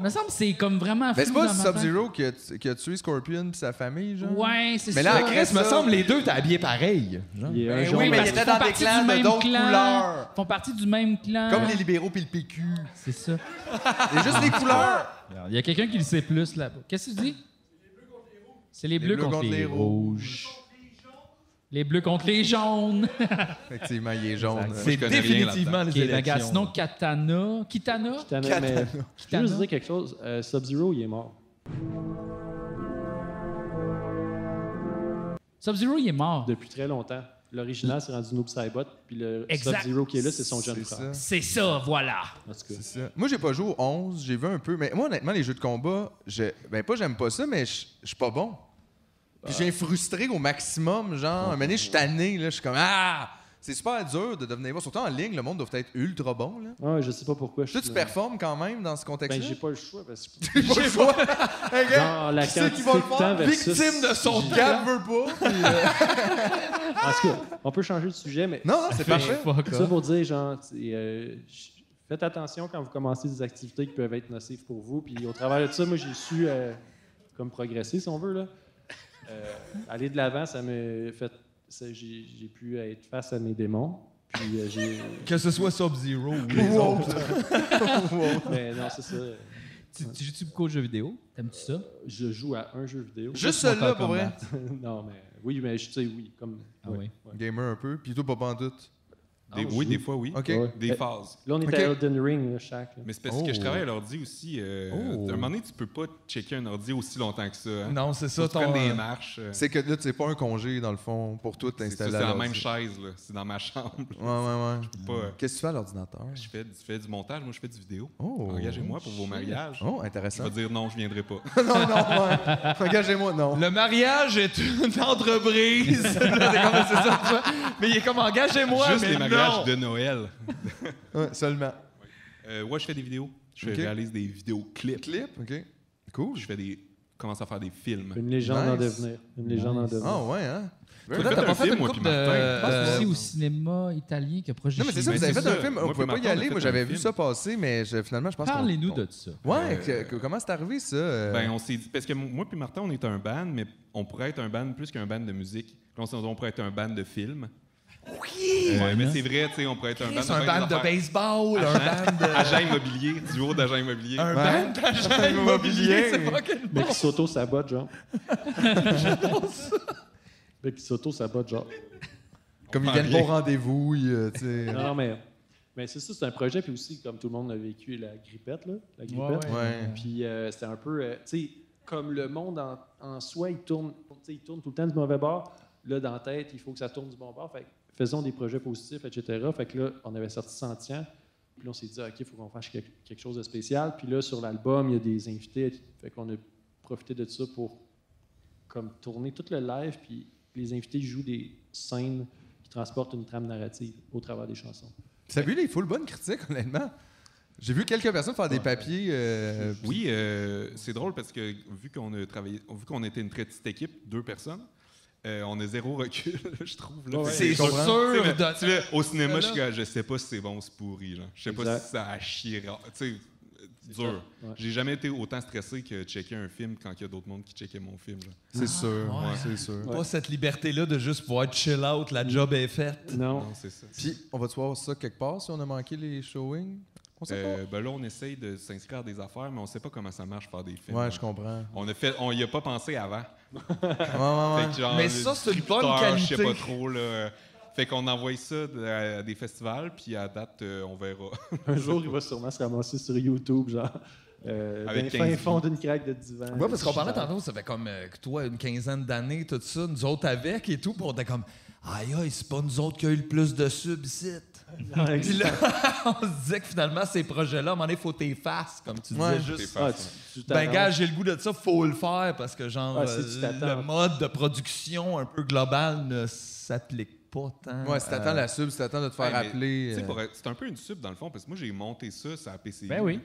Speaker 2: Il me semble que c'est comme vraiment.
Speaker 3: Mais c'est
Speaker 2: flou
Speaker 3: pas
Speaker 2: dans ma tête.
Speaker 3: Sub-Zero qui a, qui a tué Scorpion pis sa famille, genre?
Speaker 2: Ouais, c'est ça.
Speaker 3: Mais là, en
Speaker 5: Chris,
Speaker 3: Grèce,
Speaker 5: me semble, les deux, t'es habillé pareil. genre.
Speaker 11: Il est un
Speaker 3: Ben
Speaker 11: genre
Speaker 3: oui, mais
Speaker 11: de-
Speaker 3: il
Speaker 2: Ils
Speaker 3: était
Speaker 2: font
Speaker 3: dans des
Speaker 2: partie
Speaker 3: clans
Speaker 2: du
Speaker 3: de
Speaker 2: même
Speaker 3: d'autres
Speaker 2: clan,
Speaker 3: couleurs.
Speaker 2: Font partie du même clan.
Speaker 5: Ah.
Speaker 3: Comme les libéraux pis le PQ.
Speaker 2: C'est ça.
Speaker 3: C'est juste les couleurs.
Speaker 2: Alors, il y a quelqu'un qui le sait plus là-bas. Qu'est-ce que tu dis? C'est les bleus contre les rouges. Les bleus contre les jaunes.
Speaker 3: Effectivement, il est jaune.
Speaker 4: Moi,
Speaker 5: C'est
Speaker 4: je connais rien
Speaker 5: définitivement les
Speaker 3: ben,
Speaker 2: Qui est
Speaker 5: élections.
Speaker 2: Sinon, Katana. Kitana.
Speaker 11: Kitana, mais- Je veux
Speaker 2: Kitana.
Speaker 11: juste dire quelque chose. Euh, Sub-Zero, il est mort.
Speaker 2: Sub-Zero, il est mort.
Speaker 11: depuis très longtemps. L'original, c'est rendu Noob Saibot, puis le
Speaker 2: Exact.
Speaker 11: Sub-Zero qui est là, c'est son jeune
Speaker 3: C'est
Speaker 11: frère.
Speaker 3: ça.
Speaker 2: C'est ça, voilà.
Speaker 11: En tout cas.
Speaker 3: C'est ça. Moi, j'ai pas joué au 11, j'ai vu un peu. Mais moi, honnêtement, les jeux de combat, je... ben pas j'aime pas ça, mais je je suis pas bon. Puis j'ai frustré au maximum, genre, un moment donné, je suis tanné, là, je suis comme « Ah! » C'est super dur de devenir bon. Surtout en ligne, le monde doit être ultra bon, là.
Speaker 11: Ah, je sais pas pourquoi. Je
Speaker 3: Toi, tu
Speaker 11: là.
Speaker 3: performes quand même dans ce
Speaker 11: Ben,
Speaker 3: contexte-là?
Speaker 11: j'ai pas le choix parce que.
Speaker 3: J'ai pas le choix. Hey, gars,
Speaker 11: Genre, la
Speaker 3: qui c'est
Speaker 11: quantité
Speaker 3: qui
Speaker 11: de
Speaker 3: va le
Speaker 11: temps
Speaker 3: faire?
Speaker 11: versus.
Speaker 5: Victime de son
Speaker 11: J'ai-
Speaker 3: Gab veut pas. puis, euh,
Speaker 11: En tout cas, on peut changer de sujet, mais.
Speaker 3: Non, non, c'est parfait.
Speaker 2: Fuck
Speaker 11: Ça
Speaker 2: off.
Speaker 11: pour dire, genre, tu sais, euh, ch- faites attention quand vous commencez des activités qui peuvent être nocives pour vous. Puis au travers de ça, moi, j'ai su, euh, comme progresser, si on veut, là. Euh, aller de l'avant, ça me fait. ça- j'ai j'ai pu être face à mes démons. Puis euh, j'ai.
Speaker 5: Que ce soit Sub-Zero ou les
Speaker 3: Wow.
Speaker 5: autres.
Speaker 11: Mais non, c'est ça.
Speaker 2: Tu, tu joues-tu beaucoup aux jeux vidéo? T'aimes-tu ça?
Speaker 11: Je joue à un jeu vidéo.
Speaker 3: Juste celui-là, pour vrai.
Speaker 11: non, mais oui, mais je sais, oui. Comme,
Speaker 2: Ah
Speaker 11: ouais, ouais.
Speaker 3: Gamer un peu, puis toi, pas pantoute.
Speaker 4: Des- oui, des fois, oui.
Speaker 3: OK.
Speaker 11: Ouais.
Speaker 4: Des
Speaker 11: Mais-
Speaker 4: phases.
Speaker 11: Là, on est
Speaker 3: Ok.
Speaker 11: à Elden Ring, là, chaque. là.
Speaker 4: Mais c'est parce que je travaille à l'ordi aussi. euh, À un moment donné, tu peux pas checker un ordi aussi longtemps que ça. hein.
Speaker 5: Non, c'est ça,
Speaker 4: Faut que tu
Speaker 5: ton...
Speaker 4: prennes des
Speaker 5: euh,
Speaker 4: marches. euh,
Speaker 3: C'est que là, c'est pas un congé, dans le fond, pour toi,
Speaker 4: C'est ça,
Speaker 3: t'installer
Speaker 4: c'est
Speaker 3: à
Speaker 4: dans la
Speaker 3: l'ordi.
Speaker 4: même chaise, là. C'est dans ma chambre.
Speaker 3: Ouais, ouais, ouais.
Speaker 5: Mm.
Speaker 4: Pas, euh,
Speaker 3: Qu'est-ce que tu fais à l'ordinateur?
Speaker 4: je, fais, je fais du montage, moi je fais du vidéo.
Speaker 3: Oh.
Speaker 4: Engagez-moi pour vos mariages.
Speaker 3: Oh,
Speaker 4: Je
Speaker 3: intéressant.
Speaker 4: vais dire non, je viendrai pas.
Speaker 3: non, non, ouais. Engagez-moi, non.
Speaker 5: Le mariage est une entreprise. Là, c'est comme- c'est ça, tu vois. mais il est comme engagez-moi.
Speaker 4: Juste
Speaker 5: mais
Speaker 4: les mariages
Speaker 5: non.
Speaker 4: de Noël.
Speaker 3: Ouais, seulement.
Speaker 4: Euh, ouais, je fais des vidéos. Je
Speaker 3: Ok.
Speaker 4: réalise des vidéoclips.
Speaker 3: Clip, OK. Cool.
Speaker 4: Je fais des. commence à faire des films.
Speaker 11: Une légende
Speaker 3: Nice.
Speaker 11: en devenir. Une légende en devenir.
Speaker 3: Ah, ouais, hein?
Speaker 4: J'ai
Speaker 5: Là,
Speaker 4: fait
Speaker 5: t'as
Speaker 4: un
Speaker 5: pas fait
Speaker 4: film,
Speaker 5: une
Speaker 4: moi,
Speaker 5: couple
Speaker 4: puis Martin.
Speaker 5: de-
Speaker 2: Je pense
Speaker 5: Euh,
Speaker 2: aussi au cinéma italien qui a proche de
Speaker 3: Non, mais c'est
Speaker 2: chez
Speaker 3: ça,
Speaker 2: nous.
Speaker 3: vous avez
Speaker 4: c'est
Speaker 3: fait un
Speaker 4: ça.
Speaker 3: film. On
Speaker 4: Moi,
Speaker 3: pouvait pas y
Speaker 4: puis Martin, on a
Speaker 3: aller. Moi,
Speaker 4: fait
Speaker 3: j'avais
Speaker 4: un
Speaker 3: vu
Speaker 4: film. Euh,
Speaker 3: ça passer, mais je- finalement, je pense qu'on-
Speaker 2: Parlez-nous de ça.
Speaker 3: Ouais, que- que- comment c'est arrivé, ça? euh?
Speaker 4: Ben, on s'est dit, parce que moi puis Martin, on est un band, mais on pourrait être un band plus qu'un band de musique. On, s'est dit, on pourrait être un band de films. Oui! mais c'est vrai, tu sais, on pourrait être un band
Speaker 5: C'est un
Speaker 4: plein
Speaker 5: band de
Speaker 4: d'affaires.
Speaker 5: baseball, un
Speaker 4: Ah,
Speaker 5: band de.
Speaker 4: Agent immobilier, duo d'agent immobilier.
Speaker 5: Un
Speaker 3: Ouais.
Speaker 5: band d'agent immobilier. C'est pas quel
Speaker 11: Mais qui s'auto-sabote, genre. Mais qui s'auto-sabote, genre.
Speaker 3: Comme ils
Speaker 4: on
Speaker 3: viennent
Speaker 4: parle
Speaker 3: pour rendez-vous, ils, euh, tu sais.
Speaker 11: Non, non, mais, mais c'est ça, c'est un projet. Puis aussi, comme tout le monde a vécu la grippette, là. La grippette.
Speaker 3: Ouais.
Speaker 11: Puis euh, c'était un peu, euh, tu sais, comme le monde en, en soi, il tourne, tu sais, il tourne tout le temps du mauvais bord. Là, dans la tête, il faut que ça tourne du bon bord. Fait que faisons des projets positifs, etc. Fait que là, on avait sorti Sentient. Puis là, on s'est dit, OK, il faut qu'on fasse quelque, quelque chose de spécial. Puis là, sur l'album, il y a des invités. Fait qu'on a profité de ça pour comme tourner tout le live. Puis les invités jouent des scènes qui transporte une trame narrative au travers des chansons.
Speaker 3: T'as vu les full bonnes critiques, honnêtement? J'ai vu quelques personnes faire des papiers. euh,
Speaker 4: Oui, euh, c'est drôle parce que vu qu'on a travaillé, vu qu'on était une très petite équipe, deux personnes, euh, on a zéro recul, je trouve. là.
Speaker 11: Ouais,
Speaker 4: Fait
Speaker 5: C'est
Speaker 4: que-
Speaker 5: sûr.
Speaker 4: Tu sais,
Speaker 5: de-
Speaker 4: tu sais, au cinéma,
Speaker 5: là.
Speaker 4: je, suis comme, je sais pas si c'est bon ou c'est pourri. Là. Je sais pas
Speaker 11: Exact.
Speaker 4: si ça a chier. ra- Tu sais, euh, dur.
Speaker 11: ça, ouais.
Speaker 4: J'ai jamais été autant stressé que checker un film quand il y a d'autres mondes qui checkaient mon film. là.
Speaker 3: C'est sûr, c'est sûr.
Speaker 5: Pas cette liberté-là de juste pouvoir chill out, la job est faite.
Speaker 11: Non.
Speaker 4: Non, c'est ça.
Speaker 3: Puis, on va-tu voir ça quelque part si on a manqué les showings? On sait
Speaker 4: Euh, ben là, on essaye de s'inscrire à des affaires, mais on sait pas comment ça marche faire des
Speaker 3: pas.
Speaker 4: films. hein.
Speaker 3: Ouais, je comprends.
Speaker 4: On a fait, on y a pas pensé avant.
Speaker 3: Ouais, ouais,
Speaker 4: Fait que genre,
Speaker 5: Mais ça, c'est une bonne
Speaker 4: scripteur, Je sais
Speaker 5: qualité.
Speaker 4: pas trop, là. Fait qu'on envoie ça de- à des festivals, puis à date, euh, on verra.
Speaker 11: Un jour, il va sûrement se ramasser sur YouTube, genre, euh,
Speaker 4: Avec
Speaker 11: d'un
Speaker 4: 15
Speaker 11: fin
Speaker 4: vues.
Speaker 11: fond d'une craque de divan.
Speaker 5: Ouais, parce qu'on parlait tantôt, ça fait comme, euh, que toi, une quinzaine d'années, tout ça, nous autres avec et tout, puis on était comme, aïe, aïe, c'est pas nous autres qui a eu le plus de subs ici.
Speaker 11: Ouais,
Speaker 5: Puis là, on se disait que finalement, ces projets-là, à un moment donné, faut t'effacer, comme tu disais
Speaker 3: Ouais.
Speaker 5: juste.
Speaker 11: Ah, tu- tu
Speaker 5: Ben,
Speaker 11: t'arranges.
Speaker 5: gars, j'ai le goût de ça, faut le faire, parce que, genre,
Speaker 11: Ah, si
Speaker 5: euh,
Speaker 11: tu t'attends.
Speaker 5: le mode de production un peu global ne s'applique pas tant.
Speaker 3: ouais. Ouais, si t'attends la sub, si t'attends de te faire
Speaker 4: Ouais, mais,
Speaker 3: appeler.
Speaker 4: tu sais,
Speaker 3: euh,
Speaker 4: pour être- c'est un peu une sub dans le fond, parce que moi, j'ai monté ça, ça a PCI.
Speaker 2: Ben oui.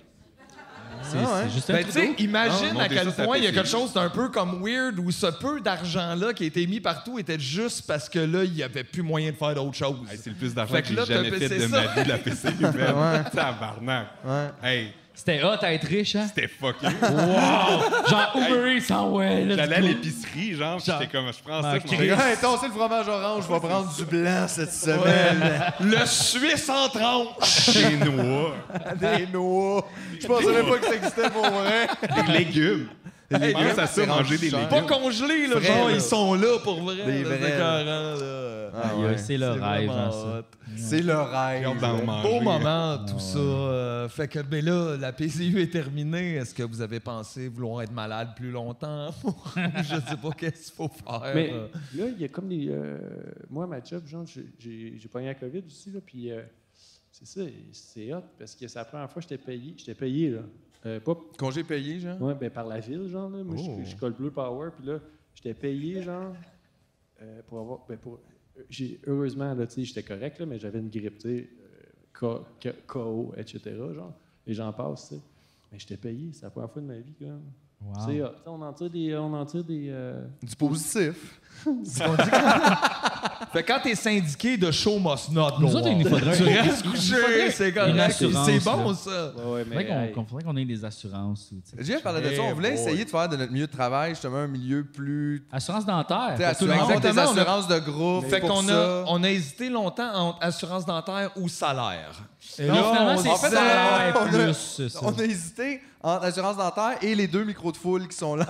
Speaker 2: C'est
Speaker 3: Ah ouais.
Speaker 2: c'est juste un
Speaker 5: Ben, tu sais,
Speaker 2: truc.
Speaker 5: imagine
Speaker 4: Non,
Speaker 5: à
Speaker 4: non,
Speaker 5: quel
Speaker 4: déjà, ça
Speaker 5: point il y a
Speaker 4: fait
Speaker 5: quelque
Speaker 4: plaisir.
Speaker 5: chose d'un peu comme weird où ce peu d'argent-là qui a été mis partout était juste parce que là, il n'y avait plus moyen de faire d'autre chose.
Speaker 4: Hey, c'est le plus d'argent
Speaker 5: Fait
Speaker 4: que,
Speaker 5: que là,
Speaker 4: j'ai jamais
Speaker 5: t'as-
Speaker 4: fait
Speaker 5: c'est
Speaker 4: de
Speaker 5: ça.
Speaker 4: ma vie de la PCI. man. Tabarnak.
Speaker 3: Ouais.
Speaker 4: Hey,
Speaker 2: C'était hot à être riche, hein?
Speaker 4: c'était fucké.
Speaker 2: Genre Uber Eats, ah ouais, là,
Speaker 4: J'allais à
Speaker 2: du coup.
Speaker 4: l'épicerie, genre, puis j'étais comme, je prends ça, je m'en
Speaker 3: Hey, attends, c'est le fromage orange, je vais prendre du blanc cette
Speaker 5: Ouais.
Speaker 3: semaine.
Speaker 5: le Suisse en tranche!
Speaker 4: vais chinois.
Speaker 3: Des noix. Je pensais même pas que ça existait pour vrai.
Speaker 4: Des légumes.
Speaker 3: Hey,
Speaker 4: pense à ça,
Speaker 3: c'est
Speaker 4: manger
Speaker 3: rendu
Speaker 4: des
Speaker 3: cher.
Speaker 4: légumes.
Speaker 5: Pas congelé, là,
Speaker 3: Vrai,
Speaker 5: genre,
Speaker 3: là.
Speaker 5: ils sont là pour vrai.
Speaker 3: Des
Speaker 5: là,
Speaker 3: vrais,
Speaker 5: c'est
Speaker 3: là.
Speaker 5: écœurant, là.
Speaker 3: Ah
Speaker 2: Aïe,
Speaker 3: ouais.
Speaker 2: C'est le
Speaker 5: C'est
Speaker 2: rêve,
Speaker 5: vraiment
Speaker 2: hein, ça.
Speaker 5: hot.
Speaker 3: C'est le
Speaker 4: J'ai hâte
Speaker 3: rêve.
Speaker 4: d'en manger.
Speaker 5: Beau moment, tout ça. Euh, fait que, mais là, la PCU est terminée. Est-ce que vous avez pensé vouloir être malade plus longtemps? Je sais pas qu'est-ce qu'il faut faire.
Speaker 11: Mais
Speaker 5: Euh,
Speaker 11: là, il y a comme des. euh, moi, ma job, genre, j'ai- j'ai j'ai pogné la COVID aussi, là, puis euh, c'est ça, c'est hot, parce que c'est la première fois que j'étais payé. J'étais payé, là. Euh, pas
Speaker 3: Congé payé, genre.
Speaker 11: ouais, ben, par la ville, genre, là. Moi, je-
Speaker 3: Oh.
Speaker 11: je colle Blue Power, puis là, j'étais payé, genre, euh, pour avoir. Ben, pour, euh, j'ai- heureusement, là, tu sais, j'étais correct, là, mais j'avais une grippe, tu sais, euh, K- K- KO, etc., genre. Les gens passent, tu sais. Mais j'étais payé, c'est la première fois de ma vie, quand même. C'est hot. Tu sais, On en tire des. On en tire des euh,
Speaker 3: Du positif.
Speaker 5: Fait que quand t'es syndiqué de show must not go
Speaker 2: Nous autres, il
Speaker 5: on.
Speaker 2: nous faudrait-
Speaker 5: Tu
Speaker 2: il nous
Speaker 5: restes couché, c'est correct.
Speaker 2: assurance,
Speaker 5: C'est bon,
Speaker 2: là.
Speaker 5: ça.
Speaker 11: ouais, ouais, mais,
Speaker 2: Faudrait qu'on
Speaker 11: hey.
Speaker 2: qu'on- faudrait qu'on ait des assurances. ou, tu sais.
Speaker 3: Jeff parlait de ça. On voulait essayer de faire de notre milieu de travail justement un milieu plus.
Speaker 2: Assurance dentaire.
Speaker 3: Tu sais,
Speaker 2: pour tout le
Speaker 3: assurance-
Speaker 2: monde.
Speaker 3: des
Speaker 5: Exactement, on a-
Speaker 3: assurances de groupe.
Speaker 5: Fait
Speaker 3: pour
Speaker 5: qu'on
Speaker 3: ça.
Speaker 5: a, on a hésité longtemps entre assurance dentaire ou salaire.
Speaker 2: Et
Speaker 3: Non,
Speaker 2: là, finalement,
Speaker 3: on-
Speaker 2: c'est
Speaker 3: en fait,
Speaker 2: salaire
Speaker 3: on a-
Speaker 2: plus ça.
Speaker 3: On a hésité entre assurance dentaire et les deux micros de foule qui sont là.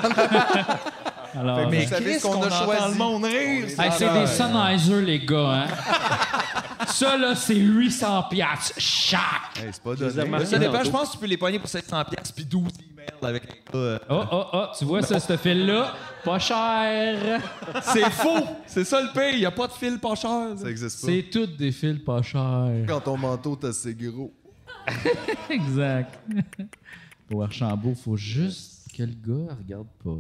Speaker 2: Alors,
Speaker 3: mais
Speaker 2: euh,
Speaker 3: Vous savez ce qu'on a choisi.
Speaker 5: rire?
Speaker 3: On est-
Speaker 2: hey, c'est
Speaker 3: salaire.
Speaker 2: des Sennheiser, les gars. Hein? ça, là, c'est 800 piastres chaque.
Speaker 3: Hey, c'est pas
Speaker 11: les ai
Speaker 3: donné.
Speaker 11: remarqués
Speaker 5: Ça dépend,
Speaker 11: tantôt.
Speaker 5: je pense que tu peux les pogner pour 700 pièces puis 12 emails avec un gars.
Speaker 2: Oh, oh, oh, tu vois, ça, ce fil-là, pas cher.
Speaker 5: C'est faux! C'est ça le pire, il n'y a pas de fil pas cher.
Speaker 3: Ça existe pas.
Speaker 2: C'est toutes des fils pas chers.
Speaker 3: Quand ton manteau t'as assez gros.
Speaker 2: Exact. Au Archambault, faut juste que le gars regarde pas.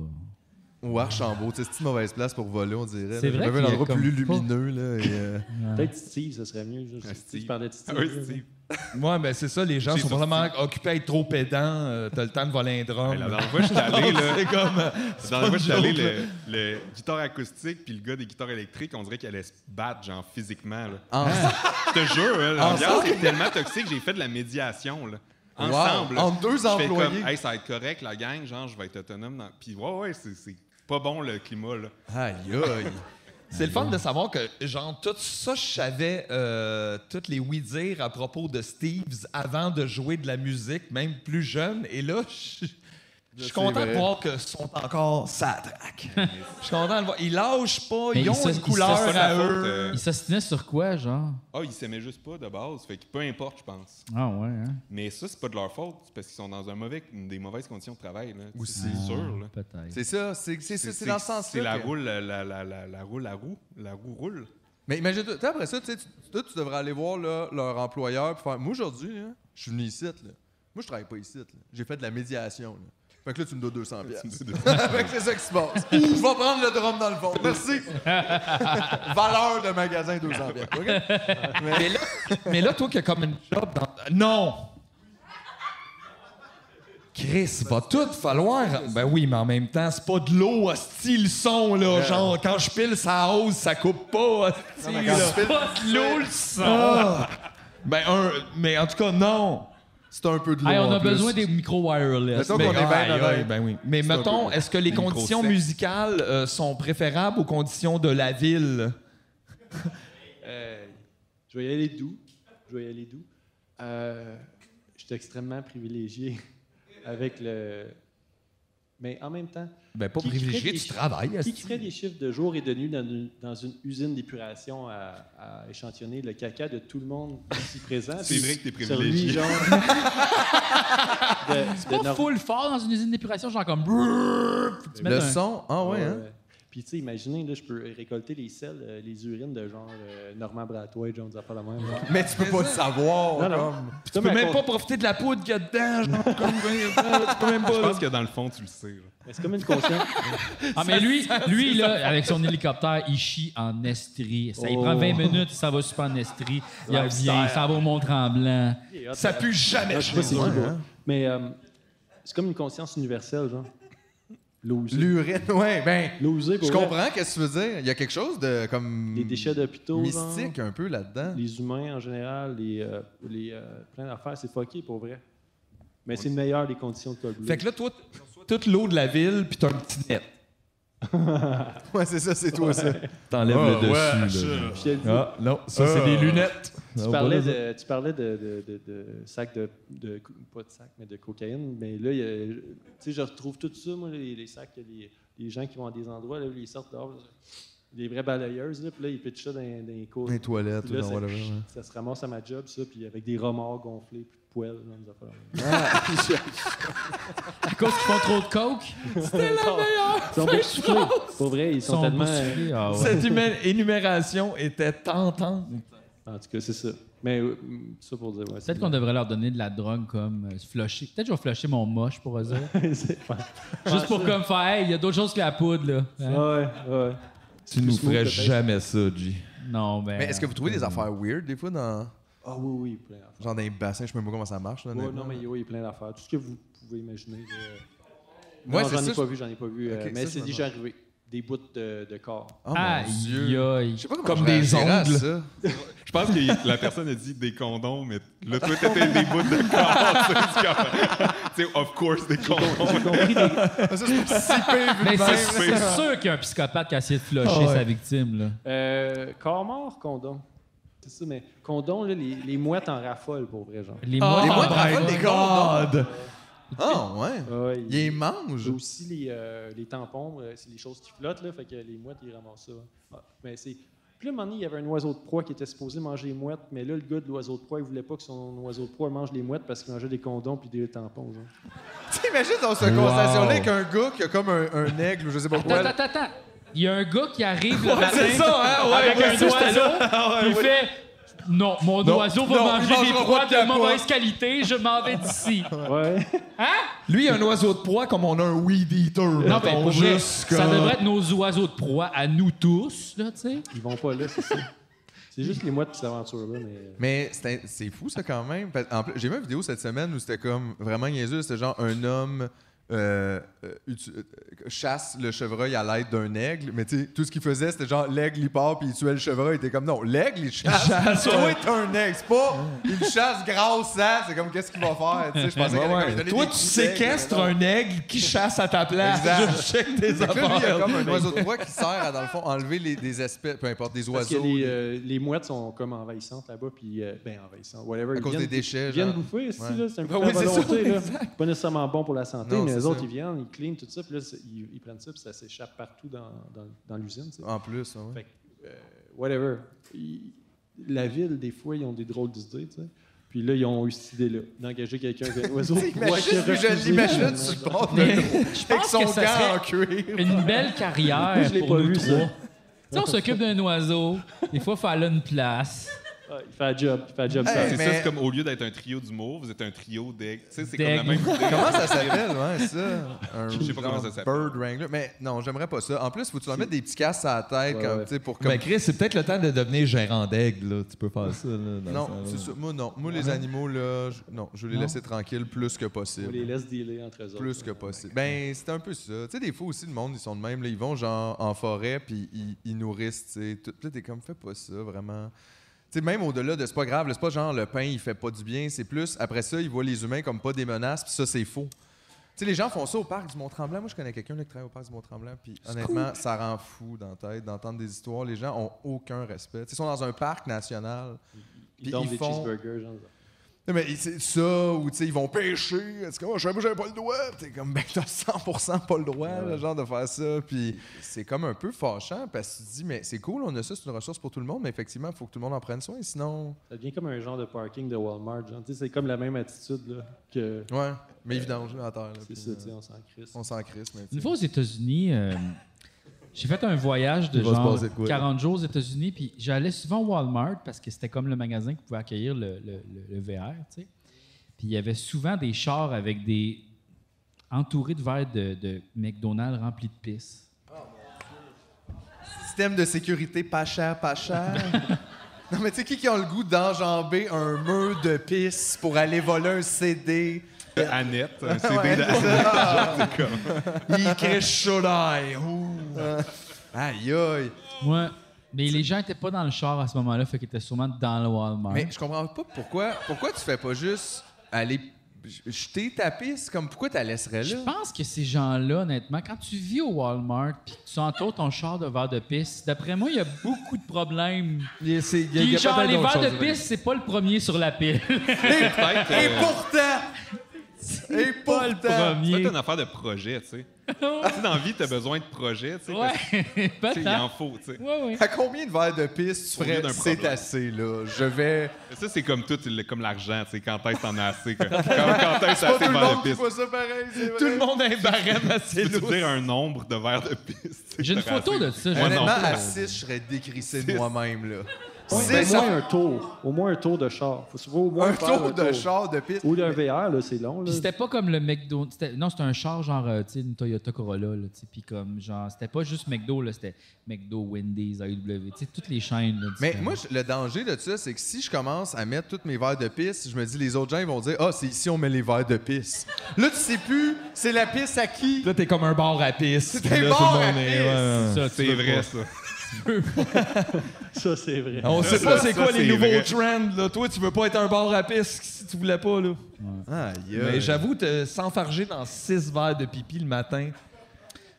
Speaker 3: Ou Archambault, tu sais, c'est une mauvaise place pour voler, on dirait.
Speaker 2: C'est
Speaker 3: là.
Speaker 2: vrai
Speaker 3: J'avais un
Speaker 2: qu'il y a
Speaker 3: endroit
Speaker 2: comme
Speaker 3: plus
Speaker 2: pas-
Speaker 3: lumineux. Là, et, euh,
Speaker 11: Peut-être Steve, ce serait mieux. Je,
Speaker 4: Ah,
Speaker 11: si tu
Speaker 4: Steve.
Speaker 11: parlais de Steve.
Speaker 4: Ah oui,
Speaker 11: là.
Speaker 4: Steve.
Speaker 5: Ouais, mais c'est ça, les gens
Speaker 4: C'est
Speaker 5: sont
Speaker 4: sorti.
Speaker 5: vraiment occupés à être trop pédants. euh, T'as le temps de voler un drum.
Speaker 4: Hey, La dernière fois, j'étais allé, là.
Speaker 5: C'est comme. euh, c'est
Speaker 4: Dans
Speaker 5: pas
Speaker 4: le
Speaker 5: une
Speaker 4: je allé,
Speaker 5: joke, là.
Speaker 4: le, le guitare acoustique puis le gars des guitares électriques, on dirait qu'il allait se battre, genre physiquement. Là. Ah. Je te jure, hein, l'ambiance est tellement toxique, j'ai fait de la médiation. Là. Ensemble.
Speaker 3: Wow.
Speaker 4: là.
Speaker 3: Entre deux
Speaker 4: Je fais
Speaker 3: employés.
Speaker 4: Comme, hey, ça va être correct, la gang, genre, je vais être autonome. Dans... Puis ouais, ouais, c'est, c'est pas bon le climat. Là.
Speaker 3: Aïe, aïe.
Speaker 5: C'est le fun de savoir que, genre, tout ça, je savais euh, toutes les oui-dire à propos de Steve's avant de jouer de la musique, même plus jeune. Et là, je je suis
Speaker 3: C'est
Speaker 5: content de
Speaker 4: ben.
Speaker 3: vrai.
Speaker 5: voir que sont encore ça traque. Je suis content de voir. Ils lâchent pas,
Speaker 2: Mais
Speaker 5: ils
Speaker 2: ils
Speaker 5: ont
Speaker 2: se-
Speaker 5: une
Speaker 2: ils
Speaker 5: couleur
Speaker 2: se-
Speaker 5: à
Speaker 4: faute,
Speaker 5: eux.
Speaker 4: euh,
Speaker 2: Il s'assinait sur quoi, genre?
Speaker 4: Ah, ils s'aimaient juste pas de base, fait que peu importe, je pense.
Speaker 2: Ah ouais, hein?
Speaker 4: Mais ça, c'est pas de leur faute, c'est parce qu'ils sont dans un mauvais, des mauvaises conditions de travail. Là. C'est sûr. Là.
Speaker 2: Peut-être.
Speaker 3: C'est ça, c'est c'est ça, c'est dans ce
Speaker 4: C'est la
Speaker 3: sens-là. que-
Speaker 4: roule, la, la, la, la, la roule, la roue, la roue roule.
Speaker 3: Mais imagine, toi, après ça, tu sais, tu- toi, tu devrais aller voir là, leur hein, employeur et faire Moi, aujourd'hui, là, je suis venu ici. Là. Moi, je travaille pas ici. là. J'ai fait de la médiation. là. Fait que là, tu me dois 200 pièces. fait que c'est ça qui se passe. Je vais prendre le drum dans le fond. Merci. Valeur de magasin 200 pièces.
Speaker 5: Mais là, mais là, toi qui as comme une job dans. Non! Chris, va tout falloir. Ben oui, mais en même temps, c'est pas de l'eau, hostie, le son, là. Genre, quand je pile, ça hausse, ça coupe pas, hostie, là.
Speaker 3: C'est
Speaker 1: Pas de l'eau, le sang!
Speaker 5: Ah! Ben, un. Mais en tout cas, non!
Speaker 3: C'est un peu de l'eau.
Speaker 1: Hey, on
Speaker 3: en
Speaker 1: a
Speaker 3: plus.
Speaker 1: besoin des micros wireless.
Speaker 3: Mettons qu'on est bien
Speaker 5: aïe,
Speaker 3: honnête.
Speaker 5: aïe, ben oui. Mais
Speaker 3: un
Speaker 5: mettons,
Speaker 3: peu-
Speaker 5: est-ce que les conditions
Speaker 13: micro-sec.
Speaker 5: musicales euh, sont préférables aux conditions de la ville?
Speaker 11: Euh, Je vais y aller doux. Je vais y aller doux. Euh, je suis extrêmement privilégié avec le. Mais en même temps,
Speaker 5: Ben, pas
Speaker 11: Qui crée
Speaker 5: privilégié
Speaker 11: des-
Speaker 5: du travail.
Speaker 11: qui
Speaker 5: hostie.
Speaker 11: crée des chiffres de jour et de nuit dans une, dans une usine d'épuration à, à échantillonner le caca de tout le monde ici présent?
Speaker 13: C'est
Speaker 11: Puis
Speaker 13: vrai que t'es
Speaker 11: sur lui,
Speaker 13: privilégié.
Speaker 11: genre, de- de
Speaker 1: Pas
Speaker 11: Nor-
Speaker 1: full fort dans une usine d'épuration, genre comme. brrr, puis tu mets
Speaker 3: Le
Speaker 1: un-
Speaker 3: son, ah ouais,
Speaker 11: Ouais,
Speaker 3: hein?
Speaker 11: ouais. Euh, Puis, tu sais, imaginez, là, je peux récolter les selles, euh, les urines de genre euh, Normand Bratois, John pas la même. genre.
Speaker 3: Mais tu peux pas le savoir.
Speaker 11: Non, non.
Speaker 3: comme.
Speaker 11: Puis
Speaker 5: Tu
Speaker 11: comme
Speaker 5: peux
Speaker 11: à
Speaker 5: même
Speaker 11: con-
Speaker 5: pas profiter de la poudre qu'il y a dedans. Genre, comme, tu peux même
Speaker 13: Je
Speaker 5: pas.
Speaker 13: pense que dans le fond, tu le sais. là.
Speaker 11: Mais C'est comme une conscience.
Speaker 1: Ah, mais lui, lui là, avec son hélicoptère, il chie en estrie. Ça, il
Speaker 11: Oh.
Speaker 1: prend 20 minutes, ça va super en estrie. Il revient, ça va au Mont-Tremblant.
Speaker 5: Ça pue jamais.
Speaker 11: Je sais pas c'est qui, là. Mais euh, c'est comme une conscience universelle, genre. L'eau usée.
Speaker 3: L'urine, ouais, ben.
Speaker 11: L'eau usée, pour
Speaker 3: Je
Speaker 11: vrai.
Speaker 3: comprends qu'est-ce que tu veux dire. Il y a quelque chose de comme.
Speaker 11: Les déchets d'hôpitaux, genre.
Speaker 3: Mystique un peu là-dedans.
Speaker 11: Les humains en général, les, euh, les, euh, plein d'affaires, c'est fucké pour vrai. Mais c'est meilleur des conditions de col bleu.
Speaker 5: Fait que là, toi, t- toute l'eau de la ville, puis t'as un petit net.
Speaker 3: Ouais, c'est ça, c'est toi, ça.
Speaker 5: T'enlèves
Speaker 3: Ah,
Speaker 5: le dessus. là.
Speaker 11: Puis je te le dis,
Speaker 5: Ah, non, ça, c'est des lunettes.
Speaker 3: Oh,
Speaker 11: tu, parlais de, tu parlais de, de, de, de sacs de, de co- Pas de sacs, mais de cocaïne. Mais là, il y a- tu sais, je retrouve tout ça, moi, les, les sacs, que les, les gens qui vont à des endroits, là, ils sortent dehors. là, des vraies balayeuses, là, puis là, ils pitchent ça dans, dans les cours.
Speaker 3: Dans les toilettes
Speaker 11: Puis
Speaker 3: ou
Speaker 11: là,
Speaker 3: dans
Speaker 11: ça,
Speaker 3: whatever. ouais.
Speaker 11: ça se ramasse à ma job, ça, puis avec des remords gonflés, puis de poêles, genre, des affaires.
Speaker 1: À cause qu'ils font trop de coke,
Speaker 11: C'était la meilleure! Ils sont boursouflés. Pour vrai, ils
Speaker 1: ils
Speaker 11: sont,
Speaker 1: sont
Speaker 11: tellement.
Speaker 1: boursouflés. Ah ouais.
Speaker 5: Cette humé- énumération était tentante.
Speaker 11: euh, En tout cas, c'est ça. Mais euh, mm, ça pour dire. Ouais,
Speaker 1: Peut-être qu'on devrait leur donner de la drogue comme euh, flusher. Peut-être que je vais flusher mon moche pour eux autres. Juste pour comme faire, hey, il y a d'autres choses que la poudre, là. Hein?
Speaker 11: Ouais, ouais.
Speaker 5: Tu nous
Speaker 11: Plus smooth,
Speaker 5: ferais
Speaker 11: peut-être.
Speaker 5: jamais ça, G.
Speaker 1: Non, ben.
Speaker 3: Mais est-ce que vous trouvez des affaires weird des fois dans.
Speaker 11: Ah oui, oui, plein d'affaires.
Speaker 3: Genre dans les bassins, je sais même pas comment ça marche. Là,
Speaker 11: Ouais,
Speaker 3: honnêtement.
Speaker 11: non, mais oui, plein d'affaires. Tout ce que vous pouvez imaginer. euh,
Speaker 3: Ouais,
Speaker 11: non,
Speaker 3: c'est
Speaker 11: j'en
Speaker 3: ça,
Speaker 11: ai
Speaker 3: je-
Speaker 11: pas vu, j'en ai pas vu. euh,
Speaker 3: Ok,
Speaker 11: mais
Speaker 3: ça,
Speaker 11: c'est
Speaker 3: je
Speaker 11: déjà arrivé. Des bouts de, de corps.
Speaker 3: Oh, mon
Speaker 1: Ah, Aïe,
Speaker 3: Dieu.
Speaker 1: aïe.
Speaker 3: Je sais pas comment
Speaker 5: Comme
Speaker 3: je
Speaker 5: des
Speaker 3: réagirais à
Speaker 5: ongles.
Speaker 3: ça.
Speaker 13: Je pense que la personne a dit des condoms, mais là, toi, t'étais des bouts de corps. Tu sais, comme- tu sais, of course, des condoms.
Speaker 11: J'ai compris des-
Speaker 3: Ah, ça, c'est pas si pire vu
Speaker 1: Mais
Speaker 3: de
Speaker 1: c'est
Speaker 3: même.
Speaker 1: c'est sûr qu'il y a un psychopathe qui a essayé de flusher
Speaker 5: Ah ouais.
Speaker 1: sa victime, là.
Speaker 11: Euh, corps mort, condom. C'est ça, mais condom, là, les, les mouettes en raffolent pour vrai, genre.
Speaker 1: Les moches,
Speaker 3: Ah, Les
Speaker 5: Oh
Speaker 3: moines raffolent
Speaker 5: my
Speaker 3: des
Speaker 5: God!
Speaker 3: Ah, ouais.
Speaker 11: Ouais,
Speaker 3: Il les mange.
Speaker 11: J'ai aussi les, euh, les tampons, euh, c'est les choses qui flottent, là, fait que les mouettes, ils ramassent ça. Ah, mais c'est... Puis là, un moment donné, il y avait un oiseau de proie qui était supposé manger les mouettes, mais là, le gars de l'oiseau de proie, il voulait pas que son oiseau de proie mange les mouettes parce qu'il mangeait des condoms puis des tampons, genre.
Speaker 3: T'imagines dans ce conversation-là avec un gars qui a comme un, un aigle ou je sais pas quoi.
Speaker 1: Attends, attends, attends. Il y a un gars qui arrive le matin
Speaker 5: C'est ça, hein? Ouais,
Speaker 1: avec
Speaker 5: ouais,
Speaker 1: un
Speaker 5: ça, j'étais
Speaker 1: oiseau.
Speaker 5: là. Ah ouais,
Speaker 1: Il
Speaker 5: ouais.
Speaker 1: fait Non, mon
Speaker 5: Non,
Speaker 1: oiseau va
Speaker 5: non, il
Speaker 1: manger des
Speaker 5: mangera
Speaker 1: proies
Speaker 5: pas de
Speaker 1: de
Speaker 5: capote.
Speaker 1: mauvaise qualité, je m'en vais d'ici.
Speaker 11: Ouais.
Speaker 5: Lui, un oiseau de proie comme on a un weed eater.
Speaker 1: Non, mais
Speaker 5: mettons,
Speaker 1: pour vrai,
Speaker 5: juste
Speaker 1: ça
Speaker 5: comme-
Speaker 1: devrait être nos oiseaux de proie à nous tous, là, tu sais.
Speaker 11: Ils vont pas là, c'est ça. C'est juste les mouettes qui s'aventurent là, mais... euh,
Speaker 3: Mais c'est un- c'est fou, ça, quand même. Parce- en plus, J'ai vu une vidéo cette semaine où c'était comme vraiment niaiseux. C'était genre un homme euh, euh, utu- euh, chasse le chevreuil à l'aide d'un aigle. Mais tu sais, tout ce qu'il faisait, c'était genre l'aigle, il part puis il tuait le chevreuil. Il était comme non, l'aigle, il chasse. Toi, t'es un aigle. C'est pas il le chasse grâce à. C'est comme qu'est-ce qu'il va faire. Tu sais, je pensais qu'il allait comme lui donner
Speaker 5: Toi,
Speaker 3: des
Speaker 5: tu
Speaker 3: coups d'aigle,
Speaker 5: séquestres
Speaker 3: mais non.
Speaker 5: un aigle qui chasse à ta place.
Speaker 3: Exact.
Speaker 5: Je check des
Speaker 3: Fait que là, lui, il y a
Speaker 5: affaires.
Speaker 3: comme un oiseau de proie qui sert à, dans le fond, enlever les, des espèces, peu importe, des
Speaker 11: Parce que
Speaker 3: oiseaux.
Speaker 11: les, euh, les mouettes sont comme envahissantes là-bas, puis... euh, ben, envahissantes, whatever.
Speaker 3: À
Speaker 11: ils
Speaker 3: cause des
Speaker 11: viennent-
Speaker 3: déchets,
Speaker 11: Ils viennent
Speaker 3: genre.
Speaker 11: bouffer aussi,
Speaker 3: Ouais.
Speaker 11: là, c'est un peu
Speaker 3: Ben
Speaker 11: la
Speaker 3: oui, c'est ça,
Speaker 11: volonté. là. pas nécessairement bon pour la santé,
Speaker 3: Non,
Speaker 11: mais
Speaker 3: c'est
Speaker 11: les autres,
Speaker 3: ça.
Speaker 11: ils viennent, ils cleanent tout ça, puis là, c'est- ils, ils prennent ça, puis ça s'échappe partout dans, dans, dans l'usine. tu sais.
Speaker 3: En plus, hein. ouais.
Speaker 11: Fait que, euh, whatever. Ils- la ville, des fois, ils ont des drôles d'idées, tu sais. Puis là, ils ont eu cette idée-là, d'engager quelqu'un avec un oiseau.
Speaker 3: T'sais, Imagine, lui, je l'imagine sur le bord de l'eau, avec son
Speaker 1: que ça serait-
Speaker 3: gant en cuir.
Speaker 1: Une belle carrière
Speaker 11: Je l'ai
Speaker 1: pour
Speaker 11: pas
Speaker 1: nous
Speaker 11: vu, ça.
Speaker 1: trois. Tu sais, on s'occupe d'un oiseau. Des fois, il faut aller à une place.
Speaker 11: Ah, il fait un job, il fait un job
Speaker 3: Hey,
Speaker 11: sale.
Speaker 5: C'est
Speaker 3: mais-
Speaker 5: ça, c'est comme au lieu d'être un trio d'humour, vous êtes un trio d'aigle. Tu sais, c'est comme
Speaker 1: D'aigle.
Speaker 5: la même idée.
Speaker 3: Comment ça s'appelle, ouais, ça? Un,
Speaker 5: Je sais pas comment ça s'appelle.
Speaker 3: Bird Wrangler. Mais non, j'aimerais pas ça. En plus, faut que tu leur mettes des petits casques à la tête
Speaker 11: Ouais,
Speaker 3: comme,
Speaker 11: ouais.
Speaker 3: tu sais, pour comme.
Speaker 14: Mais Ben, Chris, c'est peut-être le temps de devenir gérant d'aigle, là. Tu peux faire ça, là. dans
Speaker 3: non,
Speaker 14: ce temps-là.
Speaker 3: c'est ça. Moi, non. Moi, les animaux, là, je- non, je veux les laisser tranquilles plus que
Speaker 11: On les
Speaker 3: possible.
Speaker 11: laisse dealer entre eux autres.
Speaker 3: Plus que possible. Ben, c'est un peu ça. Tu sais, des fois aussi, le monde, ils sont de même. Là, ils vont, genre, en forêt, puis ils, ils nourrissent, tu sais. tout. Puis là, t'es comme, fais pas ça, vraiment. Tu sais, même au-delà de c'est pas grave, là, c'est pas genre le pain, il fait pas du bien, c'est plus. Après ça, ils voient les humains comme pas des menaces, puis ça, c'est faux. Tu sais, les gens font ça au parc du Mont-Tremblant. Moi, je connais quelqu'un là, qui travaille au parc du Mont-Tremblant, puis honnêtement, ça rend fou dans la tête d'entendre des histoires. Les gens ont aucun respect. Tu sais, ils sont dans un parc national.
Speaker 11: Ils
Speaker 3: Puis
Speaker 11: dorment
Speaker 3: ils
Speaker 11: des
Speaker 3: font-
Speaker 11: cheeseburgers, genre.
Speaker 3: Non, mais c'est ça, ou tu sais, ils vont pêcher. Est-ce que moi, je savais que j'avais pas le droit? T'es comme, ben, t'as 100% pas le droit, le genre, de faire ça. Puis c'est comme un peu fâchant parce que tu te dis, mais c'est cool, on a ça, c'est une ressource pour tout le monde, mais effectivement, il faut que tout le monde en prenne soin, sinon.
Speaker 11: Ça devient comme un genre de parking de Walmart, genre. Tu sais, c'est comme la même attitude, là, que...
Speaker 3: Ouais, mais évidemment, je à terre. là,
Speaker 11: C'est
Speaker 3: puis,
Speaker 11: ça,
Speaker 3: euh,
Speaker 11: tu sais, on s'en crisse.
Speaker 3: on s'en crisse, mais. tu
Speaker 1: Une
Speaker 3: sais.
Speaker 1: fois aux États-Unis, euh, j'ai fait un voyage de
Speaker 14: Il va se
Speaker 1: genre
Speaker 14: passer de quoi, là?
Speaker 1: 40 jours aux États-Unis, puis j'allais souvent au Walmart parce que c'était comme le magasin qui pouvait accueillir le, le- le- le VR, tu sais. Puis il y avait souvent des chars avec des entourés de verres de, de McDonald's remplis de pisse.
Speaker 3: Système de sécurité pas cher, pas cher. non, mais tu sais, qui qui ont le goût d'enjamber un mur de pisse pour aller voler un CD?
Speaker 5: Euh, Annette, un CD
Speaker 3: Ouais,
Speaker 5: d'Annette.
Speaker 3: Il crée chaud d'ail. Aïe, aïe.
Speaker 1: Moi, mais les gens étaient pas dans le char à ce moment-là, fait qu'ils étaient sûrement dans le Walmart.
Speaker 3: Mais je comprends pas pourquoi, pourquoi tu fais pas juste aller j- jeter ta pisse comme pourquoi tu la laisserais
Speaker 1: Je
Speaker 3: là
Speaker 1: pense que ces gens-là, honnêtement, quand tu vis au Walmart puis que tu entoures ton char de verres de pisse, d'après moi, il y a beaucoup de problèmes.
Speaker 14: Il y a- c'est- il y a- il y
Speaker 1: Puis
Speaker 14: a
Speaker 1: genre,
Speaker 14: peut-être
Speaker 1: les
Speaker 14: d'autres
Speaker 1: verres de
Speaker 14: choses,
Speaker 1: pisse, c'est pas le premier sur la pile.
Speaker 5: Peut-être
Speaker 3: Et
Speaker 5: euh,
Speaker 3: pourtant Et
Speaker 1: pas le
Speaker 3: pourtant
Speaker 5: peut-être
Speaker 1: premier.
Speaker 5: une affaire de projet, tu sais. tu sais, dans la vie, t'as besoin de projet, tu sais. parce que,
Speaker 1: Ouais,
Speaker 5: tu sais, Il en
Speaker 1: peut-être.
Speaker 5: faut, tu sais.
Speaker 1: Ouais, ouais.
Speaker 3: à combien de verres de pisse
Speaker 5: Au
Speaker 3: tu
Speaker 5: lieu
Speaker 3: ferais
Speaker 5: d'un
Speaker 3: c'est
Speaker 5: problème.
Speaker 3: assez là je vais
Speaker 5: Ça, c'est comme tout, le- comme l'argent, tu sais. Quand est-ce t'en as assez? que- Quand, quand est-ce t'as
Speaker 3: pas tout
Speaker 5: assez de
Speaker 3: le
Speaker 5: verres
Speaker 3: monde
Speaker 5: de
Speaker 3: qui
Speaker 5: piste?
Speaker 3: voit ça pareil c'est
Speaker 14: Tout
Speaker 3: vrai.
Speaker 14: le monde a un barème assez
Speaker 5: Peux-tu
Speaker 14: lourd.
Speaker 5: dire un nombre de verres de piste?
Speaker 1: J'ai une photo de ça.
Speaker 5: Ouais,
Speaker 1: j'en ai-
Speaker 5: non.
Speaker 3: honnêtement à 6 je serais décrissé de moi-même là
Speaker 11: Ouais,
Speaker 3: Six,
Speaker 11: ben, au
Speaker 3: ça-
Speaker 11: moins un tour. Au moins un tour de char. Faut souvent au moins
Speaker 3: un
Speaker 11: faire
Speaker 3: tour de char de pisse
Speaker 11: Ou d'un VR, là, c'est long, là.
Speaker 1: Puis c'était pas comme le McDo. c'était- Non, c'était un char genre, euh, tu sais, une Toyota Corolla, là, tu sais. Puis comme, genre, c'était pas juste McDo, là, c'était McDo, Wendy's, AEW, tu sais, toutes les chaînes. là,
Speaker 3: Mais
Speaker 1: différentes.
Speaker 3: moi, je- le danger de ça, c'est que si je commence à mettre tous mes verres de pisse, je me dis, les autres gens, ils vont dire, ah, c'est ici, on met les verres de pisse. Là, tu sais plus, c'est la pisse à qui?
Speaker 14: Là, t'es comme un bar à pisse.
Speaker 3: T'es
Speaker 14: Puis là,
Speaker 3: bar
Speaker 14: tout le
Speaker 3: à
Speaker 14: monde est-
Speaker 3: pisse.
Speaker 14: ouais, ouais.
Speaker 1: Ça, tu
Speaker 5: C'est
Speaker 1: peux
Speaker 5: vrai,
Speaker 1: pas.
Speaker 5: ça.
Speaker 11: Ça, c'est vrai.
Speaker 14: On sait
Speaker 5: Ça,
Speaker 14: pas
Speaker 5: ça,
Speaker 14: c'est quoi
Speaker 5: ça,
Speaker 14: les
Speaker 5: c'est
Speaker 14: nouveaux
Speaker 5: vrai.
Speaker 14: trends. Là. Toi, tu veux pas être un bar à pisse si tu voulais pas. Là.
Speaker 3: Aïe,
Speaker 14: Mais j'avoue, te s'enfarger dans six verres de pipi le matin.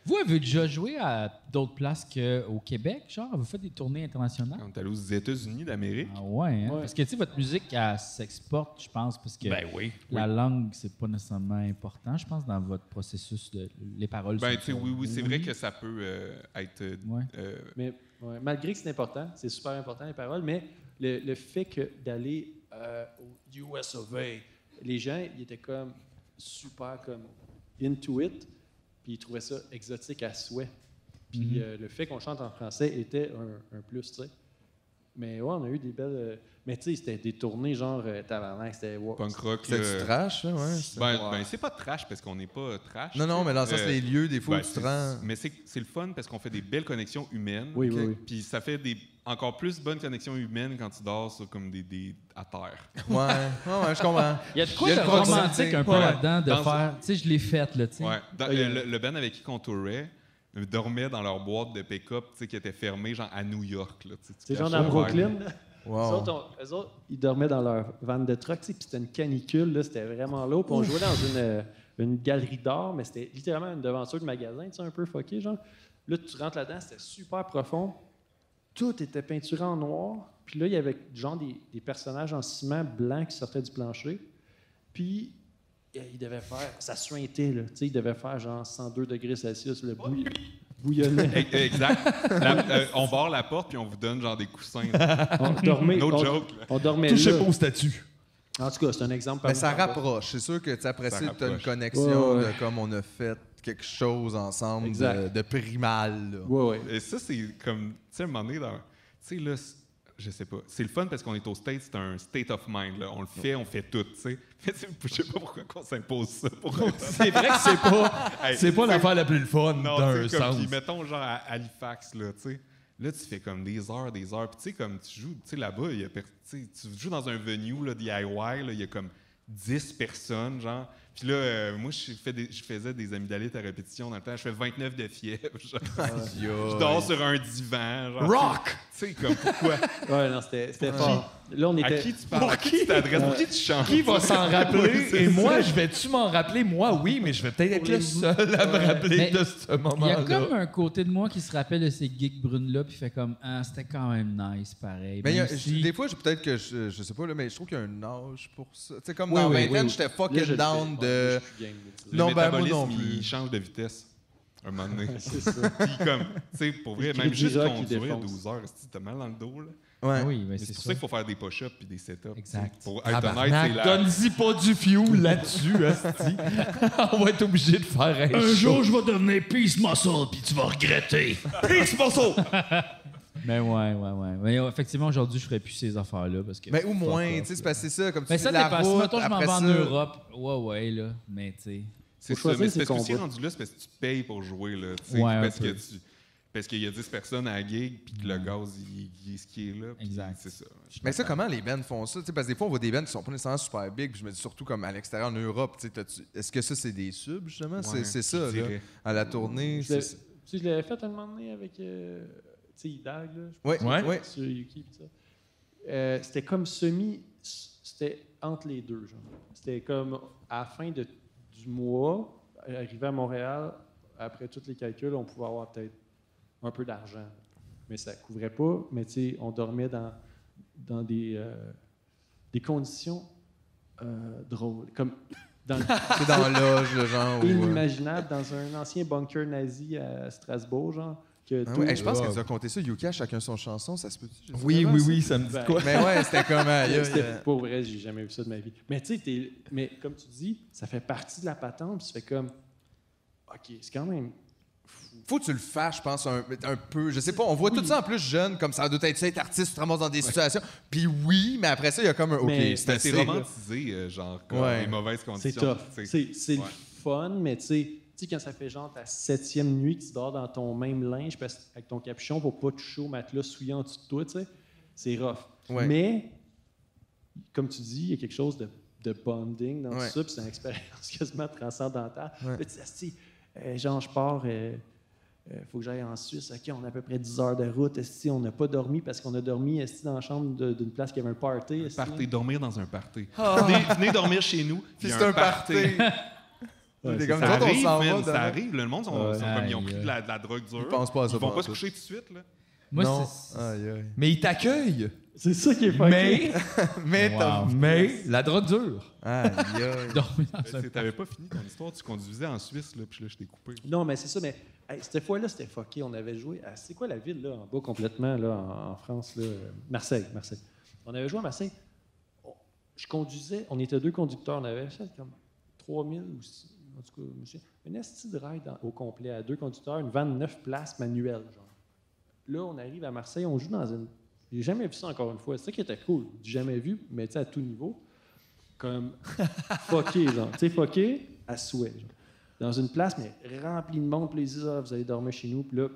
Speaker 1: Vous avez déjà joué à d'autres places qu'au Québec, genre? Vous faites des tournées internationales?
Speaker 5: Quand t'es allé aux États-Unis d'Amérique,
Speaker 1: Ah ouais, hein?
Speaker 11: Ouais.
Speaker 1: Parce que, tu sais, votre musique, elle s'exporte, je pense, parce que
Speaker 5: ben oui.
Speaker 1: la langue, c'est pas nécessairement important, je pense, dans votre processus de... Les paroles
Speaker 5: Ben,
Speaker 1: sont-
Speaker 5: tu sais, oui, oui, c'est vrai que ça peut euh, être. euh,
Speaker 1: Ouais.
Speaker 5: euh,
Speaker 11: Mais ouais, malgré que c'est important, c'est super important les paroles, mais le, le fait que d'aller euh, au US of A, les gens, ils étaient comme super comme into it, puis ils trouvaient ça exotique à souhait. Puis
Speaker 5: Mm-hmm.
Speaker 11: euh, le fait qu'on chante en français était un, un plus, tu sais. Mais ouais, on a eu des belles. euh, mais tu sais, c'était des tournées genre euh, tabarnak, c'était. wow,
Speaker 5: punk rock.
Speaker 3: C'est
Speaker 5: euh,
Speaker 3: du trash, ça, ouais.
Speaker 5: Ben, ben, c'est pas trash parce qu'on n'est pas trash.
Speaker 3: Non, non, mais dans le sens,
Speaker 5: Euh,
Speaker 3: les lieux, des fois,
Speaker 5: Ben,
Speaker 3: où tu
Speaker 5: c'est-
Speaker 3: te rends.
Speaker 5: Mais c'est c'est le fun parce qu'on fait des belles connexions humaines.
Speaker 11: Oui, oui,
Speaker 5: Ok.
Speaker 11: oui.
Speaker 5: Puis ça fait des encore plus bonnes connexions humaines quand tu dors sur comme des, des à terre.
Speaker 3: Ouais, ouais, ouais, je comprends.
Speaker 1: Il y a de quoi
Speaker 3: Il y a
Speaker 1: de
Speaker 3: une proximité.
Speaker 1: romantique un peu
Speaker 5: Ouais.
Speaker 1: là-dedans de
Speaker 5: Dans-
Speaker 1: faire. Tu sais, je l'ai faite, là, tu sais.
Speaker 5: Ouais. Dans-
Speaker 11: Ah, il y a-
Speaker 5: euh, le, le band avec qui qu'on tourait euh, dormait dans leur boîte de pick-up tu sais, qui était fermée genre à New York. là, tu sais, tu
Speaker 11: C'est genre
Speaker 5: cachais
Speaker 11: dans
Speaker 5: le verre,
Speaker 11: Brooklyn. là. Eux,
Speaker 3: Wow.
Speaker 11: autres, on- eux autres, ils dormaient dans leur van de truck, tu sais, puis c'était une canicule, là, c'était vraiment lourd. Puis on jouait dans une, euh, une galerie d'art, mais c'était littéralement une devanture de magasin, tu sais, un peu fucké, genre. Là, tu rentres là-dedans, c'était super profond. Tout était peinturé en noir. Puis là, il y avait genre des, des personnages en ciment blanc qui sortaient du plancher. Puis, euh, ils devaient faire... Ça suintait, là. Tu sais, ils devaient faire genre 102 degrés Celsius, le bouill- bouillonnait.
Speaker 5: Eh, Exact. La- euh, on barre la porte puis on vous donne genre des coussins. là.
Speaker 11: On dormait,
Speaker 5: No
Speaker 11: on,
Speaker 5: joke, là.
Speaker 11: on dormait
Speaker 14: Touchez
Speaker 11: là.
Speaker 14: pas au statut.
Speaker 11: En tout cas, c'est un exemple.
Speaker 3: Mais Ben, ça
Speaker 11: parmi tant d'autres.
Speaker 3: rapproche. C'est sûr que, tu sais, après ça,
Speaker 5: Ça
Speaker 3: tu as une
Speaker 5: rapproche.
Speaker 3: connexion
Speaker 11: Ouais, ouais.
Speaker 3: de comme on a fait quelque chose ensemble de,
Speaker 11: Exact.
Speaker 3: de primal. là.
Speaker 11: Ouais, ouais.
Speaker 5: Et ça, c'est comme, tu sais, à un moment donné, dans- tu sais, là, c-
Speaker 4: Je sais pas. C'est le fun parce qu'on est au state, c'est un state of mind. là. On le fait, on fait tout, tu sais. Mais c'est- je sais pas pourquoi on s'impose ça. Pour
Speaker 5: C'est vrai que c'est pas,
Speaker 4: Hey,
Speaker 5: c'est pas l'affaire la plus fun
Speaker 4: Non,
Speaker 5: d'un
Speaker 4: tu sais, comme,
Speaker 5: sens.
Speaker 4: puis mettons, genre, à Halifax, là, tu sais. Là, tu fais comme des heures, des heures. Puis, tu sais, comme tu joues, tu sais, là-bas, il y a per- tu sais, tu joues dans un venue, là, DIY, là, il y a comme 10 personnes, genre. Puis là, euh, moi, je, fais des- je faisais des amygdalites à répétition dans le temps. Je fais 29 de fièvre, genre.
Speaker 3: euh,
Speaker 4: je dors sur un divan, genre.
Speaker 5: Rock!
Speaker 4: Tu sais, comme, pourquoi?
Speaker 11: Ouais, non, c'était c'était fort. Là, on
Speaker 4: à
Speaker 11: était.
Speaker 4: qui tu parles? Pour qui tu t'adresses? Pour qui tu chantes?
Speaker 5: Qui va s'en
Speaker 4: Ouais,
Speaker 5: rappeler?
Speaker 4: c'est
Speaker 5: Et
Speaker 4: ça.
Speaker 5: moi, je vais-tu m'en rappeler? Moi, oui, mais je vais peut-être être le seul à me rappeler
Speaker 2: Mais
Speaker 5: de ce
Speaker 2: Il y a
Speaker 3: Bah,
Speaker 5: moment-là.
Speaker 2: comme un côté de moi qui se rappelle de ces geeks brunes-là, puis fait comme Ah, c'était quand même nice, pareil.
Speaker 3: Mais il Ben, y a-
Speaker 2: Même si-
Speaker 3: je- des fois, je- peut-être que je, je sais pas, là, mais je trouve qu'il y a un âge pour ça. Tu sais, comme
Speaker 11: Oui,
Speaker 3: dans
Speaker 11: oui,
Speaker 3: la vingtaine,
Speaker 11: oui, oui.
Speaker 3: j'étais
Speaker 11: Là, je
Speaker 3: fucking
Speaker 11: le
Speaker 3: down
Speaker 11: fais. Ouais,
Speaker 3: de.
Speaker 11: là, je suis game de ça.
Speaker 4: Le
Speaker 3: Non, ben, moi
Speaker 4: métabolisme,
Speaker 3: non plus.
Speaker 4: il change de vitesse un moment donné.
Speaker 11: C'est ça.
Speaker 4: Puis comme, tu sais, pour vrai,
Speaker 11: Les
Speaker 4: même
Speaker 11: cris
Speaker 4: juste
Speaker 11: d'Ira qui
Speaker 4: conduire
Speaker 11: défoncent.
Speaker 4: 12 heures, esti, t'as mal dans le dos, là.
Speaker 11: Ah
Speaker 3: Ouais.
Speaker 2: Ah Oui, mais
Speaker 4: Mais
Speaker 2: c'est
Speaker 4: C'est pour
Speaker 2: ça.
Speaker 4: ça qu'il faut faire des push-ups puis des setups.
Speaker 2: Exact.
Speaker 4: Pour être honnête, c'est
Speaker 5: Tabarnak,
Speaker 4: la...
Speaker 5: donne-y pas du fuel là-dessus, asti. On va être obligé de faire un, jour.
Speaker 15: je vais devenir Peace Muscle, puis tu vas regretter.
Speaker 5: Peace morceau!
Speaker 2: Mais Ben, ouais, ouais, ouais. Mais euh, effectivement, aujourd'hui, je ferais plus ces affaires-là. parce que
Speaker 3: Mais au
Speaker 2: fuck
Speaker 3: moins,
Speaker 2: off,
Speaker 3: tu sais, c'est
Speaker 2: là.
Speaker 3: parce que c'est ça, comme tu
Speaker 2: Mais
Speaker 3: dis,
Speaker 2: ça
Speaker 3: la
Speaker 2: dépend. Si,
Speaker 3: route,
Speaker 2: mettons, je m'en
Speaker 3: après
Speaker 2: vais en
Speaker 3: ça-
Speaker 2: Europe, ouais, ouais, là. Mais tu sais.
Speaker 4: C'est
Speaker 11: Faut
Speaker 4: ça,
Speaker 11: choisir
Speaker 4: mais
Speaker 11: ses
Speaker 4: c'est parce que aussi
Speaker 11: combats.
Speaker 4: rendu là, c'est parce que tu payes pour jouer, là, tu
Speaker 2: Ouais,
Speaker 4: sais,
Speaker 2: un
Speaker 4: parce que
Speaker 2: peu.
Speaker 4: tu... Parce qu'il y a 10 personnes à la gig, puis que le gaz, il, il est ce qui est là. puis
Speaker 2: Exact.
Speaker 4: C'est ça.
Speaker 3: Mais ça, comment les bands font ça? Tu sais, parce que des fois, on voit des bands qui sont pas nécessairement super big, puis je me dis surtout comme à l'extérieur, en Europe, tu sais, t'as-tu- est-ce que ça, c'est des subs, justement? c'est, c'est ça,
Speaker 4: je
Speaker 3: là,
Speaker 4: dirais.
Speaker 3: à la tournée.
Speaker 11: Je l'ai-
Speaker 3: c'est-
Speaker 11: Tu sais, je l'avais fait un moment donné avec. euh, tu sais, Idag, là. je
Speaker 3: Ouais,
Speaker 5: Ouais.
Speaker 3: ouais.
Speaker 11: pense, sur Yuki, pis ça. Euh, c'était comme semi. C'était entre les deux, genre. C'était comme à la fin de, du mois, arrivé à Montréal, après tous les calculs, on pouvait avoir peut-être un peu d'argent. Mais ça couvrait pas. Mais tu sais, on dormait dans, dans des, euh, des conditions euh, drôles. Comme dans le
Speaker 3: C'est dans l'âge, le genre. où, euh,
Speaker 11: inimaginable dans un ancien bunker nazi à Strasbourg, genre. Que
Speaker 3: ah
Speaker 11: tout-
Speaker 3: ouais, hey, je pense qu'elle nous a compté ça, Yuka, chacun son chanson, ça se peut-tu? J'ai dit
Speaker 5: Oui,
Speaker 3: avant,
Speaker 5: oui,
Speaker 3: ça?
Speaker 5: oui, ça me dit
Speaker 11: Ben,
Speaker 5: quoi?
Speaker 3: Mais ouais, c'était comme. aïe, aïe,
Speaker 11: C'était-
Speaker 3: aïe.
Speaker 11: Pour vrai, j'ai jamais vu ça de ma vie. Mais tu sais, t'es- mais comme tu dis, ça fait partie de la patente. puis Tu fais comme, ok, c'est quand même.
Speaker 3: Faut que tu le fasses, je pense, un, un peu. Je sais pas, on voit tout ça en plus jeune, comme ça doit être ça, être artiste, tu te ramasses dans des situations. Puis oui, mais après ça, il y a comme un. OK,
Speaker 11: Mais-
Speaker 3: c'est
Speaker 4: Ben, C'est
Speaker 3: assez.
Speaker 4: romantisé, euh, genre, comme
Speaker 3: Ouais.
Speaker 4: les mauvaises
Speaker 11: C'est
Speaker 4: conditions.
Speaker 11: tough.
Speaker 4: tu sais.
Speaker 11: C'est c'est le
Speaker 4: Ouais.
Speaker 11: fun, mais tu sais, tu sais, quand ça fait genre ta septième nuit que tu dors dans ton même linge parce- avec ton capuchon pour pas toucher au matelas souillant en dessous de toi, tu sais, c'est rough.
Speaker 3: Ouais.
Speaker 11: Mais, comme tu dis, il y a quelque chose de, de bonding dans
Speaker 3: Ouais.
Speaker 11: ça, puis c'est une expérience quasiment transcendantale.
Speaker 3: Ouais.
Speaker 11: Là, tu dis, Asti, euh, genre, je pars, euh, euh, faut que j'aille en Suisse, OK, on a à peu près 10 heures de route, Esti, on n'a pas dormi parce qu'on a dormi, Esti, dans la chambre de- d'une place qui avait un party, esti.
Speaker 4: Partez dormir dans un party.
Speaker 3: Ah.
Speaker 4: Venez, venez dormir chez nous. il
Speaker 3: Puis
Speaker 4: y a
Speaker 3: c'est un party.
Speaker 11: Ouais,
Speaker 3: Des
Speaker 11: c'est
Speaker 3: gars, nous
Speaker 4: Ça
Speaker 3: autres, on
Speaker 4: arrive,
Speaker 3: s'en va
Speaker 4: man, ça
Speaker 3: demain.
Speaker 4: arrive. là, Le monde, sont- sont comme, ils ont
Speaker 2: Aïe,
Speaker 4: pris de la, de la drogue dure.
Speaker 3: Ils pensent pas à ça
Speaker 4: Ils vont
Speaker 3: pendant
Speaker 4: pas se
Speaker 3: tout.
Speaker 4: coucher tout de suite. Là.
Speaker 2: Moi,
Speaker 3: non. Ah,
Speaker 2: c'est-
Speaker 3: Aïe, aïe.
Speaker 5: Mais il t'accueille.
Speaker 11: C'est ça qui est fucké.
Speaker 5: Mais,
Speaker 3: Mais t'as.
Speaker 2: Wow.
Speaker 5: mais la drogue dure.
Speaker 3: Aïe, aïe.
Speaker 2: Dormir dans un-
Speaker 4: Tu T'avais pas fini ton histoire. Tu conduisais en Suisse, là, puis là, je t'ai coupé.
Speaker 11: Non, mais c'est ça, mais hey, cette fois-là, c'était fucké. On avait joué à. C'est quoi la ville, là, en bas complètement, là, en, en France, là? euh, Marseille, Marseille. On avait joué à Marseille. On- je conduisais, on était deux conducteurs, on avait fait comme 3000 ou six- en tout cas, monsieur. Une esti de ride en- au complet à deux conducteurs, une van neuf places manuelle, genre. Là, on arrive à Marseille, on joue dans une. J'ai jamais vu ça encore une fois. C'est ça qui était cool. J'ai jamais vu, mais tu sais, à tout niveau. Comme fucké, genre. Tu sais, fucké à souhait, genre dans une place, mais remplie de monde. Puis là, ils disent, Ah, vous allez dormir chez nous. Puis là,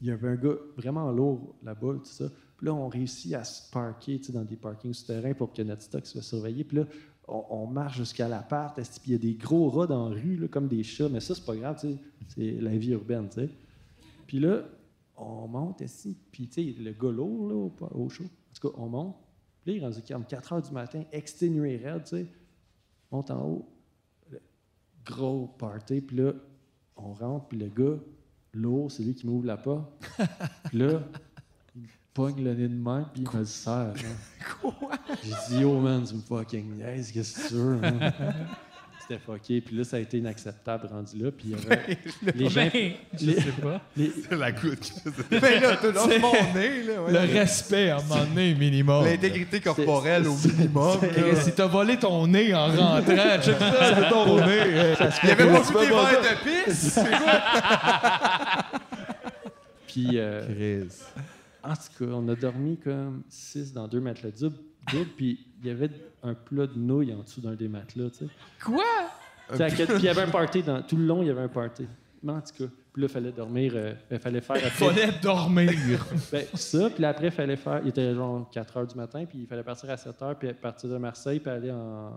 Speaker 11: il y avait un gars vraiment lourd là-bas, tout ça. Puis là, on réussit à se parquer tu sais, dans des parkings souterrains pour que notre stock soit surveillé. Puis là, on, on marche jusqu'à l'appart. esti, Puis il y a des gros rats dans la rue, là, comme des chats. Mais ça, c'est pas grave, tu sais. C'est la vie urbaine, tu sais. Puis là, on monte ici. Puis, tu sais, le gars lourd, là, au, au show. En tout cas, on monte. Puis là, il est rendu comme 4 heures du matin, exténué, raide, tu sais. Monte en haut gros party. Puis là, on rentre, puis le gars, lourd, c'est lui qui m'ouvre la porte. Puis là, il me pogne le nez de main, puis il me le serre. genre. J'ai dit, yo man, tu me fucking niaises, qu'est-ce que tu veux, man? C'était fucké. Puis là, ça a été inacceptable rendu là. Puis il y avait. les gens.
Speaker 2: Ben, je
Speaker 11: les-
Speaker 2: sais pas.
Speaker 11: les-
Speaker 4: la goutte qui faisait.
Speaker 3: Mais là, tout le monde est, là.
Speaker 5: Le
Speaker 3: ouais.
Speaker 5: respect, à un moment donné, minimum.
Speaker 3: L'intégrité corporelle au minimum.
Speaker 5: Chris,
Speaker 3: là.
Speaker 5: Si t'as volé ton nez en rentrant, check ça, ton nez.
Speaker 3: Il y avait pas beaucoup verres de pisse.
Speaker 11: Puis. euh, en En tout cas, on a dormi comme six dans deux matelas dub- doubles, puis il y avait un plat de nouilles en dessous d'un des matelas, tu sais.
Speaker 1: Quoi?
Speaker 11: Tu sais, à quel- Puis il y avait un party, dans, tout le long, il y avait un party. Mais en tout cas, puis là, il fallait dormir, euh, il fallait faire après.
Speaker 5: Fallait dormir.
Speaker 11: ben, ça, puis là, après, il fallait faire. Il était genre 4 heures du matin, puis il fallait partir à 7 heures, puis partir de Marseille, puis aller en,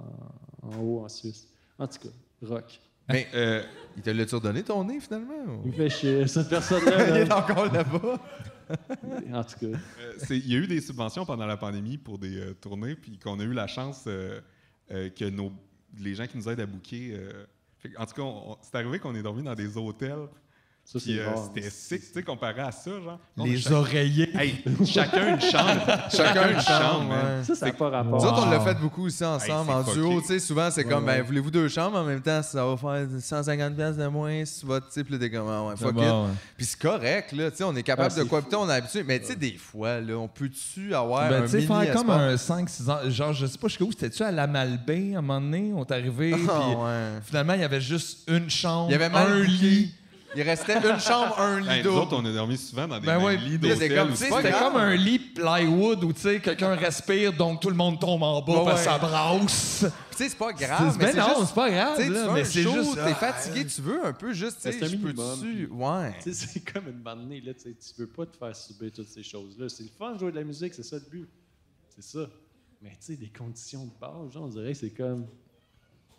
Speaker 11: en haut, en Suisse. En tout cas, rock.
Speaker 3: Mais euh, il te l'a-tu redonné ton nez finalement? ou-
Speaker 11: Il me fait chier, cette personne-là.
Speaker 3: Il
Speaker 11: là.
Speaker 3: est encore là-bas.
Speaker 11: en tout cas,
Speaker 4: Euh, c'est- Il y a eu des subventions pendant la pandémie pour des euh, tournées, puis qu'on a eu la chance euh, euh, que nos, les gens qui nous aident à booker. euh, fait que, en tout cas, on- on- c'est arrivé qu'on est dormi dans des hôtels.
Speaker 11: ça,
Speaker 4: Puis
Speaker 11: c'est
Speaker 4: euh,
Speaker 11: rare.
Speaker 4: c'était sick, tu sais, comparé à ça, genre.
Speaker 3: Ah.
Speaker 5: Les oreillers.
Speaker 4: Hey, chacun une chambre. chacun une chambre, man.
Speaker 11: Ça, ça n'a pas rapport.
Speaker 3: hein. Nous autres, on l'a
Speaker 2: Wow.
Speaker 3: fait beaucoup aussi ensemble,
Speaker 4: Hey,
Speaker 3: en
Speaker 4: c'est
Speaker 3: duo.
Speaker 4: fucké.
Speaker 3: Tu sais, souvent, c'est comme, ben, voulez-vous deux chambres en même temps? Ça va faire 150$ piastres de moins si tu vas, tu sais, puis là, t'es comme, ah ouais, fuck it. Puis c'est correct, là, tu sais, on est capable
Speaker 11: Ah,
Speaker 3: de
Speaker 11: c'est
Speaker 3: quoi? Puis t'sais, on est habitué. Mais tu sais, des fois, là, on peut-tu avoir
Speaker 5: Ben,
Speaker 3: un
Speaker 5: tu sais,
Speaker 3: mini
Speaker 5: faire comme
Speaker 3: espace?
Speaker 5: un 5-6 ans. Genre, je sais pas jusqu'où, c'était-tu à la Malbaie à un moment donné? On est arrivé,
Speaker 3: Ah,
Speaker 5: puis
Speaker 3: ouais.
Speaker 5: finalement, il y avait juste une chambre,
Speaker 3: Il y avait mal
Speaker 5: un
Speaker 3: bouqué.
Speaker 5: lit.
Speaker 3: Il restait une chambre, un lit
Speaker 4: Hey, Ben, nous
Speaker 3: d'eau.
Speaker 4: autres, on a dormi souvent dans des
Speaker 5: Ben
Speaker 4: mêmes
Speaker 5: ouais,
Speaker 4: lits
Speaker 5: là,
Speaker 3: c'est
Speaker 4: d'hôtel.
Speaker 3: comme,
Speaker 4: ou
Speaker 3: tu sais,
Speaker 4: c'est
Speaker 5: C'était
Speaker 4: pas
Speaker 3: grave.
Speaker 5: comme un lit plywood où, tu sais, quelqu'un respire, donc tout le monde tombe en bas
Speaker 3: Ouais,
Speaker 5: parce
Speaker 3: ouais.
Speaker 5: que ça brasse.
Speaker 3: Puis tu sais, c'est pas grave, mais
Speaker 5: ben
Speaker 3: c'est
Speaker 5: non,
Speaker 3: juste...
Speaker 5: c'est pas grave,
Speaker 3: Tu sais, tu
Speaker 5: là,
Speaker 3: fais
Speaker 5: mais
Speaker 3: un
Speaker 5: c'est
Speaker 3: show,
Speaker 5: juste...
Speaker 3: t'es
Speaker 5: ah,
Speaker 3: fatigué, tu veux un peu juste, tu
Speaker 11: Ben,
Speaker 3: sais,
Speaker 11: c'est un
Speaker 3: je
Speaker 11: minimum,
Speaker 3: peux-tu...
Speaker 11: puis-
Speaker 3: Ouais.
Speaker 11: Tu sais, C'est comme une bande là, tu sais, tu veux pas te faire subir toutes ces choses-là. C'est le fun de jouer de la musique, c'est ça le but. C'est ça. Mais tu sais, des conditions de base, genre, on dirait que c'est comme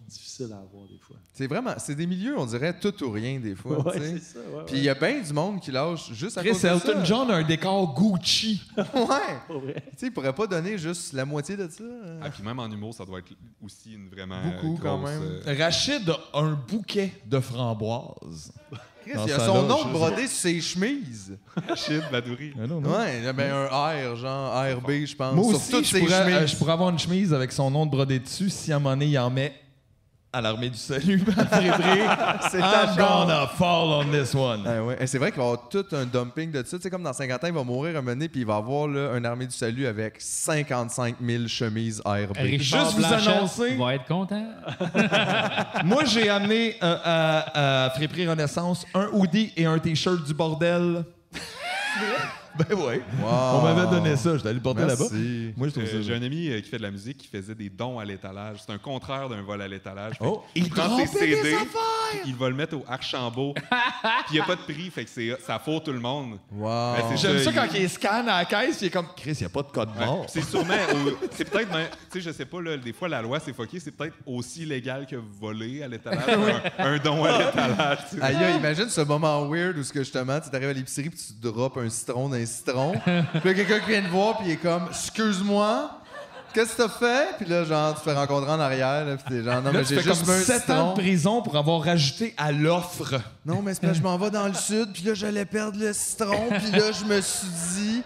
Speaker 11: difficile à avoir des fois.
Speaker 3: C'est vraiment... C'est des milieux, on dirait, tout ou rien, des fois,
Speaker 11: Ouais,
Speaker 3: tu sais.
Speaker 11: c'est ça, ouais,
Speaker 3: Puis euh, il y a bien du monde qui lâche juste à
Speaker 5: Chris
Speaker 3: cause de
Speaker 5: Elton
Speaker 3: ça.
Speaker 5: John a un décor Gucci.
Speaker 3: Ouais.
Speaker 11: Pas vrai.
Speaker 3: Tu sais, il pourrait pas donner juste la moitié de ça.
Speaker 4: Ah, puis même en humour, ça doit être aussi une vraiment
Speaker 3: Beaucoup,
Speaker 4: euh, grosse,
Speaker 3: quand même.
Speaker 4: euh,
Speaker 5: Rachid a un bouquet de framboises.
Speaker 3: Chris,
Speaker 5: dans
Speaker 3: il a
Speaker 5: sa
Speaker 3: son
Speaker 5: loge,
Speaker 3: nom
Speaker 5: je
Speaker 3: brodé sur ses chemises.
Speaker 4: Rachid Badouri.
Speaker 3: Ouais, il y avait un R, genre RB, je pense.
Speaker 5: Mmh. Moi
Speaker 3: sur
Speaker 5: aussi,
Speaker 3: toutes
Speaker 5: je
Speaker 3: ses
Speaker 5: pourrais, euh, je
Speaker 3: chemises.
Speaker 5: pourrais avoir une chemise avec son nom de brodé dessus si à un moment donné, il en met à l'armée du salut en février.
Speaker 3: C'est
Speaker 5: I'm
Speaker 3: ta genre.
Speaker 5: gonna fall on this one.
Speaker 3: Ah ouais. Et c'est vrai qu'il va y avoir tout un dumping de ça. Tu sais, comme dans 50 ans, il va mourir un moment donné, puis il va avoir là, un armée du salut avec 55 000 chemises RB.
Speaker 2: Richard
Speaker 5: Juste vous
Speaker 2: Blanchette
Speaker 5: annoncer-
Speaker 2: va être content.
Speaker 5: Moi, j'ai amené euh, à, à Friperie Renaissance un hoodie et un t-shirt du bordel. ben ouais.
Speaker 3: Wow.
Speaker 5: On m'avait donné ça. J'étais allé le porter là-bas.
Speaker 3: Merci.
Speaker 5: Moi, je trouve
Speaker 4: Euh,
Speaker 5: ça.
Speaker 4: J'ai un ami euh, qui fait de la musique qui faisait des dons à l'étalage. C'est un contraire d'un vol à l'étalage. Fait
Speaker 5: Oh,
Speaker 4: que il
Speaker 5: il
Speaker 4: prend ses
Speaker 5: trompait des
Speaker 4: CD,
Speaker 5: affaires!
Speaker 4: puis il va le mettre au Archambault. puis il n'y a pas de prix, fait que c'est- ça fout tout le monde.
Speaker 3: Wow.
Speaker 4: Ben, c'est
Speaker 5: J'aime ça
Speaker 4: il-
Speaker 5: quand Euh, il scanne à la caisse, il est comme Chris, il n'y a pas de code
Speaker 4: Ouais.
Speaker 5: mort.
Speaker 4: Puis C'est sûrement. au- C'est peut-être. même- Tu sais, je sais pas, là, des fois, la loi, c'est fucké. C'est peut-être aussi légal que voler à l'étalage, un, un don à l'étalage. tu sais.
Speaker 3: Aïe, aïe, imagine ce moment weird où ce que justement, tu t'arrives à l'épicerie puis tu droppes un citron dans un citron. puis là, quelqu'un qui vient te voir puis il est comme Excuse-moi, qu'est-ce que t'as fait? Puis là, genre, tu te fais rencontrer en arrière. Là, puis t'es genre, non,
Speaker 5: Là,
Speaker 3: mais
Speaker 5: tu
Speaker 3: j'ai
Speaker 5: fais
Speaker 3: juste
Speaker 5: comme
Speaker 3: mis un
Speaker 5: 7 ans
Speaker 3: citron.
Speaker 5: de prison pour avoir rajouté à l'offre.
Speaker 3: Non, mais c'est parce que je m'en vais dans le sud puis là, j'allais perdre le citron. Puis là, je me suis dit.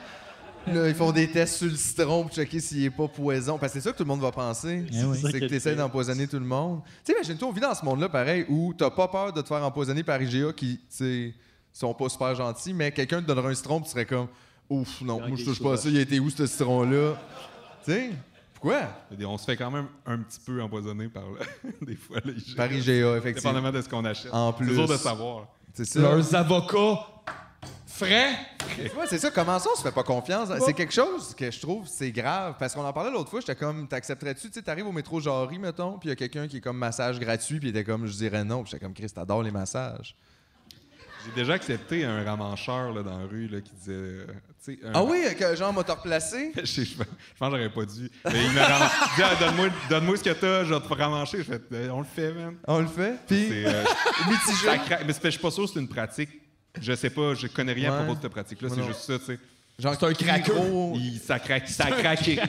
Speaker 3: Là, ils font des tests sur le citron pour checker s'il est pas poison. Parce que c'est ça que tout le monde va penser.
Speaker 11: Eh oui.
Speaker 3: C'est que tu essaies d'empoisonner tout le monde. Tu sais, imagine-toi, on vit dans ce monde-là pareil où t'as pas peur de te faire empoisonner par IGA qui, tu sais, sont pas super gentils, mais quelqu'un te donnera un citron et tu serais comme Ouf, non, moi je touche pas à ça, il a été où ce citron-là? tu sais, pourquoi?
Speaker 4: On se fait quand même un petit peu empoisonner par le- des fois. là, il-
Speaker 3: Par IGA, effectivement.
Speaker 4: Dépendamment de ce qu'on achète.
Speaker 3: En plus.
Speaker 4: C'est dur de savoir.
Speaker 3: C'est ça.
Speaker 5: Leurs avocats frais.
Speaker 3: Ouais, c'est ça. Comment ça, on se fait pas confiance? C'est quelque chose que je trouve, c'est grave. Parce qu'on en parlait l'autre fois, j'étais comme, t'accepterais-tu? Tu sais, t'arrives au métro Jarry, mettons, puis il y a quelqu'un qui est comme massage gratuit, puis il était comme, je dirais non. Puis j'étais comme, Chris, t'adores les massages.
Speaker 4: J'ai déjà accepté un ramancheur là, dans la rue là, qui disait. euh, tu sais, un-
Speaker 3: Ah oui, que genre, m'a te replacé?
Speaker 4: Je, sais, je pense je pense que j'aurais pas dû. Mais il m'a ramanché. Il dit, Ah, donne-moi, donne-moi ce que t'as, je vais te ramancher. Je fais, Euh, on le fait, man.
Speaker 3: On le fait? Puis,
Speaker 4: C'est, euh,
Speaker 3: mitigé.
Speaker 4: ça cra- Mais c'est parce que je suis pas sûr que c'est une pratique. Je sais pas, je connais rien à
Speaker 3: Ouais.
Speaker 4: propos de cette pratique-là. C'est
Speaker 3: non.
Speaker 4: juste ça, tu sais.
Speaker 3: Genre,
Speaker 5: C'est un
Speaker 3: qui
Speaker 5: craqueux.
Speaker 3: gros-
Speaker 4: Il- Ça, cra- ça a craqué.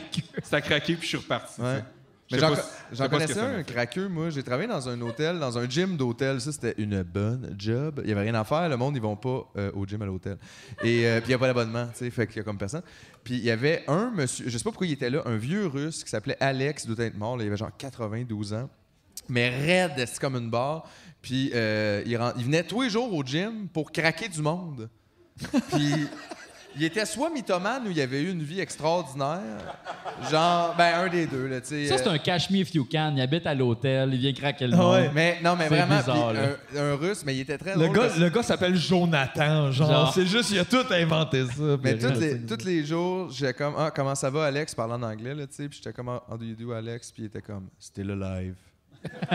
Speaker 4: Ça a craqué, puis je suis reparti.
Speaker 3: Ouais.
Speaker 4: tu sais. Je
Speaker 3: Mais
Speaker 4: sais
Speaker 3: j'en,
Speaker 4: pas si- je sais
Speaker 3: j'en
Speaker 4: pas ce que
Speaker 3: connaissais
Speaker 4: ça m'a
Speaker 3: un
Speaker 4: fait.
Speaker 3: craqueux, moi. J'ai travaillé dans un hôtel, dans un gym d'hôtel. Ça, c'était une bonne job. Il n'y avait rien à faire. Le monde, ils vont pas euh, au gym à l'hôtel. Et euh, puis, il n'y a pas d'abonnement, tu sais. Fait qu'il y a comme personne. Puis, il y avait un monsieur, je sais pas pourquoi il était là, un vieux russe qui s'appelait Alex, il doit être mort. là, il avait genre 92 ans. Mais raide, c'est comme une barre. Puis, euh, il, ren- il venait tous les jours au gym pour craquer du monde. Puis. Il était soit mythomane ou il avait eu une vie extraordinaire. Genre, ben, un des deux, là, tu sais.
Speaker 2: Ça, c'est
Speaker 3: euh,
Speaker 2: un cashmere if you can. Il habite à l'hôtel, il vient craquer le
Speaker 5: Ah
Speaker 2: monde.
Speaker 5: ouais.
Speaker 3: Mais, non, mais
Speaker 2: C'est
Speaker 3: vraiment,
Speaker 2: bizarre,
Speaker 3: puis
Speaker 2: là.
Speaker 3: un, un russe, mais il était très
Speaker 5: Le
Speaker 3: drôle
Speaker 5: gars,
Speaker 3: parce-
Speaker 5: le gars s'appelle Jonathan, genre.
Speaker 2: Genre.
Speaker 5: C'est juste, il a tout inventé ça.
Speaker 3: Mais
Speaker 5: puis rien.
Speaker 3: tous les, tous les jours, j'étais comme Ah, comment ça va, Alex, parlant en anglais, là, tu sais. Puis j'étais comme Ah, How do you do, Alex? Puis il était comme Still alive.
Speaker 2: Oh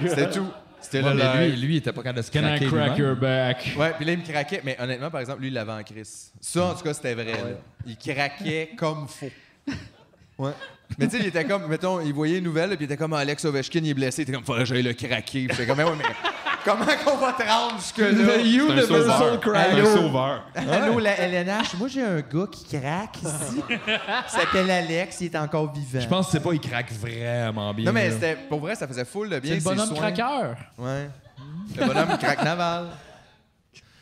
Speaker 3: C'était tout. C'était
Speaker 5: Ouais,
Speaker 3: le
Speaker 5: mais
Speaker 3: live.
Speaker 5: lui, lui, il était pas capable de se
Speaker 2: Can I
Speaker 5: craquer
Speaker 2: crack
Speaker 5: lui-même.
Speaker 2: your back?
Speaker 3: Ouais, puis là, il me craquait. Mais honnêtement, par exemple, lui, il l'avait en crise. Ça, en tout cas, c'était vrai. là. Il craquait comme faux. Ouais. Mais tu sais, il était comme, mettons, il voyait une nouvelle, puis il était comme Alex Ovechkin, il est blessé. Il était comme, faudrait que j'aille le craquer. Puis j'étais comme, mais ouais, mais comment qu'on va te rendre jusque-là?
Speaker 5: Le Universal
Speaker 4: sauveur.
Speaker 5: Crack.
Speaker 4: Un sauveur.
Speaker 3: Allô, la LNH, moi, j'ai un gars qui craque ici. Il s'appelle Alex, il est encore vivant.
Speaker 5: Je pense que c'est pas, il craque vraiment bien.
Speaker 3: Non, mais
Speaker 5: là.
Speaker 3: c'était, pour vrai, ça faisait full de bien.
Speaker 2: C'est le
Speaker 3: ses
Speaker 2: bonhomme
Speaker 3: soins.
Speaker 2: craqueur.
Speaker 3: Ouais. Mm-hmm. Le bonhomme craque naval.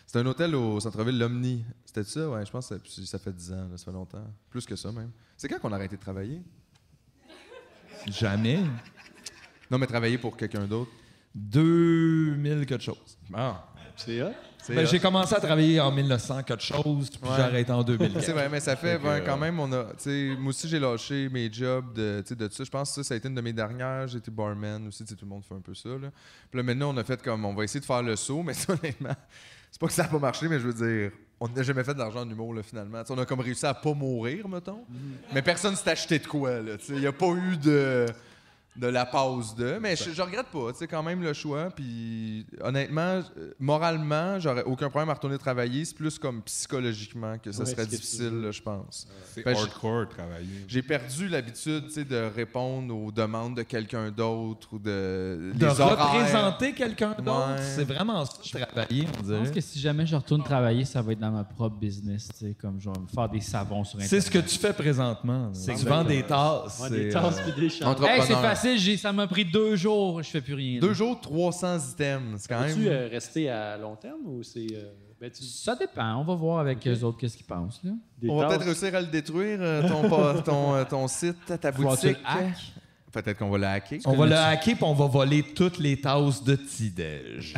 Speaker 3: C'est un hôtel au centre-ville, l'Omni. C'était ça, ouais, je pense que ça- ça fait 10 ans, là, ça fait longtemps. Plus que ça, même. C'est quand qu'on a arrêté de travailler?
Speaker 5: Jamais.
Speaker 3: Non, mais travailler pour quelqu'un d'autre.
Speaker 5: 2000 quelque chose.
Speaker 3: Ah.
Speaker 11: C'est hot.
Speaker 3: C'est
Speaker 5: Ben,
Speaker 3: hot.
Speaker 5: j'ai commencé à travailler en 1900 quelque chose, puis
Speaker 3: Ouais.
Speaker 5: j'ai arrêté en 2000.
Speaker 3: C'est vrai, mais ça fait ben, quand même, on a. tu sais, Moi aussi, j'ai lâché mes jobs de, tu sais, de ça. Je pense que ça, ça a été une de mes dernières. J'étais barman aussi, tu sais, tout le monde fait un peu ça. Là. Puis là, maintenant, on a fait comme on va essayer de faire le saut, mais honnêtement, c'est pas que ça n'a pas marché, mais je veux dire, on n'a jamais fait d'argent en humour, là, finalement. Tu sais, on a comme réussi à pas mourir, mettons. Mais personne s'est acheté de quoi, là. tu sais. Il n'y a pas eu de. De la pause de. Mais je, je regrette pas, tu sais, quand même le choix. Puis honnêtement, euh, moralement, j'aurais aucun problème à retourner travailler. C'est plus comme psychologiquement que ça
Speaker 11: Ouais,
Speaker 3: serait
Speaker 11: c'est
Speaker 3: difficile, là, je pense.
Speaker 4: C'est
Speaker 3: Ben, je-
Speaker 4: hardcore de travailler.
Speaker 3: J'ai perdu l'habitude, tu sais, de répondre aux demandes de quelqu'un d'autre ou de.
Speaker 5: De
Speaker 3: les horaires.
Speaker 5: représenter quelqu'un d'autre,
Speaker 3: Ouais.
Speaker 5: c'est vraiment ça, travailler, on
Speaker 2: Je
Speaker 5: dirait.
Speaker 2: pense que si jamais je retourne travailler, ça va être dans ma propre business, tu sais, comme je vais me faire des savons sur Internet.
Speaker 5: C'est ce que tu fais présentement. là. Tu vends des tasses.
Speaker 11: Ouais,
Speaker 2: euh,
Speaker 11: des
Speaker 5: c'est, euh,
Speaker 11: tasses puis des chambres.
Speaker 2: Hey,
Speaker 3: Entrepreneur.
Speaker 2: c'est facile, j'ai- ça m'a pris deux jours, je fais plus rien. là.
Speaker 3: Deux jours, 300 items. C'est quand
Speaker 11: Peux-tu
Speaker 3: même.
Speaker 11: euh, rester à long terme ou c'est. euh, ben, tu-
Speaker 2: Ça dépend, on va voir avec eux autres qu'est-ce qu'ils pensent. Là.
Speaker 11: des
Speaker 3: On va
Speaker 11: tasses-
Speaker 3: peut-être réussir à le détruire, euh, ton, pa- ton, euh, ton site, ta
Speaker 2: Faut que tu
Speaker 3: boutique.
Speaker 2: le hack.
Speaker 3: Peut-être qu'on va le hacker.
Speaker 5: On va le hacker puis on va voler toutes les tasses de Tidej.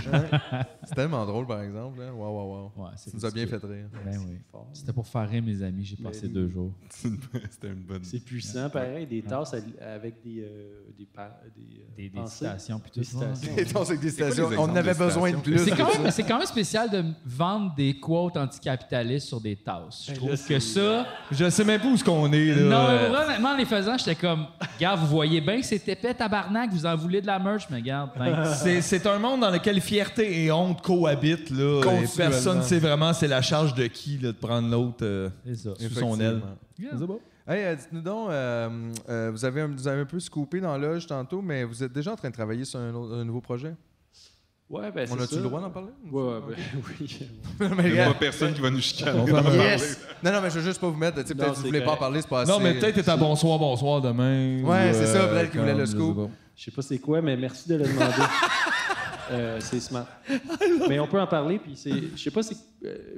Speaker 3: C'est tellement drôle, par exemple. Hein? Wow, wow, wow.
Speaker 2: Ouais, c'est
Speaker 3: Ça nous a bien
Speaker 2: ridicule.
Speaker 3: fait rire.
Speaker 2: Ben oui. C'était pour faire rire mes amis, j'ai passé deux jours.
Speaker 4: C'est une- C'était une bonne.
Speaker 11: C'est puissant, pareil, des tasses à- avec des. euh, des, pa- des, euh,
Speaker 2: Des, des
Speaker 11: pensées.
Speaker 2: citations puis tout. hein.
Speaker 11: Des citations.
Speaker 3: Et donc, c'est que des stations,
Speaker 4: les
Speaker 3: on
Speaker 4: exemples
Speaker 3: avait
Speaker 4: de
Speaker 3: besoin de
Speaker 4: stations?
Speaker 3: plus.
Speaker 2: C'est quand,
Speaker 3: de ça.
Speaker 2: même, c'est quand même spécial de vendre des quotes anticapitalistes sur des tasses. Je
Speaker 11: Ben
Speaker 2: trouve
Speaker 11: là,
Speaker 2: que
Speaker 11: c'est-
Speaker 2: ça.
Speaker 5: Je sais même pas où ce qu'on est. Là.
Speaker 2: Non,
Speaker 5: Euh,
Speaker 2: honnêtement, en les faisant, j'étais comme, gars, vous voyez bien que c'est épais, tabarnak, vous en voulez de la merch, mais regarde, ben, thanks.
Speaker 5: C'est, c'est un monde dans lequel fierté et honte cohabitent. Là, et
Speaker 3: Continuellement.
Speaker 5: personne ne sait vraiment c'est la charge de qui là, de prendre l'autre euh,
Speaker 2: C'est ça.
Speaker 5: sous son aile.
Speaker 3: Effectivement.
Speaker 2: Yeah.
Speaker 3: Hey, euh, dites-nous donc, euh, euh, vous, avez un, vous avez un peu scoopé dans l'âge tantôt, mais vous êtes déjà en train de travailler sur un, autre- un nouveau projet?
Speaker 11: Ouais, ben, c'est
Speaker 3: On a-tu
Speaker 11: ça.
Speaker 3: le droit d'en parler?
Speaker 11: Ouais, ouais, ben, oui.
Speaker 4: Il n'y a pas personne qui va nous chicaner. dans le
Speaker 3: Yes! Ah, ben, Non, non, mais je veux juste pas vous mettre. tu sais,
Speaker 11: Non,
Speaker 3: Peut-être que vous
Speaker 11: c'est
Speaker 3: voulez pas en
Speaker 11: correct.
Speaker 3: parler, Ah, c'est pas assez.
Speaker 5: Non, mais peut-être t'es à bonsoir, bonsoir demain.
Speaker 3: Ouais,
Speaker 5: ou, euh,
Speaker 3: c'est ça, peut-être qu'il voulait
Speaker 5: comme,
Speaker 3: le
Speaker 5: je
Speaker 3: scoop.
Speaker 5: sais pas.
Speaker 11: Je sais pas c'est quoi, mais merci de le demander. Euh, c'est smart. Mais on peut en parler, puis c'est, euh, je sais pas si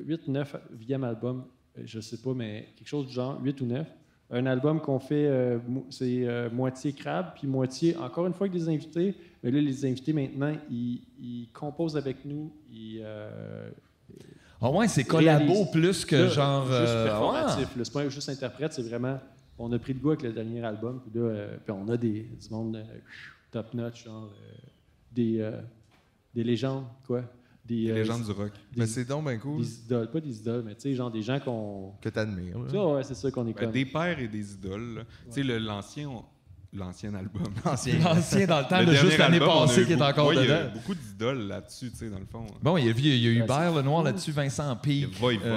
Speaker 11: 8, 9, e album, euh, je sais pas, mais quelque chose du genre 8 ou 9. Un album qu'on fait, euh, mo- c'est euh, moitié crabe, puis moitié, encore une fois, avec des invités. Mais là, les invités, maintenant, ils, ils composent avec nous. Ils, euh,
Speaker 5: Ah ouais, c'est collabo
Speaker 11: Réalise.
Speaker 5: plus que
Speaker 11: là,
Speaker 5: genre.
Speaker 11: Juste
Speaker 5: euh, ouais.
Speaker 11: performatif. là. C'est pas juste interprète, c'est vraiment. On a pris le goût avec le dernier album, puis là, euh, puis on a des, du monde euh, top-notch, genre euh, des, euh, des légendes, quoi. Des, euh,
Speaker 4: Légende du rock.
Speaker 11: des-
Speaker 3: Mais c'est donc bien cool
Speaker 11: des idoles, pas des idoles, mais tu sais, genre des gens qu'on.
Speaker 3: que t'admires. là.
Speaker 11: Tu vois, ouais, c'est ça qu'on est
Speaker 4: Ben,
Speaker 11: comme.
Speaker 4: des pères et des idoles. là. Tu sais, le- l'ancien on- l'ancien album.
Speaker 5: L'ancien dans le temps,
Speaker 4: Le
Speaker 5: là, juste
Speaker 4: dernier
Speaker 5: l'année
Speaker 4: album, on a
Speaker 5: passée
Speaker 4: eu
Speaker 5: qui est
Speaker 4: beaucoup-
Speaker 5: encore
Speaker 4: ouais, il y a
Speaker 5: dedans.
Speaker 4: beaucoup d'idoles là-dessus, tu sais, dans le fond. hein.
Speaker 5: Bon, il y a, vu- il y a
Speaker 11: Ouais,
Speaker 5: Hubert le Noir là-dessus, Vincent P.
Speaker 4: Il y a Voivode.
Speaker 5: il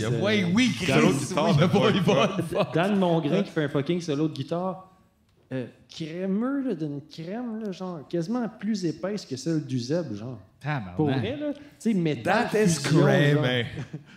Speaker 5: y a
Speaker 11: Chris, euh,
Speaker 5: ouais, oui, Chris,
Speaker 4: Carlo
Speaker 5: oui,
Speaker 4: qui sort
Speaker 5: il y a
Speaker 4: de Voivode.
Speaker 5: Voivode.
Speaker 11: Dan Mongrain qui fait un fucking solo de guitare. euh, crémeux, là, d'une crème, là, genre, quasiment plus épaisse que celle du Zeb, genre.
Speaker 2: Tabarnak.
Speaker 11: Pour vrai, là, tu sais, métal.
Speaker 5: Ah That is
Speaker 11: fusion,
Speaker 5: great,
Speaker 11: genre.
Speaker 5: man.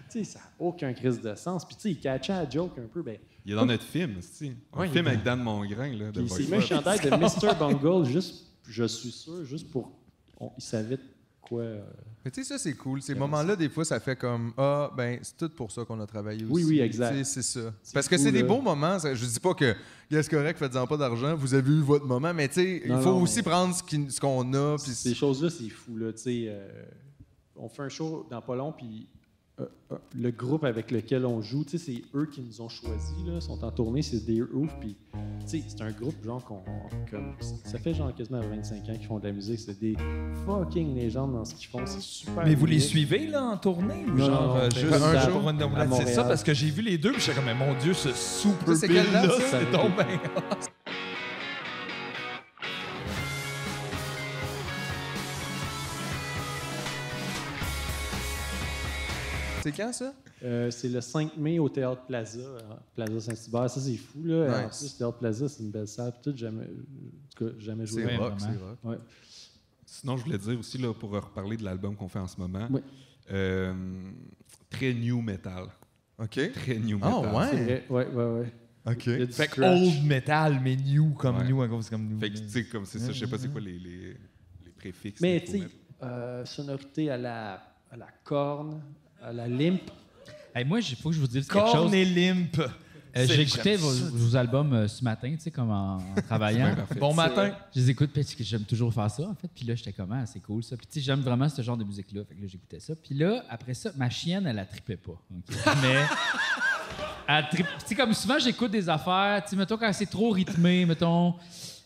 Speaker 11: Tu sais, ça n'a aucun crise de sens. Puis, tu sais, il catchait la joke un peu. Ben,
Speaker 4: Il est dans notre film, aussi. Un film avec Dan Mongrain, là, de
Speaker 11: puis il s'est mis un
Speaker 4: Voivode.
Speaker 11: chandail de Mr. Bungle, juste, je suis sûr, juste pour. on- il savait de quoi. euh,
Speaker 3: Mais tu sais, ça, c'est cool. Ces moments-là, des fois, ça fait comme Ah, ben, c'est tout pour ça qu'on a travaillé aussi.
Speaker 11: Oui, oui, exact.
Speaker 3: Tu sais, c'est ça.
Speaker 11: C'est
Speaker 3: Parce que
Speaker 11: cool,
Speaker 3: c'est des
Speaker 11: là.
Speaker 3: beaux moments. ça- Je dis pas que, gars, c'est correct, faites-en pas d'argent, vous avez eu votre moment, mais tu sais, il
Speaker 11: Non,
Speaker 3: faut
Speaker 11: non,
Speaker 3: aussi
Speaker 11: mais-
Speaker 3: prendre ce qui- ce qu'on a. puis
Speaker 11: ces choses-là, c'est fou, là. Tu sais, euh, on fait un show dans pas long, puis euh, euh, le groupe avec lequel on joue, tu sais, c'est eux qui nous ont choisis, là, sont en tournée, c'est des ouf, puis tu sais, c'est un groupe genre qu'on, comme, ça fait genre quasiment 25 ans qu'ils font de la musique, c'est des fucking légendes dans ce qu'ils font, c'est super.
Speaker 5: Mais vous les
Speaker 11: unique.
Speaker 5: suivez, là, en tournée? Ou
Speaker 11: Non,
Speaker 5: genre,
Speaker 11: non,
Speaker 5: euh,
Speaker 11: on fait
Speaker 5: juste
Speaker 11: un
Speaker 5: un
Speaker 11: show
Speaker 5: pour une
Speaker 11: à
Speaker 5: C'est ça,
Speaker 11: Montréal.
Speaker 5: parce que j'ai vu les deux, puis j'étais comme, mais mon Dieu, ce super
Speaker 3: Ça, c'est
Speaker 5: bill,
Speaker 3: quelle
Speaker 5: là,
Speaker 3: date, ça?
Speaker 5: c'est donc bien...
Speaker 3: C'est quand ça?
Speaker 11: Euh, c'est le 5 mai au Théâtre Plaza, euh, Plaza Saint-Hubert. Ça, c'est fou, là. En
Speaker 3: Nice.
Speaker 11: plus, le Théâtre Plaza, c'est une belle salle. puis Tout, jamais, en tout cas, jamais joué.
Speaker 3: C'est
Speaker 11: là.
Speaker 3: rock,
Speaker 1: vraiment.
Speaker 3: c'est rock.
Speaker 11: Ouais.
Speaker 16: Sinon, je voulais dire aussi, là, pour reparler de l'album qu'on fait en ce moment,
Speaker 11: Oui.
Speaker 16: euh, très new metal.
Speaker 3: OK.
Speaker 16: Très new metal.
Speaker 3: Ah
Speaker 11: C'est
Speaker 3: ouais?
Speaker 11: vrai. Ouais, ouais, ouais.
Speaker 3: OK.
Speaker 11: Il y a du
Speaker 5: Fait que
Speaker 11: scratch.
Speaker 5: old metal, mais new comme
Speaker 16: Ouais.
Speaker 5: new, encore, c'est comme new.
Speaker 16: Fait que, tu sais, comme c'est ça, je sais pas c'est quoi les, les, les préfixes.
Speaker 11: Mais,
Speaker 16: qu'il
Speaker 11: tu
Speaker 16: faut
Speaker 11: sais,
Speaker 16: mettre.
Speaker 11: euh, sonorité à la, à la corne, à la limp.
Speaker 1: Hey, moi, il faut que je vous dise quelque chose.
Speaker 5: Corne et limp.
Speaker 1: Euh,
Speaker 5: C'est-
Speaker 1: J'écoutais
Speaker 5: j'aime
Speaker 1: vos,
Speaker 5: ça.
Speaker 1: vos albums euh, ce matin, tu sais, comme en, en travaillant.
Speaker 5: Bon matin.
Speaker 1: Je les écoute parce que j'aime toujours faire ça, en fait. Puis là, j'étais comme, ah, c'est cool ça. Puis tu sais, j'aime vraiment ce genre de musique-là. Fait que là, j'écoutais ça. Puis là, après ça, ma chienne, elle la tripait pas. OK? Mais. elle trip- Tu sais, comme souvent, j'écoute des affaires. Tu sais, mettons, quand c'est trop rythmé, mettons,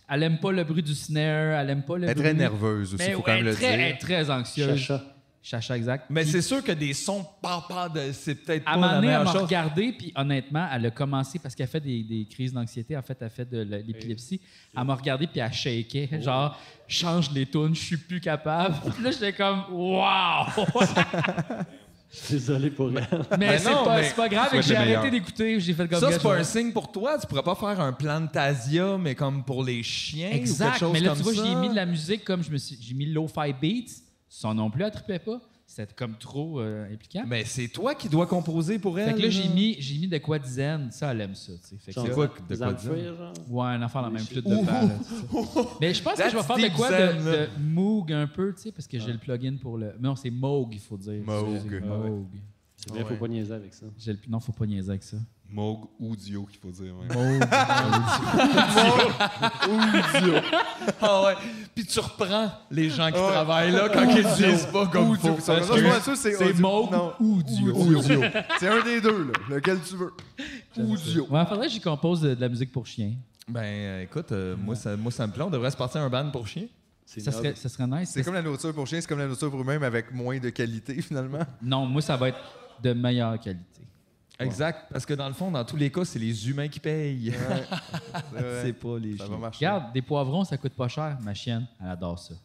Speaker 1: elle aime pas le bruit du snare, elle aime pas le
Speaker 3: Elle est
Speaker 1: bruit.
Speaker 3: très nerveuse aussi,
Speaker 1: Mais
Speaker 3: faut quand même
Speaker 1: elle
Speaker 3: le
Speaker 1: est Ben très, elle est
Speaker 3: dire.
Speaker 1: très anxieuse.
Speaker 11: Chacha.
Speaker 1: Chacha, exact.
Speaker 5: Mais
Speaker 1: Puis-
Speaker 5: c'est sûr que des sons papa de c'est peut-être
Speaker 1: à
Speaker 5: pas
Speaker 1: un moment
Speaker 5: la
Speaker 1: donné, elle
Speaker 5: meilleure
Speaker 1: m'a
Speaker 5: chose.
Speaker 1: regardé, puis honnêtement, elle a commencé parce qu'elle fait des, des crises d'anxiété, en fait, elle fait de la- l'épilepsie. Elle m'a regardé, puis elle shakeait,
Speaker 5: Oh.
Speaker 1: genre, change les tunes, je suis plus capable. Puis là, j'étais comme, waouh!
Speaker 11: Désolé pour elle.
Speaker 1: Mais c'est
Speaker 5: non,
Speaker 1: pas,
Speaker 5: mais
Speaker 1: c'est pas grave,
Speaker 16: tu
Speaker 1: et
Speaker 16: vas
Speaker 1: que j'ai
Speaker 16: être le
Speaker 1: arrêté
Speaker 16: meilleur.
Speaker 1: d'écouter, j'ai fait comme
Speaker 5: Ça,
Speaker 1: gars,
Speaker 5: c'est pas
Speaker 1: je-
Speaker 5: un signe pour toi. Tu pourrais pas faire un Plantasia, mais comme pour les chiens ou quelque
Speaker 1: Exact,
Speaker 5: chose
Speaker 1: mais là,
Speaker 5: comme
Speaker 1: tu vois,
Speaker 5: ça.
Speaker 1: j'ai mis de la musique comme je me suis. J'ai mis Lo-Fi Beats, son non plus, elle trippait pas. C'était comme trop euh, impliquant.
Speaker 5: Mais c'est toi qui dois composer pour elle.
Speaker 1: fait que là, j'ai mis, j'ai mis de quoi dizaine, ça, elle aime ça, tu sais. Fait que
Speaker 11: Genre,
Speaker 1: ça-
Speaker 5: quoi- de
Speaker 11: des
Speaker 5: quoi
Speaker 11: enfants,
Speaker 5: dire?
Speaker 11: genre.
Speaker 1: Ouais, un enfant dans la même flûte de
Speaker 5: Ouh.
Speaker 1: balle. là, c'est ça. Mais je pense que je vais
Speaker 5: That's
Speaker 1: faire de
Speaker 5: deep
Speaker 1: quoi
Speaker 5: zen,
Speaker 1: de,
Speaker 5: là.
Speaker 1: de Moog un peu, tu sais, parce que j'ai le plugin pour le. Non, c'est Moog, il faut dire.
Speaker 3: Moog.
Speaker 1: Excusez, Moog.
Speaker 11: C'est vrai, faut pas niaiser avec ça.
Speaker 1: J'ai le- Non, faut pas niaiser avec ça.
Speaker 16: Moog ou Dio, qu'il faut dire. ouais.
Speaker 5: Ah ouais. Puis tu reprends les gens qui travaillent là quand ils disent pas comme faut.
Speaker 3: Ça, ça, ça, ça,
Speaker 1: C'est
Speaker 3: audio.
Speaker 1: Moog
Speaker 3: Non.
Speaker 1: ou Dio.
Speaker 3: Audio. C'est un des deux, là. Lequel tu veux. Audio.
Speaker 1: Ouais, faudrait que j'y compose de, de la musique pour chien.
Speaker 5: Ben euh, écoute, euh, moi, ça, moi ça me plaît. On devrait se partir un ban pour chien.
Speaker 11: C'est
Speaker 1: Ça serait,
Speaker 11: noble.
Speaker 1: ça serait nice.
Speaker 3: C'est comme la nourriture pour chien, c'est comme la nourriture pour eux-mêmes avec moins de qualité, finalement.
Speaker 1: Non, moi, ça va être de meilleure qualité.
Speaker 5: Exact. Parce que dans le fond, dans tous les cas, c'est les humains qui payent.
Speaker 3: C'est
Speaker 5: pas les
Speaker 3: Ça va marcher.
Speaker 1: Regarde, des poivrons, ça coûte pas cher. Ma chienne, elle adore ça.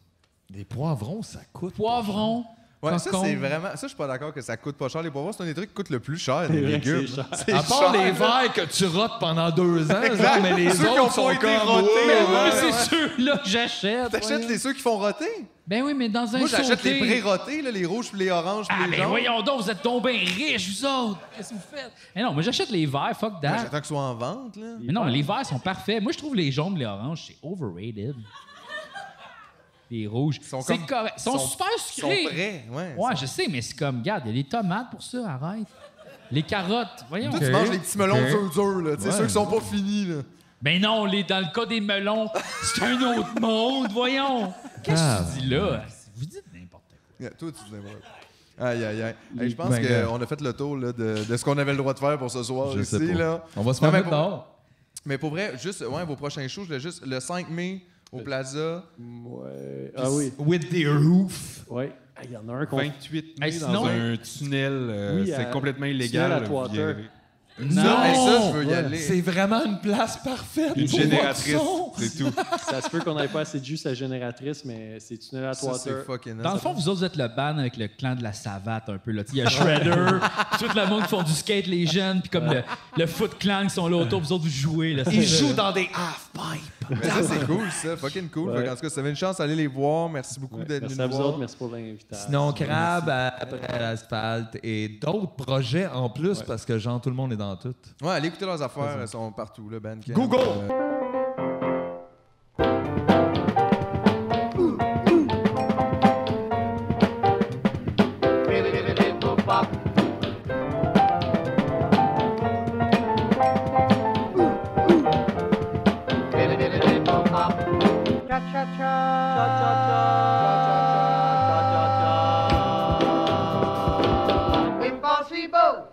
Speaker 5: Des poivrons, ça coûte.
Speaker 1: Poivrons,
Speaker 3: Ouais, ça,
Speaker 1: cocon.
Speaker 3: c'est vraiment. Ça, je suis pas d'accord que ça coûte pas cher. Les poivrons, c'est un des trucs qui coûte le plus cher,
Speaker 11: C'est
Speaker 3: les
Speaker 11: vrai que
Speaker 3: légumes.
Speaker 11: c'est cher.
Speaker 3: C'est
Speaker 5: À part
Speaker 3: cher, là.
Speaker 5: les verres que tu rotes pendant deux ans,
Speaker 3: Exact.
Speaker 5: genre, mais les
Speaker 3: Ceux qui ont
Speaker 5: autres
Speaker 3: pas
Speaker 5: sont
Speaker 3: été
Speaker 5: comme...
Speaker 3: rotés,
Speaker 5: Ouais,
Speaker 3: ouais.
Speaker 1: Mais c'est ceux-là, que j'achète.
Speaker 3: T'achètes
Speaker 1: voyons.
Speaker 3: les ceux qui font roter?
Speaker 1: Ben oui, mais dans un
Speaker 3: Moi, j'achète
Speaker 1: sauté.
Speaker 3: les pré-rotés, là, les rouges, puis les oranges, puis
Speaker 1: Ah,
Speaker 3: les
Speaker 1: ben
Speaker 3: jaunes.
Speaker 1: voyons donc, vous êtes tombés riches, vous autres! Qu'est-ce que vous faites? Mais non, moi j'achète les verts, fuck
Speaker 3: Ouais,
Speaker 1: that.
Speaker 3: J'attends qu'ils soient en vente, là.
Speaker 1: mais non, mais les verts sont parfaits. Moi je trouve les jaunes, les oranges, c'est overrated. Les rouges,
Speaker 3: sont
Speaker 1: c'est
Speaker 3: comme-
Speaker 1: correct. Ils sont,
Speaker 3: sont-
Speaker 1: super
Speaker 3: Ils sont
Speaker 1: sucrés.
Speaker 3: prêts, ouais.
Speaker 1: ouais, je sais, mais c'est comme, regarde, il y a les tomates pour ça, arrête. Les carottes, voyons.
Speaker 3: Toi, tu manges les petits melons durs,
Speaker 5: Ok.
Speaker 3: durs, là. Tu sais, ceux qui sont pas finis, là.
Speaker 1: Mais non, les, dans le cas des melons, c'est un autre monde, voyons. Qu'est-ce que tu dis là? Ah. Vous dites n'importe quoi.
Speaker 3: Yeah, toi, tu disais, ouais. Aïe, aïe, aïe. Hey, je pense
Speaker 5: Ben, gars.
Speaker 3: qu'on a fait le tour là, de, de ce qu'on avait le droit de faire pour ce soir
Speaker 5: Je sais
Speaker 3: ici. Ah,
Speaker 5: pas.
Speaker 3: Là.
Speaker 5: On va se
Speaker 3: Non,
Speaker 5: faire
Speaker 3: mais
Speaker 5: mettre
Speaker 3: pour-
Speaker 5: dehors.
Speaker 3: Mais pour vrai, juste ouais, vos prochains shows, je voulais juste le 5 mai au Plaza.
Speaker 11: Ouais. Ah oui.
Speaker 5: With the roof.
Speaker 11: Ouais. Ah, Il y en a un qu'on
Speaker 16: 28 mai
Speaker 1: Hey,
Speaker 16: dans
Speaker 1: sinon-
Speaker 16: un tunnel, euh,
Speaker 11: Oui,
Speaker 16: c'est
Speaker 11: à-
Speaker 16: complètement
Speaker 11: tunnel
Speaker 16: illégal.
Speaker 11: à
Speaker 16: là,
Speaker 11: Twatter.
Speaker 16: vous y arrivez.
Speaker 3: Ça, hey, ça, je veux y
Speaker 11: Ouais.
Speaker 3: aller.
Speaker 5: C'est vraiment une place parfaite.
Speaker 16: Une
Speaker 5: pour
Speaker 16: génératrice,
Speaker 5: votre son.
Speaker 16: c'est tout.
Speaker 11: Ça se peut qu'on n'ait pas assez de jus à génératrice, mais c'est tunnel à
Speaker 3: Ça, c'est
Speaker 11: Twatter.
Speaker 3: fucking
Speaker 1: Dans le fond, vous autres, vous êtes le ban avec le clan de la savate un peu. Là. Tu sais, Il y a Shredder, puis tout le monde qui font du skate, les jeunes, puis comme le, le foot clan qui sont là autour, vous autres, vous jouez. Là,
Speaker 5: Ils jouent dans des half-pipes.
Speaker 3: Mais ça, c'est cool, ça. Fucking cool.
Speaker 11: Ouais.
Speaker 3: En tout cas, ça avait une chance d'aller les voir. Merci beaucoup
Speaker 11: Ouais.
Speaker 3: d'être
Speaker 11: Merci
Speaker 3: venu
Speaker 11: à
Speaker 3: nous
Speaker 11: vous
Speaker 3: voir.
Speaker 11: autres, merci pour l'invitation.
Speaker 5: Sinon, crabe à- après l'asphalte et d'autres projets en plus parce que genre tout le monde est dans tout.
Speaker 3: Ouais, allez écouter leurs affaires. Elles sont partout, là, Ben Euh, Bandcamp.
Speaker 5: Google!
Speaker 2: Impossible.